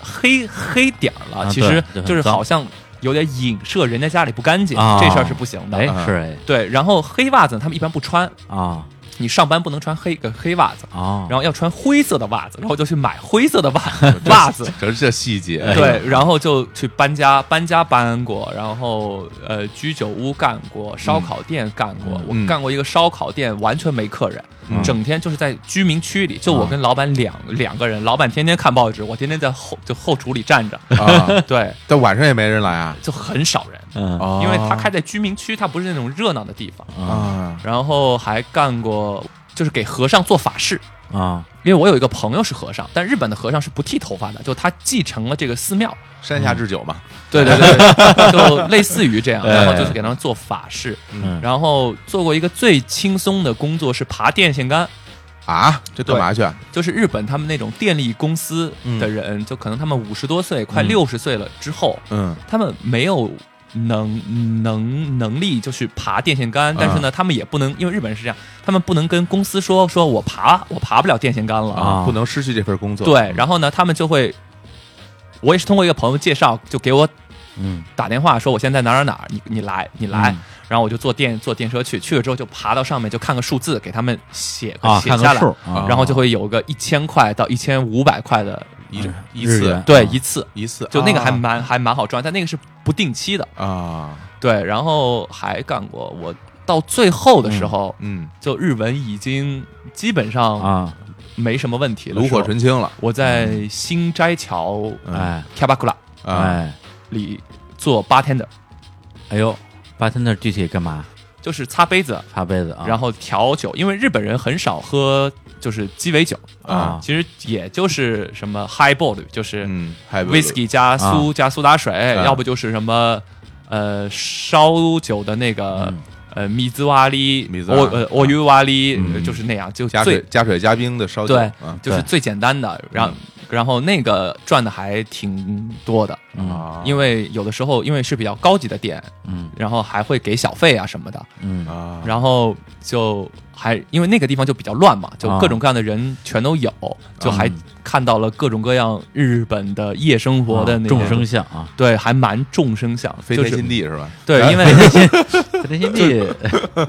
Speaker 3: 黑黑点儿了，
Speaker 1: 啊
Speaker 3: 其实
Speaker 1: 对
Speaker 3: 就是
Speaker 1: 就很脏
Speaker 3: 好像有点影射人家家里不干净，
Speaker 1: 啊
Speaker 3: 这事儿是不行的。
Speaker 1: 哎
Speaker 2: 啊，
Speaker 1: 是哎
Speaker 3: 对，然后黑袜子他们一般不穿，
Speaker 1: 啊
Speaker 3: 你上班不能穿黑个呃黑袜子。
Speaker 1: 啊，
Speaker 3: 然后要穿灰色的袜子，然后就去买灰色的袜袜子，
Speaker 2: 这这细节，
Speaker 3: 对，然后就去搬家，搬家搬过，然后呃居酒屋干过，烧烤店干过，
Speaker 1: 嗯
Speaker 2: 嗯
Speaker 3: 我干过一个烧烤店，完全没客人，
Speaker 2: 嗯
Speaker 3: 整天就是在居民区里，就我跟老板两、两个人，老板天天看报纸，我天天在后就后厨里站着，
Speaker 2: 啊，
Speaker 3: 对，
Speaker 2: 但晚上也没人来啊，
Speaker 3: 就很少人，
Speaker 1: 嗯
Speaker 2: 哦
Speaker 3: 因为他开嗯在居民区，他不是那种热闹的地方，
Speaker 1: 啊
Speaker 2: 啊，
Speaker 3: 然后还干过就是给和尚做法事，
Speaker 1: 啊
Speaker 3: 因为我有一个朋友是和尚，但日本的和尚是不剃头发的，就他继承了这个寺庙，
Speaker 2: 山下智久嘛，
Speaker 3: 对对对， 哎就类似于这样，
Speaker 1: 哎
Speaker 3: 然后就是给他们做法事，
Speaker 1: 嗯
Speaker 3: 然后做过一个最轻松的工作是爬电线杆，
Speaker 2: 啊，这干嘛去啊？
Speaker 3: 就是日本他们那种电力公司的人，就可能他们五十多岁、快
Speaker 1: 嗯
Speaker 3: 六十岁了之后，
Speaker 2: 嗯
Speaker 3: 他们没有。能能能力就是爬电线杆，但是呢，他们也不能，因为日本人是这样，他们不能跟公司说说我爬我爬不了电线杆了
Speaker 1: 啊
Speaker 2: 不能失去这份工作，
Speaker 3: 对，然后呢，他们就会，我也是通过一个朋友介绍，就给我
Speaker 1: 嗯
Speaker 3: 打电话说我现在哪儿哪儿哪儿，你你来你来，
Speaker 1: 嗯
Speaker 3: 然后我就坐电坐电车去，去了之后就爬到上面就看个数字，给他们写、
Speaker 1: 啊，
Speaker 3: 写
Speaker 1: 看个
Speaker 3: 下来，
Speaker 1: 数啊，
Speaker 3: 然后就会有个一千块到一千五百块的，
Speaker 2: 一
Speaker 1: 嗯哦
Speaker 2: 一
Speaker 1: 日
Speaker 2: 次
Speaker 1: 元
Speaker 3: 对、
Speaker 1: 啊
Speaker 3: 一次，
Speaker 2: 一次，
Speaker 3: 就那个还
Speaker 2: 啊
Speaker 3: 蛮、还蛮好赚，但那个是不定期的，
Speaker 2: 啊，
Speaker 3: 对，然后还干过我到最后的时候，
Speaker 2: 嗯，
Speaker 3: 就日文已经基本上
Speaker 1: 啊，
Speaker 3: 没什么问题了，
Speaker 2: 炉火纯。青了，
Speaker 1: 嗯
Speaker 3: 我在新斋桥
Speaker 2: 嗯
Speaker 1: 哎
Speaker 3: k a b a k u r a
Speaker 2: 啊，
Speaker 1: 哎
Speaker 3: 里做 bartender，
Speaker 1: 哎呦，八天那具体干嘛？
Speaker 3: 就是擦杯子，
Speaker 1: 擦杯子啊，
Speaker 3: 然后调酒，因为日本人很少喝就是鸡尾酒
Speaker 1: 啊
Speaker 3: 其实也就是什么 high ball，就是
Speaker 2: 嗯，还有
Speaker 3: whisky 加苏、加苏打水，
Speaker 2: 啊
Speaker 3: 要不就是什么呃烧酒的那个、
Speaker 1: 嗯
Speaker 3: 呃米兹瓦里
Speaker 2: 米，兹瓦啊
Speaker 3: 哦呃哦尤瓦里，
Speaker 2: 嗯
Speaker 3: 就是那样，就
Speaker 2: 加
Speaker 3: 最
Speaker 2: 水加水加冰的烧酒，
Speaker 3: 对
Speaker 2: 啊嗯
Speaker 3: 就是
Speaker 1: 对
Speaker 3: 最简单的，然后然后那个赚的还挺多的，
Speaker 1: 嗯
Speaker 2: 啊，
Speaker 3: 因为有的时候因为是比较高级的店，
Speaker 1: 嗯
Speaker 3: 然后还会给小费啊什么的，
Speaker 1: 嗯
Speaker 2: 啊，
Speaker 3: 然后就还因为那个地方就比较乱嘛，就各种各样的人全都有，就还看到了各种各样日本的夜生活的
Speaker 1: 啊
Speaker 3: 那种
Speaker 1: 众生，相啊，
Speaker 3: 对，还蛮众生相，
Speaker 2: 飞
Speaker 3: 就
Speaker 2: 天
Speaker 3: 是
Speaker 2: 新地是吧？
Speaker 3: 对， 因为
Speaker 1: 这些币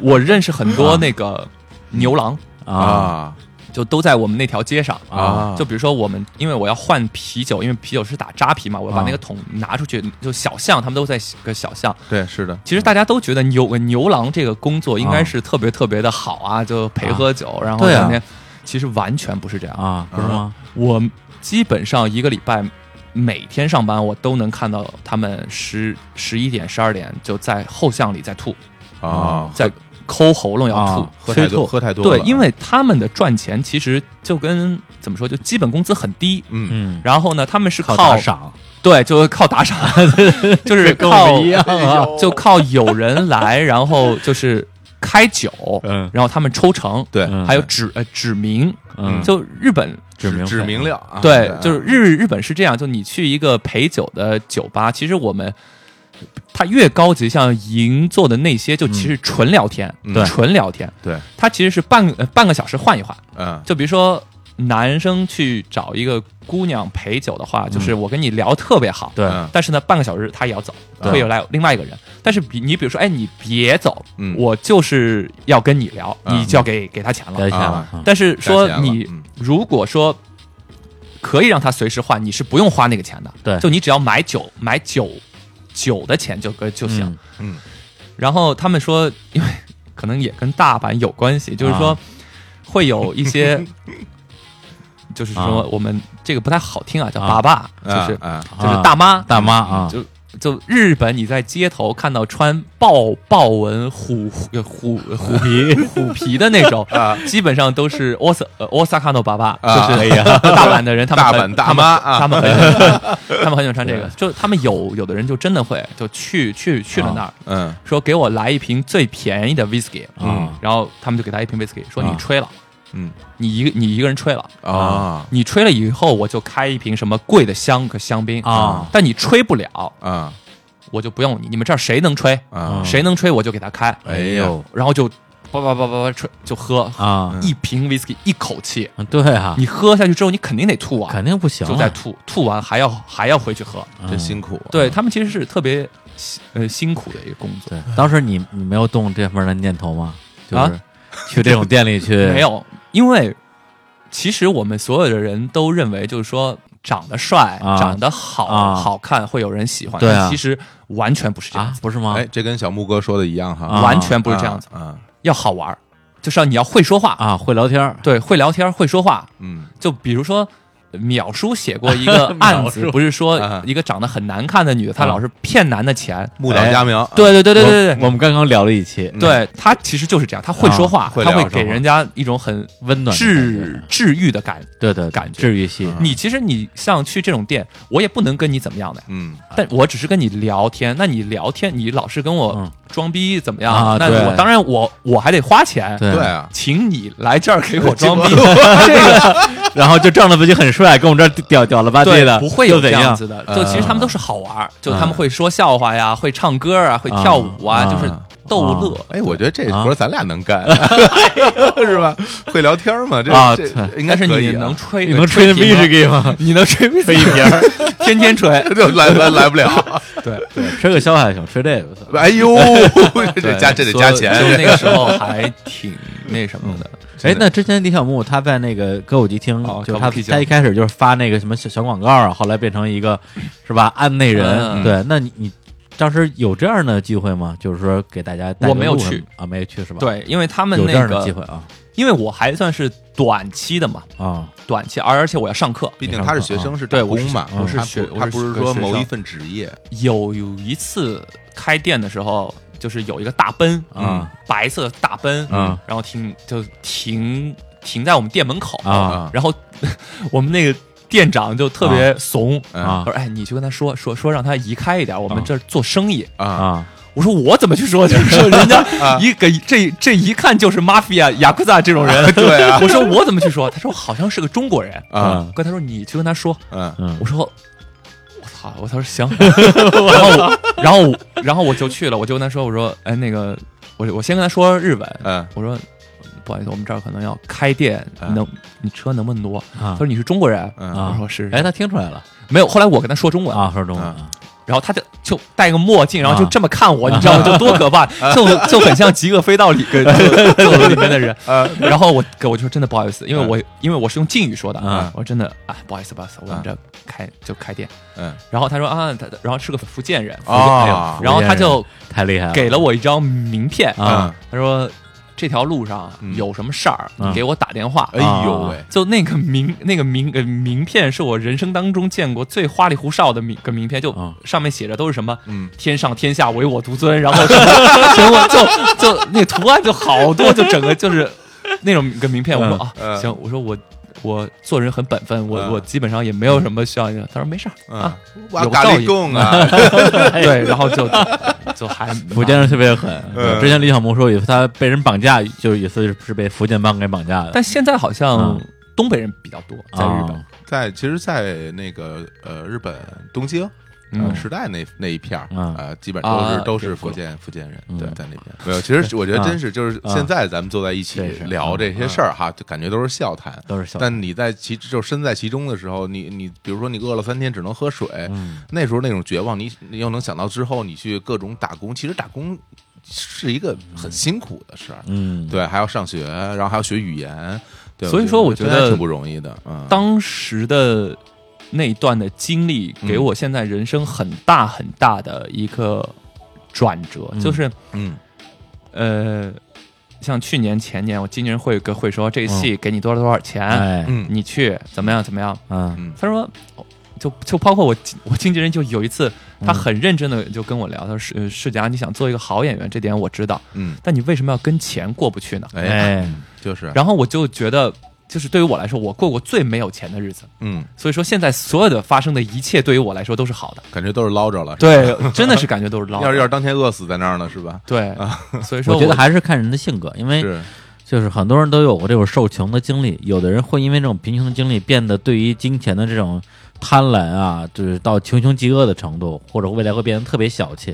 Speaker 3: 我认识很多那个牛郎，
Speaker 1: 啊
Speaker 2: 啊
Speaker 3: 就都在我们那条街上。
Speaker 2: 啊，
Speaker 3: 就比如说我们，因为我要换啤酒，因为啤酒是打扎啤嘛，我要把
Speaker 1: 啊
Speaker 3: 那个桶拿出去，就小巷，他们都在个小巷。
Speaker 2: 对，是的，
Speaker 3: 其实大家都觉得牛呃牛郎这个工作应该是特别特别的好啊，就陪喝酒，然后
Speaker 1: 啊对啊
Speaker 3: 天天，其实完全不是这样。
Speaker 1: 啊，不是吗？
Speaker 3: 我基本上一个礼拜每天上班，我都能看到他们十十一点、十二点就在后巷里在吐，
Speaker 2: 啊，
Speaker 3: 在抠喉咙要吐
Speaker 1: 啊。
Speaker 2: 喝太
Speaker 1: 催吐
Speaker 2: 多，喝太多了，
Speaker 3: 嗯对，因为他们的赚钱其实就跟怎么说，就基本工资很低。
Speaker 2: 嗯，
Speaker 1: 嗯，
Speaker 3: 然后呢，他们是
Speaker 1: 靠
Speaker 3: 靠
Speaker 1: 打赏，
Speaker 3: 对，就是靠打赏，就是
Speaker 1: 跟
Speaker 3: 靠
Speaker 1: 我们一样啊，
Speaker 3: 就靠有人来，然后就是开酒，
Speaker 1: 嗯
Speaker 3: 然后他们抽成，
Speaker 2: 对
Speaker 1: 嗯
Speaker 3: 还有指呃指名，
Speaker 1: 嗯
Speaker 3: 就日本
Speaker 1: 指明
Speaker 2: 指
Speaker 1: 费
Speaker 2: 明了啊，
Speaker 3: 对，就是日日本是这样，就你去一个陪酒的酒吧，其实我们它越高级，像银座的那些，就其实纯聊天，
Speaker 2: 嗯对
Speaker 3: 纯聊天，
Speaker 2: 对，
Speaker 3: 它其实是半个、呃半个小时换一换。
Speaker 2: 嗯
Speaker 3: 就比如说男生去找一个姑娘陪酒的话，就是我跟你聊特别好，
Speaker 1: 对
Speaker 2: 嗯
Speaker 3: 但是呢，半个小时他也要走，
Speaker 2: 对
Speaker 3: 会有来另外一个人。但是比你比如说，哎，你别走，
Speaker 2: 嗯
Speaker 3: 我就是要跟你聊，
Speaker 2: 嗯
Speaker 3: 你就要给给他钱了。
Speaker 1: 该钱了
Speaker 2: 啊，
Speaker 1: 嗯
Speaker 3: 但是
Speaker 2: 该
Speaker 3: 说
Speaker 2: 钱了
Speaker 3: 你
Speaker 2: 嗯
Speaker 3: 如果说可以让他随时换，你是不用花那个钱的，
Speaker 1: 对
Speaker 3: 就你只要买酒买酒酒的钱就可就行。
Speaker 1: 嗯
Speaker 2: 嗯
Speaker 3: 然后他们说，因为可能也跟大阪有关系，就是说
Speaker 1: 啊
Speaker 3: 会有一些，就是说
Speaker 1: 啊
Speaker 3: 我们这个不太好听啊，叫
Speaker 1: 啊
Speaker 3: 爸爸，
Speaker 2: 啊
Speaker 3: 就是
Speaker 2: 啊
Speaker 3: 就是
Speaker 1: 啊
Speaker 3: 大妈
Speaker 1: 大妈啊，
Speaker 3: 嗯就就日本，你在街头看到穿豹豹纹虎虎虎虎皮 虎皮的那种，基本上都是 Os 呃 Osaka no 爸爸，
Speaker 2: 啊
Speaker 3: 就是 大阪的人，他们
Speaker 2: 大阪
Speaker 3: 很
Speaker 2: 大妈啊
Speaker 3: 他们很他们很喜欢穿，他们很喜欢穿这个，就他们有有的人就真的会就去去去了那儿，
Speaker 2: 嗯
Speaker 3: 说给我来一瓶最便宜的 whisky，嗯
Speaker 1: 啊
Speaker 3: 然后他们就给他一瓶 whisky，说你
Speaker 1: 啊
Speaker 3: 吹了，
Speaker 2: 嗯
Speaker 3: 你一个你一个人吹了。
Speaker 2: 啊
Speaker 3: 你吹了以后，我就开一瓶什么贵的香和香槟
Speaker 1: 啊
Speaker 3: 但你吹不了，
Speaker 2: 啊
Speaker 3: 我就不用你，你们这儿谁能吹，
Speaker 2: 啊
Speaker 3: 谁能吹我就给他开，
Speaker 1: 哎呦
Speaker 3: 然后就叭叭叭叭叭吹就喝，
Speaker 1: 啊，
Speaker 3: 一瓶 whisky 一口气，
Speaker 1: 对啊，
Speaker 3: 你喝下去之后你肯定得吐啊，
Speaker 1: 肯定不行啊，
Speaker 3: 就在吐，吐完还要还要回去喝，
Speaker 2: 真辛苦啊，
Speaker 3: 嗯对他们其实是特别呃辛苦的一个工作，
Speaker 1: 对，当时你你没有动这方面的念头吗？就是
Speaker 3: 啊
Speaker 1: 去这种店里去
Speaker 3: 没有，因为其实我们所有的人都认为就是说。长得帅，
Speaker 1: 啊
Speaker 3: 长得好、
Speaker 1: 啊
Speaker 3: 好看，会有人喜欢。
Speaker 1: 对啊
Speaker 3: 但其实完全不是这样
Speaker 1: 啊
Speaker 3: 子，？
Speaker 1: 不是吗？
Speaker 2: 哎，这跟小木哥说的一样哈，
Speaker 1: 啊
Speaker 3: 完全不是这样子。
Speaker 2: 啊，
Speaker 3: 要好玩儿，就是要你要会说话，
Speaker 1: 啊，会聊天 儿
Speaker 3: 对，会聊天，会说话，
Speaker 2: 嗯
Speaker 3: 就比如说。淼叔写过一个案子，不是说
Speaker 2: 啊
Speaker 3: 一个长得很难看的女的，她老是骗男的钱。
Speaker 2: 木岛佳啊苗，
Speaker 3: 哎对对对对对嗯
Speaker 1: 我我们刚刚聊了一期
Speaker 3: 对，对她其实就是这样，她会说话，
Speaker 2: 会
Speaker 3: 她
Speaker 2: 聊
Speaker 3: 会
Speaker 2: 是吧
Speaker 3: 给人家一种很
Speaker 1: 温暖的感
Speaker 3: 治
Speaker 1: 觉，
Speaker 3: 治愈的感。
Speaker 1: 对对，
Speaker 3: 感觉嗯
Speaker 1: 治愈系，
Speaker 3: 你其实你像去这种店，我也不能跟你怎么样的，
Speaker 2: 嗯
Speaker 3: 但我只是跟你聊天。那你聊天，你老是跟我
Speaker 1: 嗯
Speaker 3: 装逼怎么样？
Speaker 1: 啊
Speaker 3: 那
Speaker 1: 对
Speaker 3: 我当然我我还得花钱，
Speaker 1: 对
Speaker 2: 对啊，
Speaker 3: 请你来这儿给我装逼，
Speaker 1: 然后就仗着自己很帅，跟我们这儿屌屌了吧唧
Speaker 3: 对
Speaker 1: 啊的，
Speaker 3: 不会
Speaker 1: 又
Speaker 3: 有这
Speaker 1: 怎样
Speaker 3: 样子的。
Speaker 2: 嗯
Speaker 3: 就其实他们都是好玩儿，就他们会说笑话呀，会唱歌啊，会跳舞啊，
Speaker 1: 嗯
Speaker 3: 就是逗乐。
Speaker 2: 哎，我觉得这
Speaker 1: 啊
Speaker 2: 活儿咱俩能 干，是吧？会聊天儿嘛，这
Speaker 1: 啊
Speaker 2: 这
Speaker 1: 对
Speaker 2: 应该
Speaker 3: 但是
Speaker 2: 可以
Speaker 3: 你
Speaker 2: 啊
Speaker 3: 能吹，
Speaker 1: 你能吹那
Speaker 3: 瓶吗
Speaker 1: whisky 吗？
Speaker 3: 你能吹
Speaker 1: 吹一瓶儿，
Speaker 3: 天天吹。
Speaker 2: 就来来来不 了。
Speaker 3: 对
Speaker 1: 吹个小海熊，吹这个
Speaker 2: 哎呦，这加这得加钱。
Speaker 3: 所以就那个时候还挺那什么的。
Speaker 1: 哎，那之前李小牧他在那个歌舞伎厅
Speaker 3: 哦，
Speaker 1: 就是
Speaker 3: 歌
Speaker 1: 他
Speaker 3: 舞伎
Speaker 1: 他一
Speaker 3: 町
Speaker 1: 开始就是发那个什么小小广告啊，后来变成一个是吧案内人。
Speaker 3: 嗯
Speaker 1: 对，那你你当时有这样的机会吗？就是说给大家带
Speaker 3: 我
Speaker 1: 个
Speaker 3: 没有
Speaker 1: 路什么
Speaker 3: 去
Speaker 1: 啊，没有去是吧？，
Speaker 3: 对，因为他们
Speaker 1: 有这
Speaker 3: 那
Speaker 1: 样的机
Speaker 3: 个，
Speaker 1: 会啊
Speaker 3: 因为我还算是短期的嘛，
Speaker 1: 啊
Speaker 3: 短期，而而且我要上课。
Speaker 2: 毕竟他是学生，是
Speaker 3: 啊对
Speaker 2: 打
Speaker 3: 我是
Speaker 2: 工嘛，
Speaker 1: 我是
Speaker 2: 他
Speaker 3: 学
Speaker 2: 不
Speaker 3: 我
Speaker 2: 他
Speaker 3: 是
Speaker 2: 不是
Speaker 3: 学
Speaker 2: 说
Speaker 3: 生
Speaker 2: 某一份职业
Speaker 3: 有有一次开店的时候，就是有一个大奔，
Speaker 1: 嗯，
Speaker 3: 白色的大奔，
Speaker 1: 嗯，
Speaker 3: 然后停就停停在我们店门口
Speaker 1: 啊
Speaker 3: 然后 我们那个店长就特别怂，
Speaker 1: 啊
Speaker 3: 他说：“哎，你去跟他说说说，让他移开一点，我们这儿做 生意。
Speaker 2: 啊
Speaker 1: 啊！
Speaker 3: 我说：“我怎么去说？就是 说人家一个这这一看就是 mafia 雅库萨这种 人。
Speaker 2: 对啊
Speaker 3: 我说我怎么去说？他说好像是个中国人。
Speaker 2: 啊
Speaker 3: 跟他说你去跟他说。
Speaker 2: 嗯
Speaker 1: 嗯
Speaker 3: 我，说。”我操！我他说行， 然后我然后我然后我就去了，我就跟他说，我说哎那个我我先跟他说日文，
Speaker 2: 嗯
Speaker 3: 我说不好意思，我们这儿可能要开店，
Speaker 2: 啊
Speaker 3: 能你车能不能挪？
Speaker 1: 嗯啊
Speaker 3: 他说你是中国人，
Speaker 2: 嗯
Speaker 1: 啊
Speaker 3: 我说是，
Speaker 1: 哎，他听出来了
Speaker 3: 没有。后来我跟他说中文，
Speaker 1: 啊，说中文
Speaker 3: 嗯
Speaker 1: 啊
Speaker 2: 啊
Speaker 3: 然后他就就戴个墨镜，然后就
Speaker 1: 啊
Speaker 3: 这么看我，你知道吗？就多可怕，就就很像《极恶飞盗》 里跟里面的人。
Speaker 2: 啊
Speaker 3: 然后我我就说真的不好意思，因为我因为我是用敬语说的，
Speaker 1: 啊
Speaker 3: 我说真的啊不好意思不好意思，我们这儿开就开店。
Speaker 2: 嗯
Speaker 3: 然后他说啊，他然后是个福建人，
Speaker 1: 哎
Speaker 2: 啊
Speaker 3: 哦然后他就
Speaker 1: 太厉害了，
Speaker 3: 给了我一张名片，
Speaker 1: 啊
Speaker 3: 他说这条路上
Speaker 2: 嗯
Speaker 3: 有什么事儿，
Speaker 1: 嗯
Speaker 3: 你给我打电话。啊
Speaker 2: 哎
Speaker 1: 啊
Speaker 2: 呦喂
Speaker 3: 就那个名，那个名，呃，名片是我人生当中见过最花里胡哨的名个名片，就
Speaker 1: 啊
Speaker 3: 上面写着都是什么
Speaker 2: 嗯
Speaker 3: “天上天下唯我独尊”，然后 什么什么就就那图案就好多，就整个 就是那种个名片。我说
Speaker 1: 嗯
Speaker 3: 啊，
Speaker 2: 嗯
Speaker 3: 行，我说我我做人很本分，我
Speaker 2: 嗯
Speaker 3: 我基本上也没有什么需要。他说没事儿
Speaker 2: 嗯
Speaker 3: 啊，
Speaker 2: 哇
Speaker 3: 有
Speaker 2: 咖
Speaker 3: 道
Speaker 2: 喱
Speaker 3: 理
Speaker 2: 贡啊
Speaker 3: 对，然后就就还
Speaker 1: 福建人特别狠。
Speaker 3: 嗯
Speaker 1: 之前李小萌说，有一次他被人绑架，就是有一次是被福建帮给绑架的。
Speaker 3: 但现在好像
Speaker 1: 嗯
Speaker 3: 东北人比较多，在日本
Speaker 1: 啊，
Speaker 2: 在其实，在那个呃日本东京。呃，时代那那一片儿
Speaker 1: 嗯
Speaker 2: 呃，基本上都是、
Speaker 3: 啊
Speaker 2: 都
Speaker 3: 对
Speaker 2: 是福
Speaker 3: 过
Speaker 2: 建福建人，
Speaker 1: 嗯
Speaker 2: 对，在那边没有。其实我觉得真是，就是
Speaker 1: 啊
Speaker 2: 现在咱们坐在一起
Speaker 1: 这是嗯
Speaker 2: 聊这些事儿哈，就感觉都是笑谈，
Speaker 1: 都是小。
Speaker 2: 但你在其就是身在其中的时候，你你比如说你饿了三天只能喝水，
Speaker 1: 嗯
Speaker 2: 那时候那种绝望，你你又能想到之后你去各种打工，其实打工是一个很辛苦的事儿，
Speaker 1: 嗯，
Speaker 2: 对，还要上学，然后还要学语言，对，
Speaker 3: 所以说我觉
Speaker 2: 觉
Speaker 3: 得
Speaker 2: 还挺不容易的，嗯，
Speaker 3: 当时的那一段的经历，给
Speaker 2: 嗯
Speaker 3: 我现在人生很大很大的一个转折，
Speaker 1: 嗯
Speaker 3: 就是
Speaker 2: 嗯
Speaker 3: 呃，像去年前年，我经纪人会跟会说这个戏给你多少多少钱，
Speaker 1: 嗯哎，
Speaker 2: 嗯
Speaker 3: 你去怎么样怎么样。
Speaker 1: 嗯
Speaker 2: 嗯
Speaker 3: 他说，哦就就包括我经我经纪人就有一次，他
Speaker 1: 嗯
Speaker 3: 很认真的就跟我聊，他说世呃世佳，你想做一个好演员，这点我知道，
Speaker 2: 嗯，
Speaker 3: 但你为什么要跟钱过不去呢？
Speaker 2: 哎，
Speaker 1: 哎，
Speaker 2: 就是，
Speaker 3: 然后我就觉得，就是对于我来说，我过过最没有钱的日子。
Speaker 2: 嗯，
Speaker 3: 所以说，现在所有的发生的一切，对于我来说都是好的。
Speaker 2: 感觉都是捞着了，
Speaker 3: 对，真的是感觉都是 捞
Speaker 2: 要是要啊
Speaker 3: 的。
Speaker 2: 是当天饿死在那儿呢，是吧？
Speaker 3: 对，所以说
Speaker 1: 我觉得还是看人的性格，因为
Speaker 2: 是，
Speaker 1: 就是很多人都有过这种受穷的经历，有的人会因为这种贫穷的经历，变得对于金钱的这种贪婪啊，就是到穷凶极恶的程度，或者未来会变得特别小气，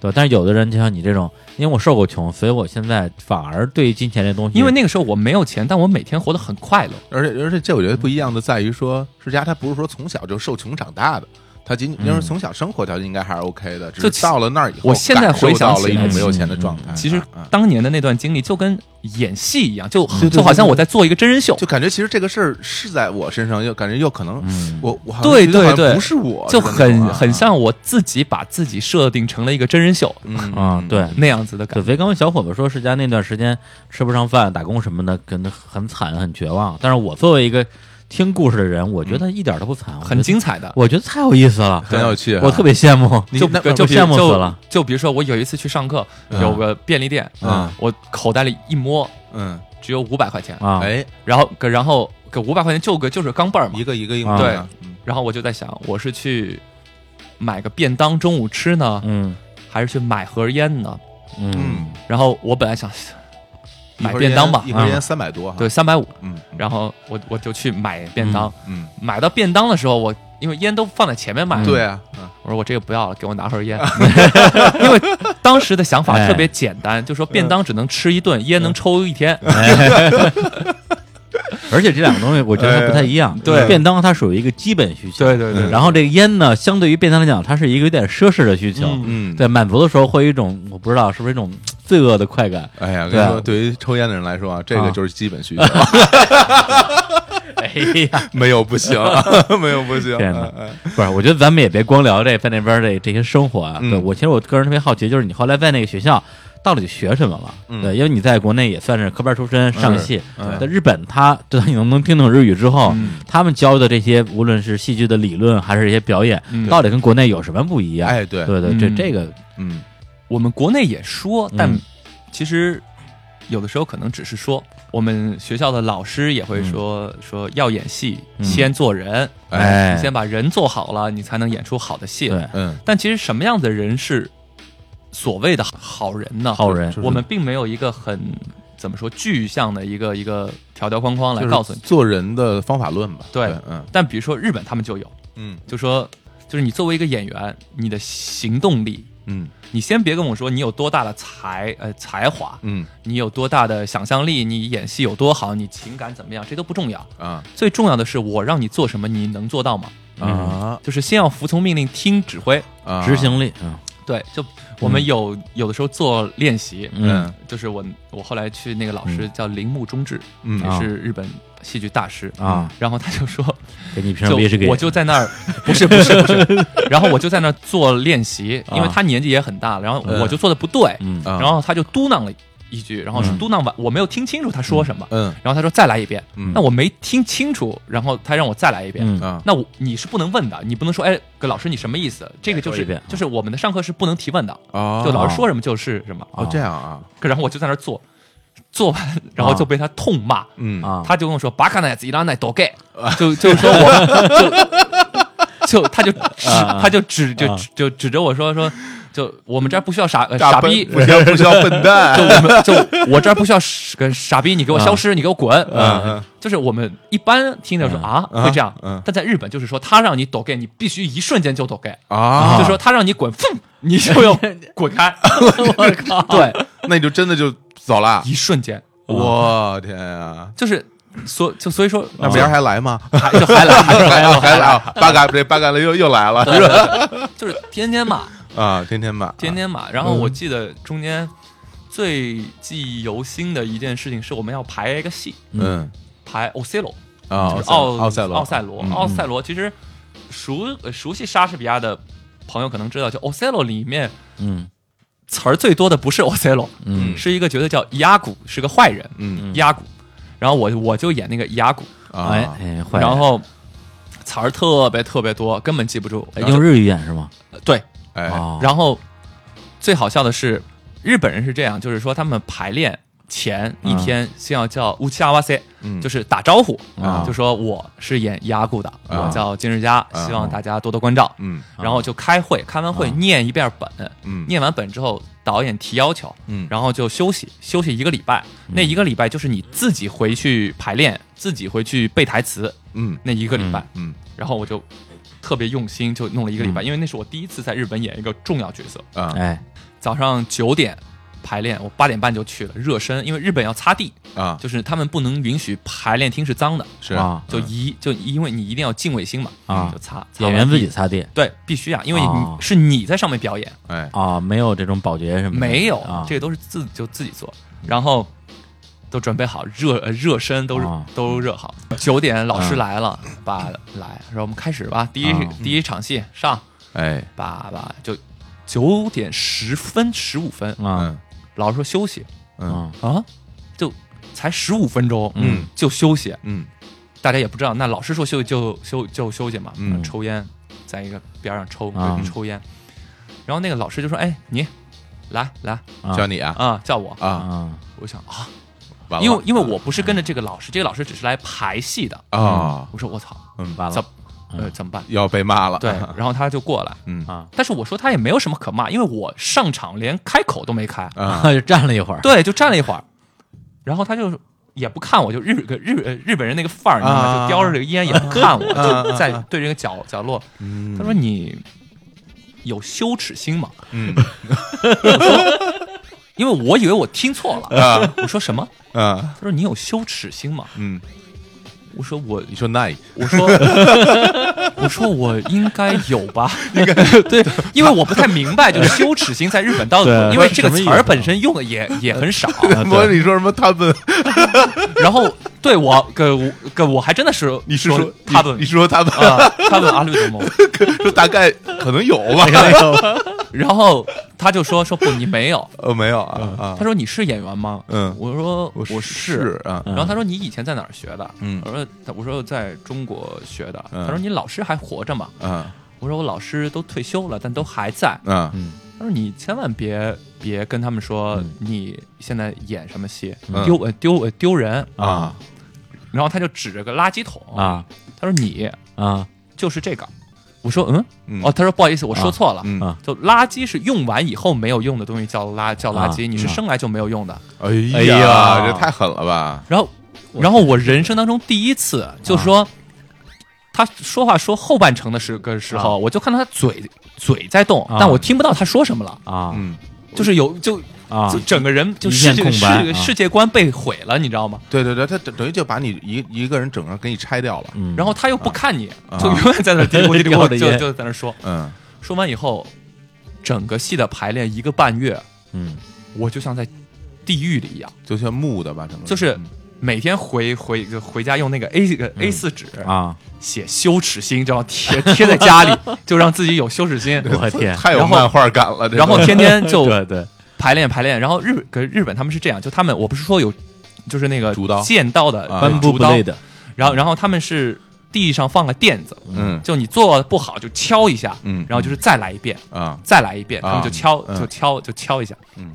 Speaker 1: 对吧？但是有的人就像你这种，因为我受过穷，所以我现在反而对于金钱这东西，
Speaker 3: 因为那个时候我没有钱，但我每天活得很快乐。
Speaker 2: 而且而且这我觉得不一样的在于说，世家他不是说从小就受穷长大的，他仅仅因为从小生活条件应该还是 OK 的，只
Speaker 3: 嗯就是其
Speaker 2: 到了那儿以后，
Speaker 3: 我现在回想
Speaker 2: 感受到了一种
Speaker 1: 起来
Speaker 2: 没有钱的状态。
Speaker 3: 其实
Speaker 2: 啊
Speaker 3: 当年的那段经历就跟演戏一样，就
Speaker 2: 对对
Speaker 3: 就好像我在做一个真人秀
Speaker 2: 就，感觉其实这个事儿是在我身上，又感觉又可能
Speaker 1: 嗯
Speaker 2: 我我好像
Speaker 3: 对
Speaker 2: 觉得好像
Speaker 3: 对对
Speaker 2: 不是我，
Speaker 3: 就是
Speaker 2: 那种
Speaker 3: 很
Speaker 2: 啊
Speaker 3: 很像我自己把自己设定成了一个真人秀
Speaker 2: 嗯
Speaker 1: 啊，对。
Speaker 3: 那样子的感
Speaker 1: 对，
Speaker 3: 觉。
Speaker 1: 所以刚刚小伙子说，世家那段时间吃不上饭、打工什么的，可能很惨、很绝望。但是我作为一个听故事的人，我觉得一点都不惨，我觉得
Speaker 3: 嗯很精彩的，
Speaker 1: 我觉得太有意思了，
Speaker 2: 很有趣啊
Speaker 1: 我特别羡慕。
Speaker 2: 你
Speaker 3: 就
Speaker 2: 那呃
Speaker 3: 就就
Speaker 1: 我羡慕死了
Speaker 3: 就比如说，我有一次去上课，
Speaker 2: 嗯
Speaker 3: 有个便利店，啊
Speaker 2: 嗯
Speaker 3: 我口袋里一摸
Speaker 2: 嗯
Speaker 3: 只有五百块钱，
Speaker 1: 啊，
Speaker 2: 哎
Speaker 3: 然后然后给五百块钱就个就是钢镚儿嘛
Speaker 2: 一，个一个硬
Speaker 1: 啊
Speaker 2: 对嗯
Speaker 3: 然后我就在想，我是去买个便当中午吃呢，
Speaker 1: 嗯
Speaker 3: 还是去买盒烟呢？
Speaker 1: 嗯
Speaker 2: 嗯，
Speaker 3: 然后我本来想
Speaker 2: 一
Speaker 3: 买
Speaker 2: 盒
Speaker 3: 便
Speaker 2: 烟
Speaker 3: 当吧
Speaker 2: 一，盒
Speaker 1: 啊
Speaker 2: 烟三百多哈，
Speaker 3: 对，三百五，
Speaker 2: 嗯，嗯
Speaker 3: 然后我我就去买便当。
Speaker 2: 嗯
Speaker 3: 买到便当的时候，我因为烟都放在前面买，
Speaker 2: 对啊，嗯
Speaker 3: 我说我这个不要了，给我拿盒 烟。因为当时的想法
Speaker 1: 哎
Speaker 3: 特别简单，就说便当只能吃一顿，烟能
Speaker 1: 嗯
Speaker 3: 抽一天。
Speaker 1: 哎 而且这两个东西我觉得它不太一
Speaker 2: 哎
Speaker 1: 样。
Speaker 3: 对
Speaker 1: 便当它属于一个基本需求，嗯
Speaker 3: 对对对
Speaker 1: 然后这个烟呢，相对于便当来讲，它是一个有点奢侈的需求。
Speaker 3: 嗯
Speaker 2: 嗯，
Speaker 1: 在满足的时候，会有一种我不知道是不是一种罪恶的快感。
Speaker 2: 哎呀，跟
Speaker 1: 对
Speaker 2: 你
Speaker 1: 啊
Speaker 2: 说，对于抽烟的人来说啊，这
Speaker 1: 啊
Speaker 2: 个就是基本需求，
Speaker 1: 哎呀，
Speaker 2: 没有不行，没有不行，
Speaker 1: 天
Speaker 2: 嗯
Speaker 1: 哪
Speaker 2: 嗯！
Speaker 1: 不是，我觉得咱们也别光聊这在那边这这些生活啊。
Speaker 2: 嗯
Speaker 1: 对我其实我个人特别好奇，就是你后来在那个学校到底学什么了？
Speaker 2: 嗯
Speaker 1: 对，因为你在国内也算是科班出身，上戏。
Speaker 2: 嗯
Speaker 1: 在日本他，知道你能不能听懂日语之后，
Speaker 3: 嗯
Speaker 1: 他们教的这些，无论是戏剧的理论还是一些表演，
Speaker 3: 嗯
Speaker 1: 到底跟国内有什么不一样？
Speaker 2: 哎，对，
Speaker 1: 对对，这
Speaker 3: 嗯
Speaker 1: 这个
Speaker 2: 嗯
Speaker 3: 我们国内也说，但
Speaker 1: 嗯
Speaker 3: 其实有的时候可能只是说，我们学校的老师也会说、说要演戏，
Speaker 1: 嗯
Speaker 3: 先做人，
Speaker 1: 哎
Speaker 3: 你先把人做好了，你才能演出好的戏。
Speaker 1: 对
Speaker 2: 嗯，
Speaker 3: 但其实什么样的人是所谓的好人呢？
Speaker 1: 好人
Speaker 2: 就是
Speaker 3: 我们并没有一个很怎么说具象的一个一个条条框框来
Speaker 2: 就是
Speaker 3: 告诉你。
Speaker 2: 做人的方法论吧，
Speaker 3: 对
Speaker 2: 对，嗯
Speaker 3: 但比如说日本，他们就有，
Speaker 2: 嗯
Speaker 3: 就说就是你作为一个演员，你的行动力。
Speaker 2: 嗯
Speaker 3: 你先别跟我说你有多大的才呃才华，
Speaker 2: 嗯
Speaker 3: 你有多大的想象力，你演戏有多好，你情感怎么样，这都不重要。
Speaker 2: 啊
Speaker 3: 最重要的是我让你做什么，你能做到吗？
Speaker 2: 啊
Speaker 3: 就是先要服从命令，听指挥。
Speaker 2: 啊，
Speaker 1: 执行力啊，
Speaker 3: 对，就
Speaker 2: 嗯
Speaker 3: 我们有、有的时候做练习，
Speaker 1: 嗯
Speaker 3: 就是我我后来去那个老师叫铃木忠志，
Speaker 2: 嗯
Speaker 3: 也是日本戏剧大师。嗯
Speaker 1: 啊，
Speaker 3: 然后他就说，
Speaker 1: 给你瓶
Speaker 3: 就
Speaker 1: 威士忌，
Speaker 3: 我就在那儿，不是不是不 是，然后我就在那儿做练习，因为
Speaker 1: 啊
Speaker 3: 他年纪也很大了，然后
Speaker 2: 嗯
Speaker 3: 我就做的不对，
Speaker 1: 嗯
Speaker 2: 啊，
Speaker 3: 然后他就嘟囔了一句，然后是嘟囔完，我没有听清楚他说什么，
Speaker 2: 嗯
Speaker 3: 然后他说再来一遍，
Speaker 2: 嗯
Speaker 3: 那我没听清楚，然后他让我再来一遍，
Speaker 1: 嗯
Speaker 2: 啊
Speaker 3: 那我你是不能问的，你不能说哎，葛老师你什么意思？这个就
Speaker 1: 再说一遍啊哦
Speaker 3: 是就是我们的上课是不能提问的，
Speaker 2: 啊，
Speaker 3: 就老师说什么就是什么，
Speaker 2: 哦这样啊，
Speaker 3: 可然后我就在那儿做，做完然后就被他痛骂。
Speaker 2: 嗯
Speaker 1: 啊，
Speaker 3: 他就跟我说“巴卡奈子伊拉奈多盖”， 就就说我就就他就指
Speaker 1: 啊
Speaker 3: 他就指就
Speaker 1: 啊
Speaker 3: 就指着我说说就我们这儿不需要傻呃
Speaker 2: 大
Speaker 3: 傻
Speaker 2: 笨
Speaker 3: 逼，
Speaker 2: 不需要不需要笨蛋，
Speaker 3: 就我们就我这儿不需要傻跟傻逼，你给我消失，你给我滚。
Speaker 2: 嗯嗯，
Speaker 3: 就是我们一般听的说啊会这样
Speaker 2: 嗯嗯，
Speaker 3: 但在日本就是说他让你抖 gay，你必须一瞬间就抖 gay，
Speaker 2: 啊，
Speaker 3: 就说他让你 滚，砰，你就要滚开。
Speaker 1: 我靠，
Speaker 3: 对，
Speaker 2: 那你就真的就走了。
Speaker 3: 一瞬间
Speaker 2: 我天啊呀！
Speaker 3: 就是所就所以说
Speaker 2: 那明儿还来吗？
Speaker 3: 啊还就 还来还来
Speaker 2: 来还来啊！八嘎这八嘎了又又来了是吧
Speaker 3: 就是天天骂，
Speaker 2: 啊！嗯天天骂，
Speaker 3: 天天骂。然后我记得中间最记忆犹新的一件事情是我们要排一个戏，
Speaker 2: 嗯
Speaker 3: 排 Ocello，
Speaker 2: 啊，
Speaker 3: 就是
Speaker 2: 奥
Speaker 3: 嗯奥
Speaker 2: 赛罗，
Speaker 3: 奥赛罗，
Speaker 2: 嗯
Speaker 3: 奥赛罗。其实熟呃熟悉莎士比亚的朋友可能知道，就 Ocello 里面
Speaker 1: 嗯
Speaker 3: 词儿最多的不是 Ocello，
Speaker 1: 嗯
Speaker 3: 是一个角色叫伊阿古，是个坏人，
Speaker 2: 嗯
Speaker 3: 伊阿古。然后我我就演那个伊阿古，
Speaker 2: 啊，
Speaker 1: 哎哎，坏人
Speaker 3: 然后词儿特别特别多，根本记不住。
Speaker 1: 哎用日语演是吗？
Speaker 3: 对，
Speaker 2: 哎
Speaker 1: 哦，
Speaker 3: 然后最好笑的是，日本人是这样，就是说他们排练前一天先要叫乌七阿哇塞，
Speaker 2: 嗯
Speaker 3: 就是打招呼，
Speaker 2: 啊
Speaker 3: 就说我是演雅古的，
Speaker 2: 啊
Speaker 3: 我叫金日佳，
Speaker 2: 啊
Speaker 3: 希望大家多多关照。
Speaker 2: 嗯
Speaker 3: 然后就开会，开完会
Speaker 1: 啊
Speaker 3: 念一遍本，
Speaker 2: 嗯
Speaker 3: 念完本之后导演提要求，
Speaker 2: 嗯
Speaker 3: 然后就休息休息一个礼拜。那一个礼拜就是你自己回去排练，自己回去背台词，
Speaker 2: 嗯
Speaker 3: 那一个礼拜。
Speaker 2: 嗯
Speaker 3: 然后我就特别用心，就弄了一个礼拜，
Speaker 1: 嗯
Speaker 3: 因为那是我第一次在日本演一个重要角色。
Speaker 2: 啊
Speaker 1: 哎，
Speaker 3: 早上九点排练，我八点半就去了热身，因为日本要擦地，
Speaker 2: 啊
Speaker 3: 就是他们不能允许排练厅是脏的，
Speaker 2: 是
Speaker 1: 啊
Speaker 3: 就一就因为你一定要敬畏心嘛，
Speaker 1: 啊
Speaker 3: 就擦擦完
Speaker 1: 演员自
Speaker 3: 地
Speaker 1: 己擦地
Speaker 3: 对必须啊，因为你、
Speaker 1: 哦
Speaker 3: 是你在上面表演，
Speaker 2: 哎
Speaker 1: 啊，没有这种保洁什么的，
Speaker 3: 没有、
Speaker 1: 啊，
Speaker 3: 这个都是自就自己做，然后。都准备好热呃热身都、
Speaker 1: 哦
Speaker 3: 都热好，九点老
Speaker 1: 嗯
Speaker 3: 师来了，爸来说我们开始吧，第一、
Speaker 1: 哦
Speaker 3: 第一场戏上，
Speaker 2: 哎
Speaker 3: 爸爸就九点十分十五分，
Speaker 1: 啊
Speaker 2: 嗯
Speaker 3: 老师说休息，
Speaker 2: 嗯
Speaker 3: 啊，就才十五分钟，
Speaker 2: 嗯，
Speaker 3: 就休息，
Speaker 2: 嗯
Speaker 3: 大家也不知道，那老师说休息就休就休息嘛，
Speaker 2: 嗯
Speaker 3: 抽烟，在一个边上抽、
Speaker 1: 啊
Speaker 3: 抽烟，然后那个老师就说：“哎，你来来
Speaker 1: 啊
Speaker 2: 叫你啊
Speaker 3: 啊，叫我。
Speaker 2: 啊
Speaker 1: 啊，”
Speaker 3: 我想啊，
Speaker 2: 完了
Speaker 3: 因为因为我不是跟着这个老师，这个老师只是来排戏的。
Speaker 2: 啊
Speaker 3: 我说我操，
Speaker 2: 嗯
Speaker 1: 完
Speaker 3: 怎
Speaker 1: 了
Speaker 3: 么呃怎么办？
Speaker 2: 要被骂了
Speaker 3: 对，然后他就过来，
Speaker 2: 嗯
Speaker 1: 啊
Speaker 3: 但是我说他也没有什么可骂，因为我上场连开口都没开，
Speaker 2: 啊
Speaker 1: 就站了一会儿，
Speaker 3: 对，就站了一会儿，然后他就也不看我，就日个日呃日本人那个范儿，你知道吗？
Speaker 2: 啊
Speaker 3: 就叼着这个烟也不看
Speaker 1: 嗯
Speaker 3: 我，
Speaker 2: 啊
Speaker 3: 就在对着一个角角落。
Speaker 2: 嗯
Speaker 3: 他说你有羞耻心吗？
Speaker 2: 嗯
Speaker 3: 因为我以为我听错了。
Speaker 2: 啊
Speaker 3: 我说什么？
Speaker 2: 啊
Speaker 3: 他说你有羞耻心吗？
Speaker 2: 嗯
Speaker 3: 我说我
Speaker 2: 你说 nice
Speaker 3: 我说我说我应该有吧？那个对，因为我不太明白，就是羞耻心在日本到底，
Speaker 1: 对
Speaker 3: 因为这个
Speaker 1: 什么意
Speaker 3: 词
Speaker 1: 思
Speaker 3: 儿本身用的也也很少。
Speaker 2: 我你说什么他们
Speaker 3: 然后对我跟我跟我还真的是
Speaker 2: 你是说
Speaker 3: 他们
Speaker 2: 你你是说他们
Speaker 3: 啊，他问阿绿的梦，
Speaker 2: 说大概可能有吧
Speaker 3: 然后他就说说不，你没有。
Speaker 2: 呃没有啊
Speaker 3: 嗯他说你是演员吗？
Speaker 2: 嗯
Speaker 3: 我说
Speaker 2: 我
Speaker 3: 我
Speaker 2: 是啊
Speaker 3: 然后他说你以前在哪儿学的？
Speaker 2: 嗯
Speaker 3: 我说我说在中国学的。
Speaker 2: 嗯
Speaker 3: 他说你老师还活着吗？
Speaker 2: 啊
Speaker 3: 我说我老师都退休了，但都还在。
Speaker 2: 啊
Speaker 1: 嗯
Speaker 3: 他说你千万别别跟他们说你现在演什么戏，
Speaker 2: 嗯
Speaker 3: 丢呃丢呃丢人。
Speaker 2: 啊
Speaker 3: 然后他就指着个垃圾桶，
Speaker 1: 啊
Speaker 3: 他说你
Speaker 1: 啊
Speaker 3: 就是这个。我说嗯
Speaker 2: 嗯
Speaker 3: 哦，他说不好意思，我说错了。
Speaker 2: 嗯
Speaker 1: 啊，
Speaker 3: 就垃圾是用完以后没有用的东西叫垃叫垃圾，
Speaker 1: 啊
Speaker 3: 你是生来就没有用的。
Speaker 2: 哎
Speaker 1: 哎
Speaker 2: 呀
Speaker 1: 呀
Speaker 2: 这太狠了吧
Speaker 3: 然后，然后我人生当中第一次就是
Speaker 1: 啊
Speaker 3: 说，他说话说后半程的时个时候，我就看到他嘴嘴在动，
Speaker 1: 啊
Speaker 3: 但我听不到他说什么了，
Speaker 1: 啊
Speaker 2: 嗯
Speaker 3: 就是有就
Speaker 1: 啊
Speaker 3: 就整个人就
Speaker 1: 一
Speaker 3: 世
Speaker 1: 片
Speaker 3: 界
Speaker 1: 空
Speaker 3: 世
Speaker 1: 白
Speaker 3: 界
Speaker 1: 啊
Speaker 3: 世界观被毁了，你知道吗？
Speaker 2: 对对对他等等于就把你一一个人整个给你拆掉了
Speaker 1: 嗯，
Speaker 3: 然后他又不看你，
Speaker 2: 啊
Speaker 3: 就永远在那 儿嘀咕嘀咕，
Speaker 1: 叼着
Speaker 3: 就
Speaker 1: 烟
Speaker 3: 就在那儿说。
Speaker 2: 嗯
Speaker 3: 说完以后，整个戏的排练一个半月，
Speaker 1: 嗯
Speaker 3: 我就像在地狱里一样。
Speaker 2: 就像木的吧整个嗯
Speaker 3: 就是每天回回回家用那个 A 个 A 四纸
Speaker 1: 啊，
Speaker 3: 写羞耻心，然后贴 贴在家里，就让自己有羞耻心。
Speaker 1: 我天，
Speaker 2: 太有
Speaker 3: 然后
Speaker 2: 漫画感了这
Speaker 3: 然后
Speaker 2: 个
Speaker 3: 天天 就
Speaker 1: 对对
Speaker 3: 排练排练，然后日可是日本他们是这样，就他们我不是说有，就是那个
Speaker 2: 竹刀
Speaker 3: 剑道的呃
Speaker 2: 啊
Speaker 1: ，Bamboo
Speaker 3: 竹刀，
Speaker 1: Blade
Speaker 3: 然后然后他们是地上放个垫子，
Speaker 2: 嗯
Speaker 3: 就你做不好就敲一下，
Speaker 2: 嗯
Speaker 3: 然后就是再来一遍，
Speaker 2: 啊
Speaker 3: 再来一遍，
Speaker 2: 啊
Speaker 3: 他们就敲
Speaker 2: 嗯
Speaker 3: 就敲就敲一下，
Speaker 2: 嗯，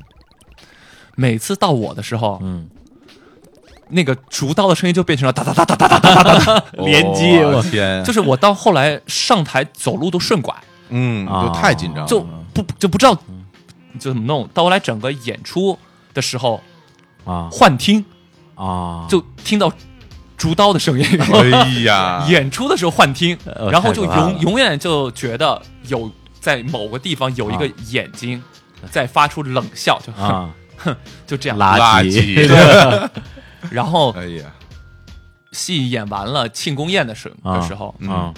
Speaker 3: 每次到我的时候，
Speaker 1: 嗯，
Speaker 3: 那个竹刀的声音就变成了哒哒哒哒哒哒。
Speaker 1: 连击
Speaker 2: 我
Speaker 1: 我
Speaker 2: 哦天
Speaker 3: 就是我到后来上台走路都顺拐，
Speaker 2: 嗯
Speaker 1: 啊
Speaker 2: 就太紧张了
Speaker 3: 就不不就不知道就怎么弄。到后来整个演出的时候
Speaker 1: 啊
Speaker 3: 幻听，
Speaker 1: 啊，
Speaker 3: 就听到竹刀的声音。
Speaker 2: 哎呀，
Speaker 3: 演出的时候幻听，
Speaker 1: 呃
Speaker 3: 然后就
Speaker 1: 太可怕
Speaker 3: 永
Speaker 1: 了
Speaker 3: 永远就觉得有在某个地方有一个
Speaker 1: 啊
Speaker 3: 眼睛在发出冷笑，就、
Speaker 1: 啊，
Speaker 3: 就这样。
Speaker 1: 垃
Speaker 2: 圾
Speaker 1: 圾
Speaker 3: 然后
Speaker 2: 哎呀，
Speaker 3: 戏演完了庆功宴的时
Speaker 1: 啊
Speaker 3: 的时候，
Speaker 2: 嗯
Speaker 1: 啊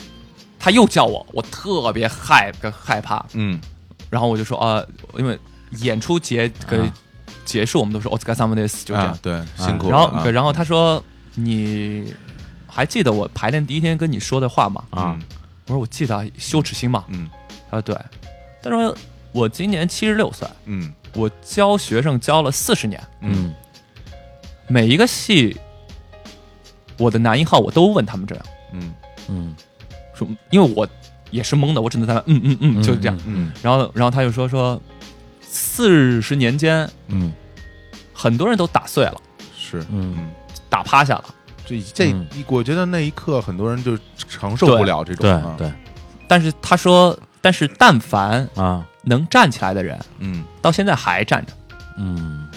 Speaker 3: 他又叫我，我特别害害怕，
Speaker 2: 嗯
Speaker 3: 然后我就说啊，因为演出结跟
Speaker 1: 啊
Speaker 3: 结束，我们都说 o s c a r s a m d e s 就这样
Speaker 2: 啊。，对，辛苦了
Speaker 3: 然
Speaker 2: 啊。
Speaker 3: 后然后他说你还记得我排练第一天跟你说的话吗？
Speaker 1: 啊
Speaker 2: 嗯
Speaker 3: 我说我记得啊，羞耻心嘛。
Speaker 2: 嗯
Speaker 3: 他说对，他说我今年七十六岁，
Speaker 2: 嗯
Speaker 3: 我教学生教了四十年，
Speaker 1: 嗯
Speaker 3: 每一个戏，我的男一号我都问他们这样
Speaker 2: 嗯
Speaker 1: 嗯
Speaker 3: 说，因为我也是懵的，我只能在那嗯嗯嗯，就这样。
Speaker 2: 嗯
Speaker 3: 然后然后他就说说，四十年间
Speaker 1: 嗯
Speaker 3: 很多人都打碎了，
Speaker 2: 是
Speaker 1: 嗯，
Speaker 2: 嗯，
Speaker 3: 打趴下了，
Speaker 2: 这这
Speaker 1: 嗯
Speaker 2: 一，我觉得那一刻很多人就承受
Speaker 3: 对
Speaker 2: 不了这种
Speaker 1: 对
Speaker 2: 啊，
Speaker 1: 对
Speaker 3: 但是他说，但是但凡
Speaker 1: 啊
Speaker 3: 能站起来的人，
Speaker 2: 嗯，
Speaker 3: 到现在还站着。
Speaker 1: 嗯，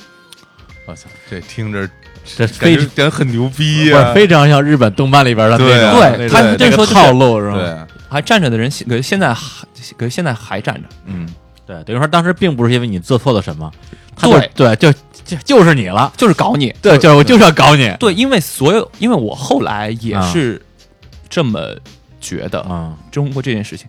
Speaker 2: 我操，这听着
Speaker 1: 这
Speaker 2: 感
Speaker 1: 非
Speaker 2: 觉感觉很牛逼
Speaker 1: 不
Speaker 2: 呀
Speaker 1: 是，非常像日本动漫里边的那
Speaker 2: 对啊
Speaker 1: 种那
Speaker 3: 对
Speaker 1: 种
Speaker 3: 他
Speaker 1: 那
Speaker 3: 这
Speaker 1: 个
Speaker 3: 说就是
Speaker 1: 套路是吧？
Speaker 2: 对，
Speaker 3: 还站着的人，现现在还可现在还站着，
Speaker 2: 嗯
Speaker 1: 对，等于说当时并不是因为你做错了什么，他
Speaker 3: 啊
Speaker 1: 对，
Speaker 3: 对
Speaker 1: 就就就是你了，
Speaker 3: 就是搞你。
Speaker 1: 对，就是我就是要搞你，
Speaker 3: 对，因为所有，因为我后来也是这么觉得，
Speaker 1: 啊，
Speaker 3: 中国这件事情，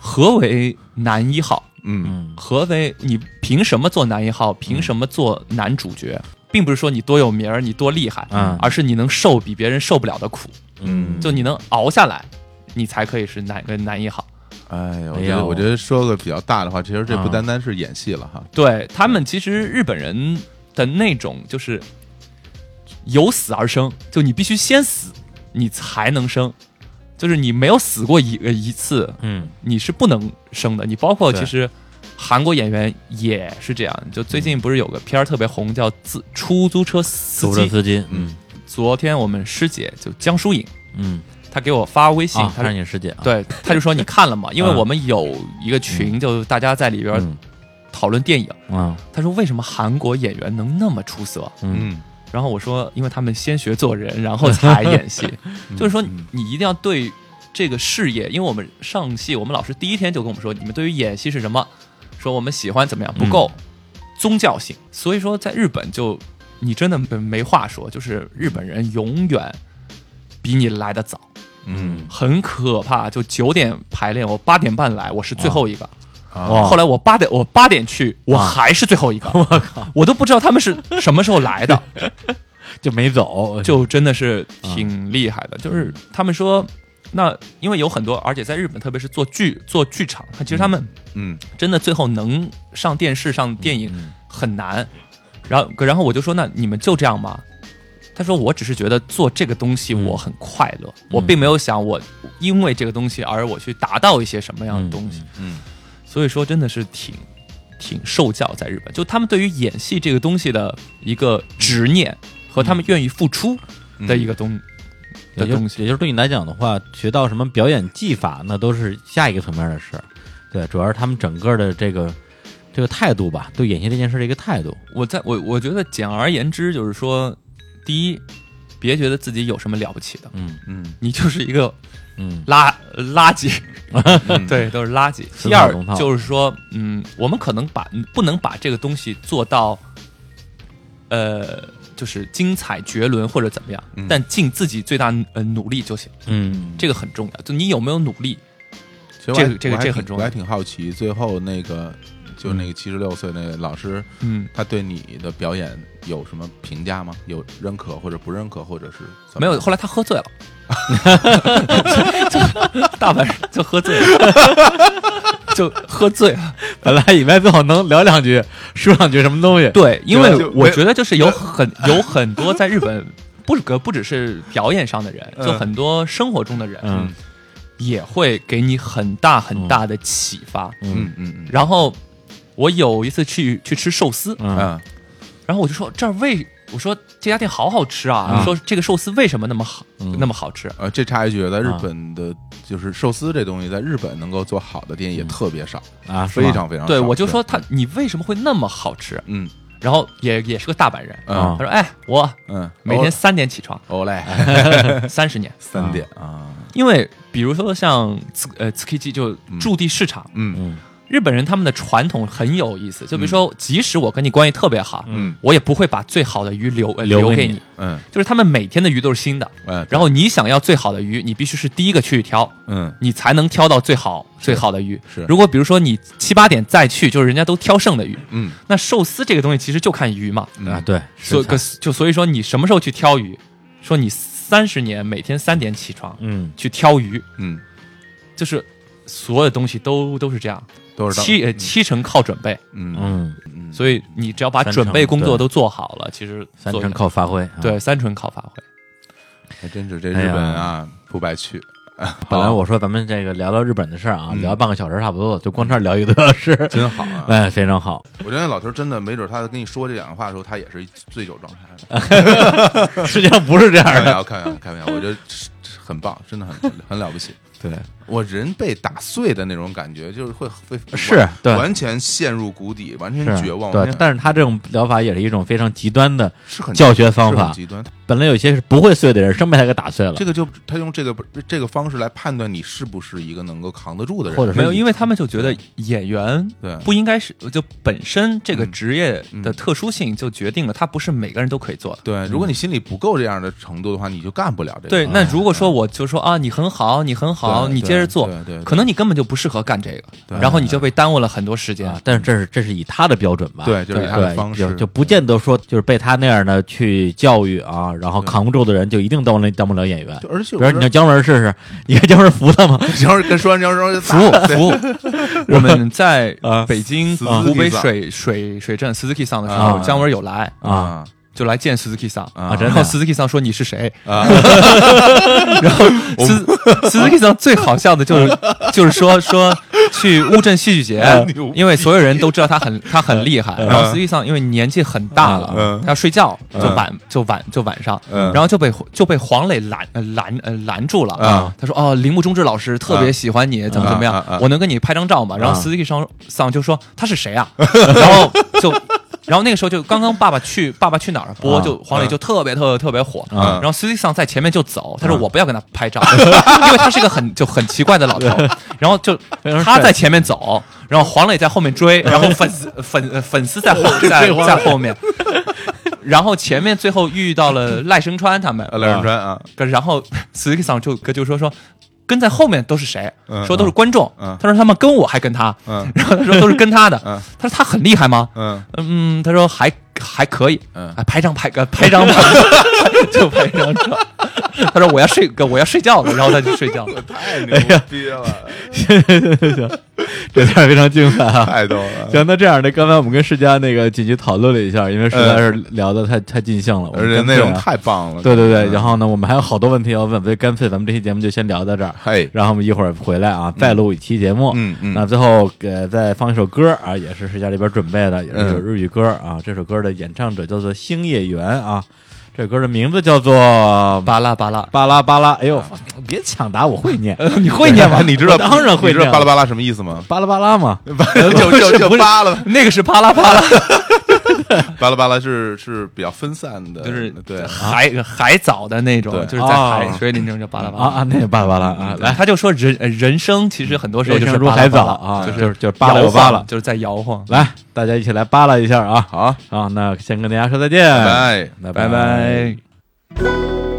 Speaker 3: 何为男一号？
Speaker 2: 嗯
Speaker 1: 嗯
Speaker 3: 何为你凭什么做男一号？凭什么做男主角？并不是说你多有名儿，你多厉害，
Speaker 1: 嗯
Speaker 3: 而是你能受比别人受不了的苦，
Speaker 1: 嗯，
Speaker 3: 就你能熬下来，你才可以是男个男一号。
Speaker 2: 哎呀，我
Speaker 1: 哎
Speaker 2: 觉
Speaker 1: 呀
Speaker 2: 得
Speaker 1: 我
Speaker 2: 我觉得说个比较大的话，其实这不
Speaker 1: 啊
Speaker 2: 单单是演戏了哈，
Speaker 3: 对他们，其实日本人的那种就是由死而生，就你必须先死，你才能生，就是你没有死过一呃一次，
Speaker 1: 嗯
Speaker 3: 你是不能生的。你包括
Speaker 1: 对
Speaker 3: 其实韩国演员也是这样。就最近不是有个片儿特别红，叫《自出租车司
Speaker 1: 组
Speaker 3: 机
Speaker 1: 织》。资金，嗯
Speaker 3: 昨天我们师姐就江疏影，
Speaker 1: 嗯，
Speaker 3: 她给我发微信，
Speaker 1: 啊，
Speaker 3: 她
Speaker 1: 看你师姐啊，
Speaker 3: 对，她就说你看了吗？因为
Speaker 1: 嗯
Speaker 3: 我们有一个群，就大家在里边
Speaker 1: 嗯
Speaker 3: 讨论电影。
Speaker 1: 啊
Speaker 3: 她说为什么韩国演员能那么出色？
Speaker 1: 嗯
Speaker 2: 嗯
Speaker 3: 然后我说，因为他们先学做人，然后才演戏。就是说，你一定要对这个事业，因为我们上戏，我们老师第一天就跟我们说，你们对于演戏是什么？说我们喜欢怎么样不够、宗教性。所以说，在日本就你真的没没话说，就是日本人永远比你来的早，
Speaker 2: 嗯
Speaker 3: 很可怕。就九点排练，我八点半来，我是最后一个。
Speaker 1: 哇
Speaker 3: 啊后来我八点我八点去，我
Speaker 1: 啊
Speaker 3: 还是最后一个。我靠，我都不知道他们是什么时候来的。
Speaker 1: 就没走，
Speaker 3: 就真的是
Speaker 2: 嗯
Speaker 3: 挺厉害的。就是他们说，那因为有很多，而且在日本，特别是做剧做剧场，其实他们
Speaker 2: 嗯
Speaker 3: 真的最后能上电视、上电
Speaker 1: 嗯
Speaker 3: 影很难。然后，然后我就说，那你们就这样吗？他说：“我只是觉得做这个东西
Speaker 1: 嗯
Speaker 3: 我很快乐，我并没有想我因为这个东西而我去达到一些什么样的东西。
Speaker 2: 嗯
Speaker 3: 所以说，真的是挺挺受教在日本，就他们对于演戏这个东西的一个执念和他
Speaker 2: 嗯
Speaker 3: 们愿意付出，的一个东、
Speaker 1: 也
Speaker 3: 的
Speaker 1: 就
Speaker 3: 东
Speaker 1: 也
Speaker 3: 西。
Speaker 1: 就是对你来讲的话，学到什么表演技法，那都是下一个层面的事儿。对，主要是他们整个的这个这个态度吧，对演戏这件事的一个态度。
Speaker 3: 我在我我觉得简而言之就是说，第一，别觉得自己有什么了不起的，
Speaker 1: 嗯
Speaker 2: 嗯
Speaker 3: 你就是一个
Speaker 1: 嗯
Speaker 3: 垃 垃圾，
Speaker 2: 嗯
Speaker 3: 对，都是垃圾。
Speaker 1: 死
Speaker 3: 第
Speaker 1: 马
Speaker 3: 二
Speaker 1: 当套
Speaker 3: 就是说，嗯，我们可能把不能把这个东西做到，呃，就是精彩绝伦或者怎么样，
Speaker 2: 嗯
Speaker 3: 但尽自己最大呃努力就行，
Speaker 1: 嗯，
Speaker 3: 这个很重要。就你有没有努力？
Speaker 2: 其实我还
Speaker 3: 这个
Speaker 2: 我还挺
Speaker 3: 这个这个很重
Speaker 2: 我
Speaker 3: 要
Speaker 2: 还挺好奇，最后那个就是那个七十六岁那个老师，
Speaker 3: 嗯，
Speaker 2: 他对你的表演有什么评价吗？有认可或者不认可，或者是怎么
Speaker 3: 没
Speaker 2: 样
Speaker 3: 有。后来他喝醉了， 就大晚上就喝醉了，就喝醉了。
Speaker 1: 本来以为最后能聊两句，说两句什么东西。
Speaker 3: 对，因
Speaker 2: 对
Speaker 3: 为
Speaker 2: 就
Speaker 3: 我觉得就是有很有很多在日本不可不只是表演上的人，
Speaker 2: 嗯
Speaker 3: 就很多生活中的人，
Speaker 1: 嗯
Speaker 3: 也会给你很大很大的启发。
Speaker 2: 嗯嗯
Speaker 3: 然后我有一次去去吃寿司，
Speaker 1: 嗯
Speaker 2: 嗯
Speaker 3: 然后我就说这儿为我说这家店好好吃啊，
Speaker 1: 嗯
Speaker 3: 说这个寿司为什么那么好，那么好吃？
Speaker 2: 呃，这插一句，在日
Speaker 1: 啊
Speaker 2: 本的，就是寿司这东西，在日本能够做好的店也特别少，
Speaker 1: 啊，是吗
Speaker 2: 非常非常少。
Speaker 3: 嗯对，我就说他，你为什么会那么好吃？
Speaker 2: 嗯
Speaker 3: 然后也也是个大阪人，
Speaker 1: 啊
Speaker 3: 他说，哎，我
Speaker 2: 嗯，
Speaker 3: 每天三点起床，
Speaker 2: 欧嘞哦
Speaker 3: 三十年，
Speaker 2: 三点啊，
Speaker 3: 因为比如说像呃 tsukiji 就驻地市场，
Speaker 2: 嗯
Speaker 1: 嗯
Speaker 3: 日本人他们的传统很有意思，就比如说，即使我跟你关系特别好，
Speaker 2: 嗯
Speaker 3: 我也不会把最好的鱼留呃
Speaker 1: 留给
Speaker 3: 留给
Speaker 1: 你
Speaker 3: 你，
Speaker 2: 嗯
Speaker 3: 就是他们每天的鱼都是新的，
Speaker 2: 嗯
Speaker 3: 然后你想要最好的鱼，你必须是第一个去挑，
Speaker 2: 嗯
Speaker 3: 你才能挑到最好最好的鱼。
Speaker 2: 是
Speaker 3: 如果比如说你七八点再去，就是人家都挑剩的鱼。
Speaker 2: 嗯
Speaker 3: 那寿司这个东西其实就看鱼嘛，
Speaker 1: 啊，对，
Speaker 3: 所
Speaker 1: 食
Speaker 3: 以
Speaker 1: 材
Speaker 3: 可就所以说你什么时候去挑鱼？说你三十年每天三点起床
Speaker 1: 嗯
Speaker 3: 去挑鱼，
Speaker 2: 嗯，
Speaker 3: 就是所有的东西都都是这样，
Speaker 2: 都是
Speaker 3: 七呃七成靠准备，
Speaker 2: 嗯
Speaker 1: 嗯，
Speaker 2: 嗯，
Speaker 3: 所以你只要把
Speaker 1: 三成
Speaker 3: 准备工作
Speaker 1: 对
Speaker 3: 都做好了，其实
Speaker 1: 三
Speaker 3: 做
Speaker 1: 成靠发挥，啊，
Speaker 3: 对三纯靠发挥。
Speaker 2: 还真是这日
Speaker 1: 哎呀
Speaker 2: 本啊不白去，
Speaker 1: 本来我说咱们这个聊聊日本的事儿啊，
Speaker 2: 嗯
Speaker 1: 聊半个小时差不多了，就光这儿聊一个多小时，
Speaker 2: 真好啊！
Speaker 1: 哎，非常好，
Speaker 2: 我觉得老头真的没准他跟你说这两个话的时候，他也是醉酒状 态。
Speaker 1: 实际上不是这样
Speaker 3: 哎
Speaker 2: 开玩
Speaker 1: 的，
Speaker 2: 笑，开玩笑，开玩笑，我觉得是是很棒，真的很很了不起。
Speaker 1: 对，
Speaker 2: 我人被打碎的那种感觉，就是会会
Speaker 1: 是
Speaker 2: 完
Speaker 1: 对
Speaker 2: 完全陷入谷底，完全
Speaker 1: 是
Speaker 2: 绝望，
Speaker 1: 对
Speaker 2: 完全，
Speaker 1: 但是他这种疗法也是一种非常极端的
Speaker 2: 是很
Speaker 1: 教学方
Speaker 2: 是很
Speaker 1: 法，
Speaker 2: 极端。
Speaker 1: 本来有些是不会碎的人，生被他给打碎了
Speaker 2: 这，个就他用这个这个方式来判断你是不是一个能够扛得住的人，
Speaker 1: 或者是
Speaker 3: 没有，因
Speaker 2: 为
Speaker 3: 为他们就觉得演员
Speaker 2: 对
Speaker 3: 不应该是就本身这个
Speaker 2: 嗯
Speaker 3: 职业的
Speaker 2: 嗯
Speaker 3: 特殊性就决定了他不是每个人都可以做的。
Speaker 1: 嗯
Speaker 2: 对，如果你心里不够这样的程度的话，你就干不了这个。
Speaker 3: 对，那如果说我就说啊，你很好，你很好，
Speaker 2: 对
Speaker 3: 你
Speaker 2: 对
Speaker 3: 接着做
Speaker 2: 对对对，
Speaker 3: 可能你根本就不适合干这个，然后你就被耽误了很多时间
Speaker 1: 啊。，但是这是这是以他的标准吧？
Speaker 2: 对就是以他的方式
Speaker 1: 就就不见得说就是被他那样的去教育啊，然后扛不住的人就一定当不了当不了演员。
Speaker 2: 就而且
Speaker 1: 比
Speaker 2: 我
Speaker 1: 如你让姜文试试，你看姜文服他吗？
Speaker 2: 要是跟说完之 后就
Speaker 3: 服务服务，我们在
Speaker 1: 啊
Speaker 3: 北京
Speaker 2: 啊
Speaker 3: 湖北
Speaker 2: Suzuki-san
Speaker 3: 水水水镇 Suzuki 桑的时
Speaker 1: 啊
Speaker 3: 候，姜文有来
Speaker 1: 啊
Speaker 3: 就来见 Suzuki 桑，
Speaker 1: 啊，真的
Speaker 3: 然后
Speaker 1: 呀
Speaker 3: Suzuki 桑说你是谁，
Speaker 2: 啊，
Speaker 3: 然后 Su- Suzuki 桑最好笑 的就是就是说说去乌镇戏剧节，
Speaker 2: 哎
Speaker 3: 因为所有人都知道他 很他很厉害，然后 Suzuki 桑因为年纪很大了，
Speaker 2: 嗯
Speaker 3: 他要睡觉就晚就晚就晚上，
Speaker 2: 嗯
Speaker 3: 然后就被就被黄磊拦呃拦呃拦住了
Speaker 2: 啊
Speaker 3: 他说哦，铃木忠志老师特
Speaker 2: 嗯
Speaker 3: 别喜欢你，怎么怎么
Speaker 2: 啊
Speaker 3: 样
Speaker 2: 啊啊，
Speaker 3: 我能跟你拍张照吗？然后
Speaker 1: 啊
Speaker 3: Suzuki 桑桑就说他是谁啊？ 然后就。然后那个时候就刚刚《爸爸去爸爸去哪儿》播，
Speaker 1: 啊
Speaker 3: 就黄磊就特别特别特别火，
Speaker 1: 啊
Speaker 3: 然后 Suzuki 桑在前面就走，他说我不要跟他拍照，因为他是个很就很奇怪的老头。然后就
Speaker 1: 常
Speaker 3: 他
Speaker 1: 帅
Speaker 3: 在前面走，然后黄磊在后面追，然后粉丝粉呃粉丝在后在在后面，然后前面最后遇到了赖声川他们，
Speaker 2: 赖声川啊，
Speaker 3: 可然后 Suzuki 桑就就说说。跟在后面都是谁？
Speaker 2: 嗯
Speaker 3: 说都是观众。
Speaker 2: 嗯
Speaker 3: 他说他们跟我还跟他，
Speaker 2: 嗯
Speaker 3: 然后他说都是跟他的。
Speaker 2: 嗯
Speaker 3: 他说他很厉害吗？
Speaker 2: 嗯
Speaker 3: 嗯，他说还还可以，
Speaker 2: 嗯
Speaker 3: 啊，拍张拍个拍张 吧，就拍张照。他说我要睡，我要睡觉了，然后他就 睡觉了。
Speaker 2: 哎太牛逼了，
Speaker 1: 这段非常精彩啊！
Speaker 2: 太逗了。
Speaker 1: 行，那这样的，刚才我们跟世佳那个紧急讨论了一下，因为实在是聊的太太尽兴了，我
Speaker 2: 嗯而
Speaker 1: 们
Speaker 2: 且
Speaker 1: 干
Speaker 2: 内
Speaker 1: 脆
Speaker 2: 容
Speaker 1: 啊
Speaker 2: 太棒了。
Speaker 1: 对对对，
Speaker 2: 嗯
Speaker 1: 然后呢，我们还有好多问题要问，所以干脆咱们这期节目就先聊到这儿。
Speaker 2: 嘿
Speaker 1: 然后我们一会儿回来啊，再录一期节目。
Speaker 2: 嗯嗯
Speaker 1: 那最后给再放一首歌啊，也是世家这边准备的，也是一首
Speaker 2: 嗯
Speaker 1: 日语歌啊。这首歌的演唱者叫做星野源啊，这首歌的名字叫做
Speaker 3: 巴拉巴拉，
Speaker 1: 巴拉巴拉。哎呦，
Speaker 2: 啊
Speaker 1: 别抢答，我会念，
Speaker 3: 你会念吗？
Speaker 2: 你知道
Speaker 1: 我当然会
Speaker 2: 你知道
Speaker 1: 念
Speaker 2: 巴拉巴拉什么意 思吗？
Speaker 1: 巴拉巴拉嘛。
Speaker 2: 嗯 就就就巴拉
Speaker 3: 那个是巴拉巴
Speaker 1: 啊
Speaker 3: 拉，
Speaker 2: 巴拉巴拉是是比较分散的，
Speaker 3: 就是
Speaker 2: 对
Speaker 3: 海海藻的那种
Speaker 2: 对，
Speaker 3: 就是在海
Speaker 1: 哦
Speaker 3: 水里那种叫巴拉巴
Speaker 1: 啊
Speaker 3: 拉。
Speaker 1: 啊，那个巴拉巴拉啊，来，
Speaker 3: 他就说人呃人生其实很多时候就是
Speaker 1: 人生如
Speaker 3: 巴拉巴拉
Speaker 1: 海藻啊
Speaker 3: 就是
Speaker 1: 就是就是巴拉有
Speaker 3: 摇
Speaker 1: 巴拉
Speaker 3: 晃就是在摇晃。
Speaker 1: 来，大家一起来扒拉一下啊！
Speaker 2: 好，
Speaker 1: 啊，那先跟大家说再见，
Speaker 2: 拜
Speaker 1: 那
Speaker 3: 拜
Speaker 1: 拜。
Speaker 3: 拜。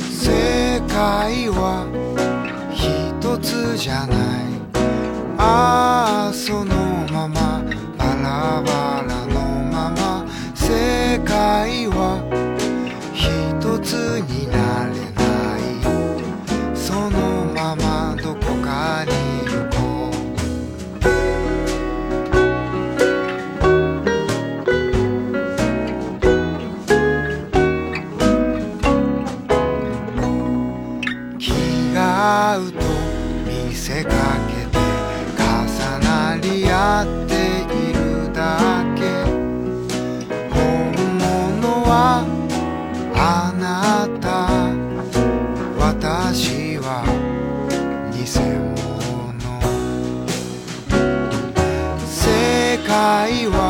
Speaker 5: 世界は一つじゃないああそのままバラバラのまま世界は一つになれないそのままどこかに行こう合うと見せかけて重なり合っているだけ本物はあなた私は偽物世界は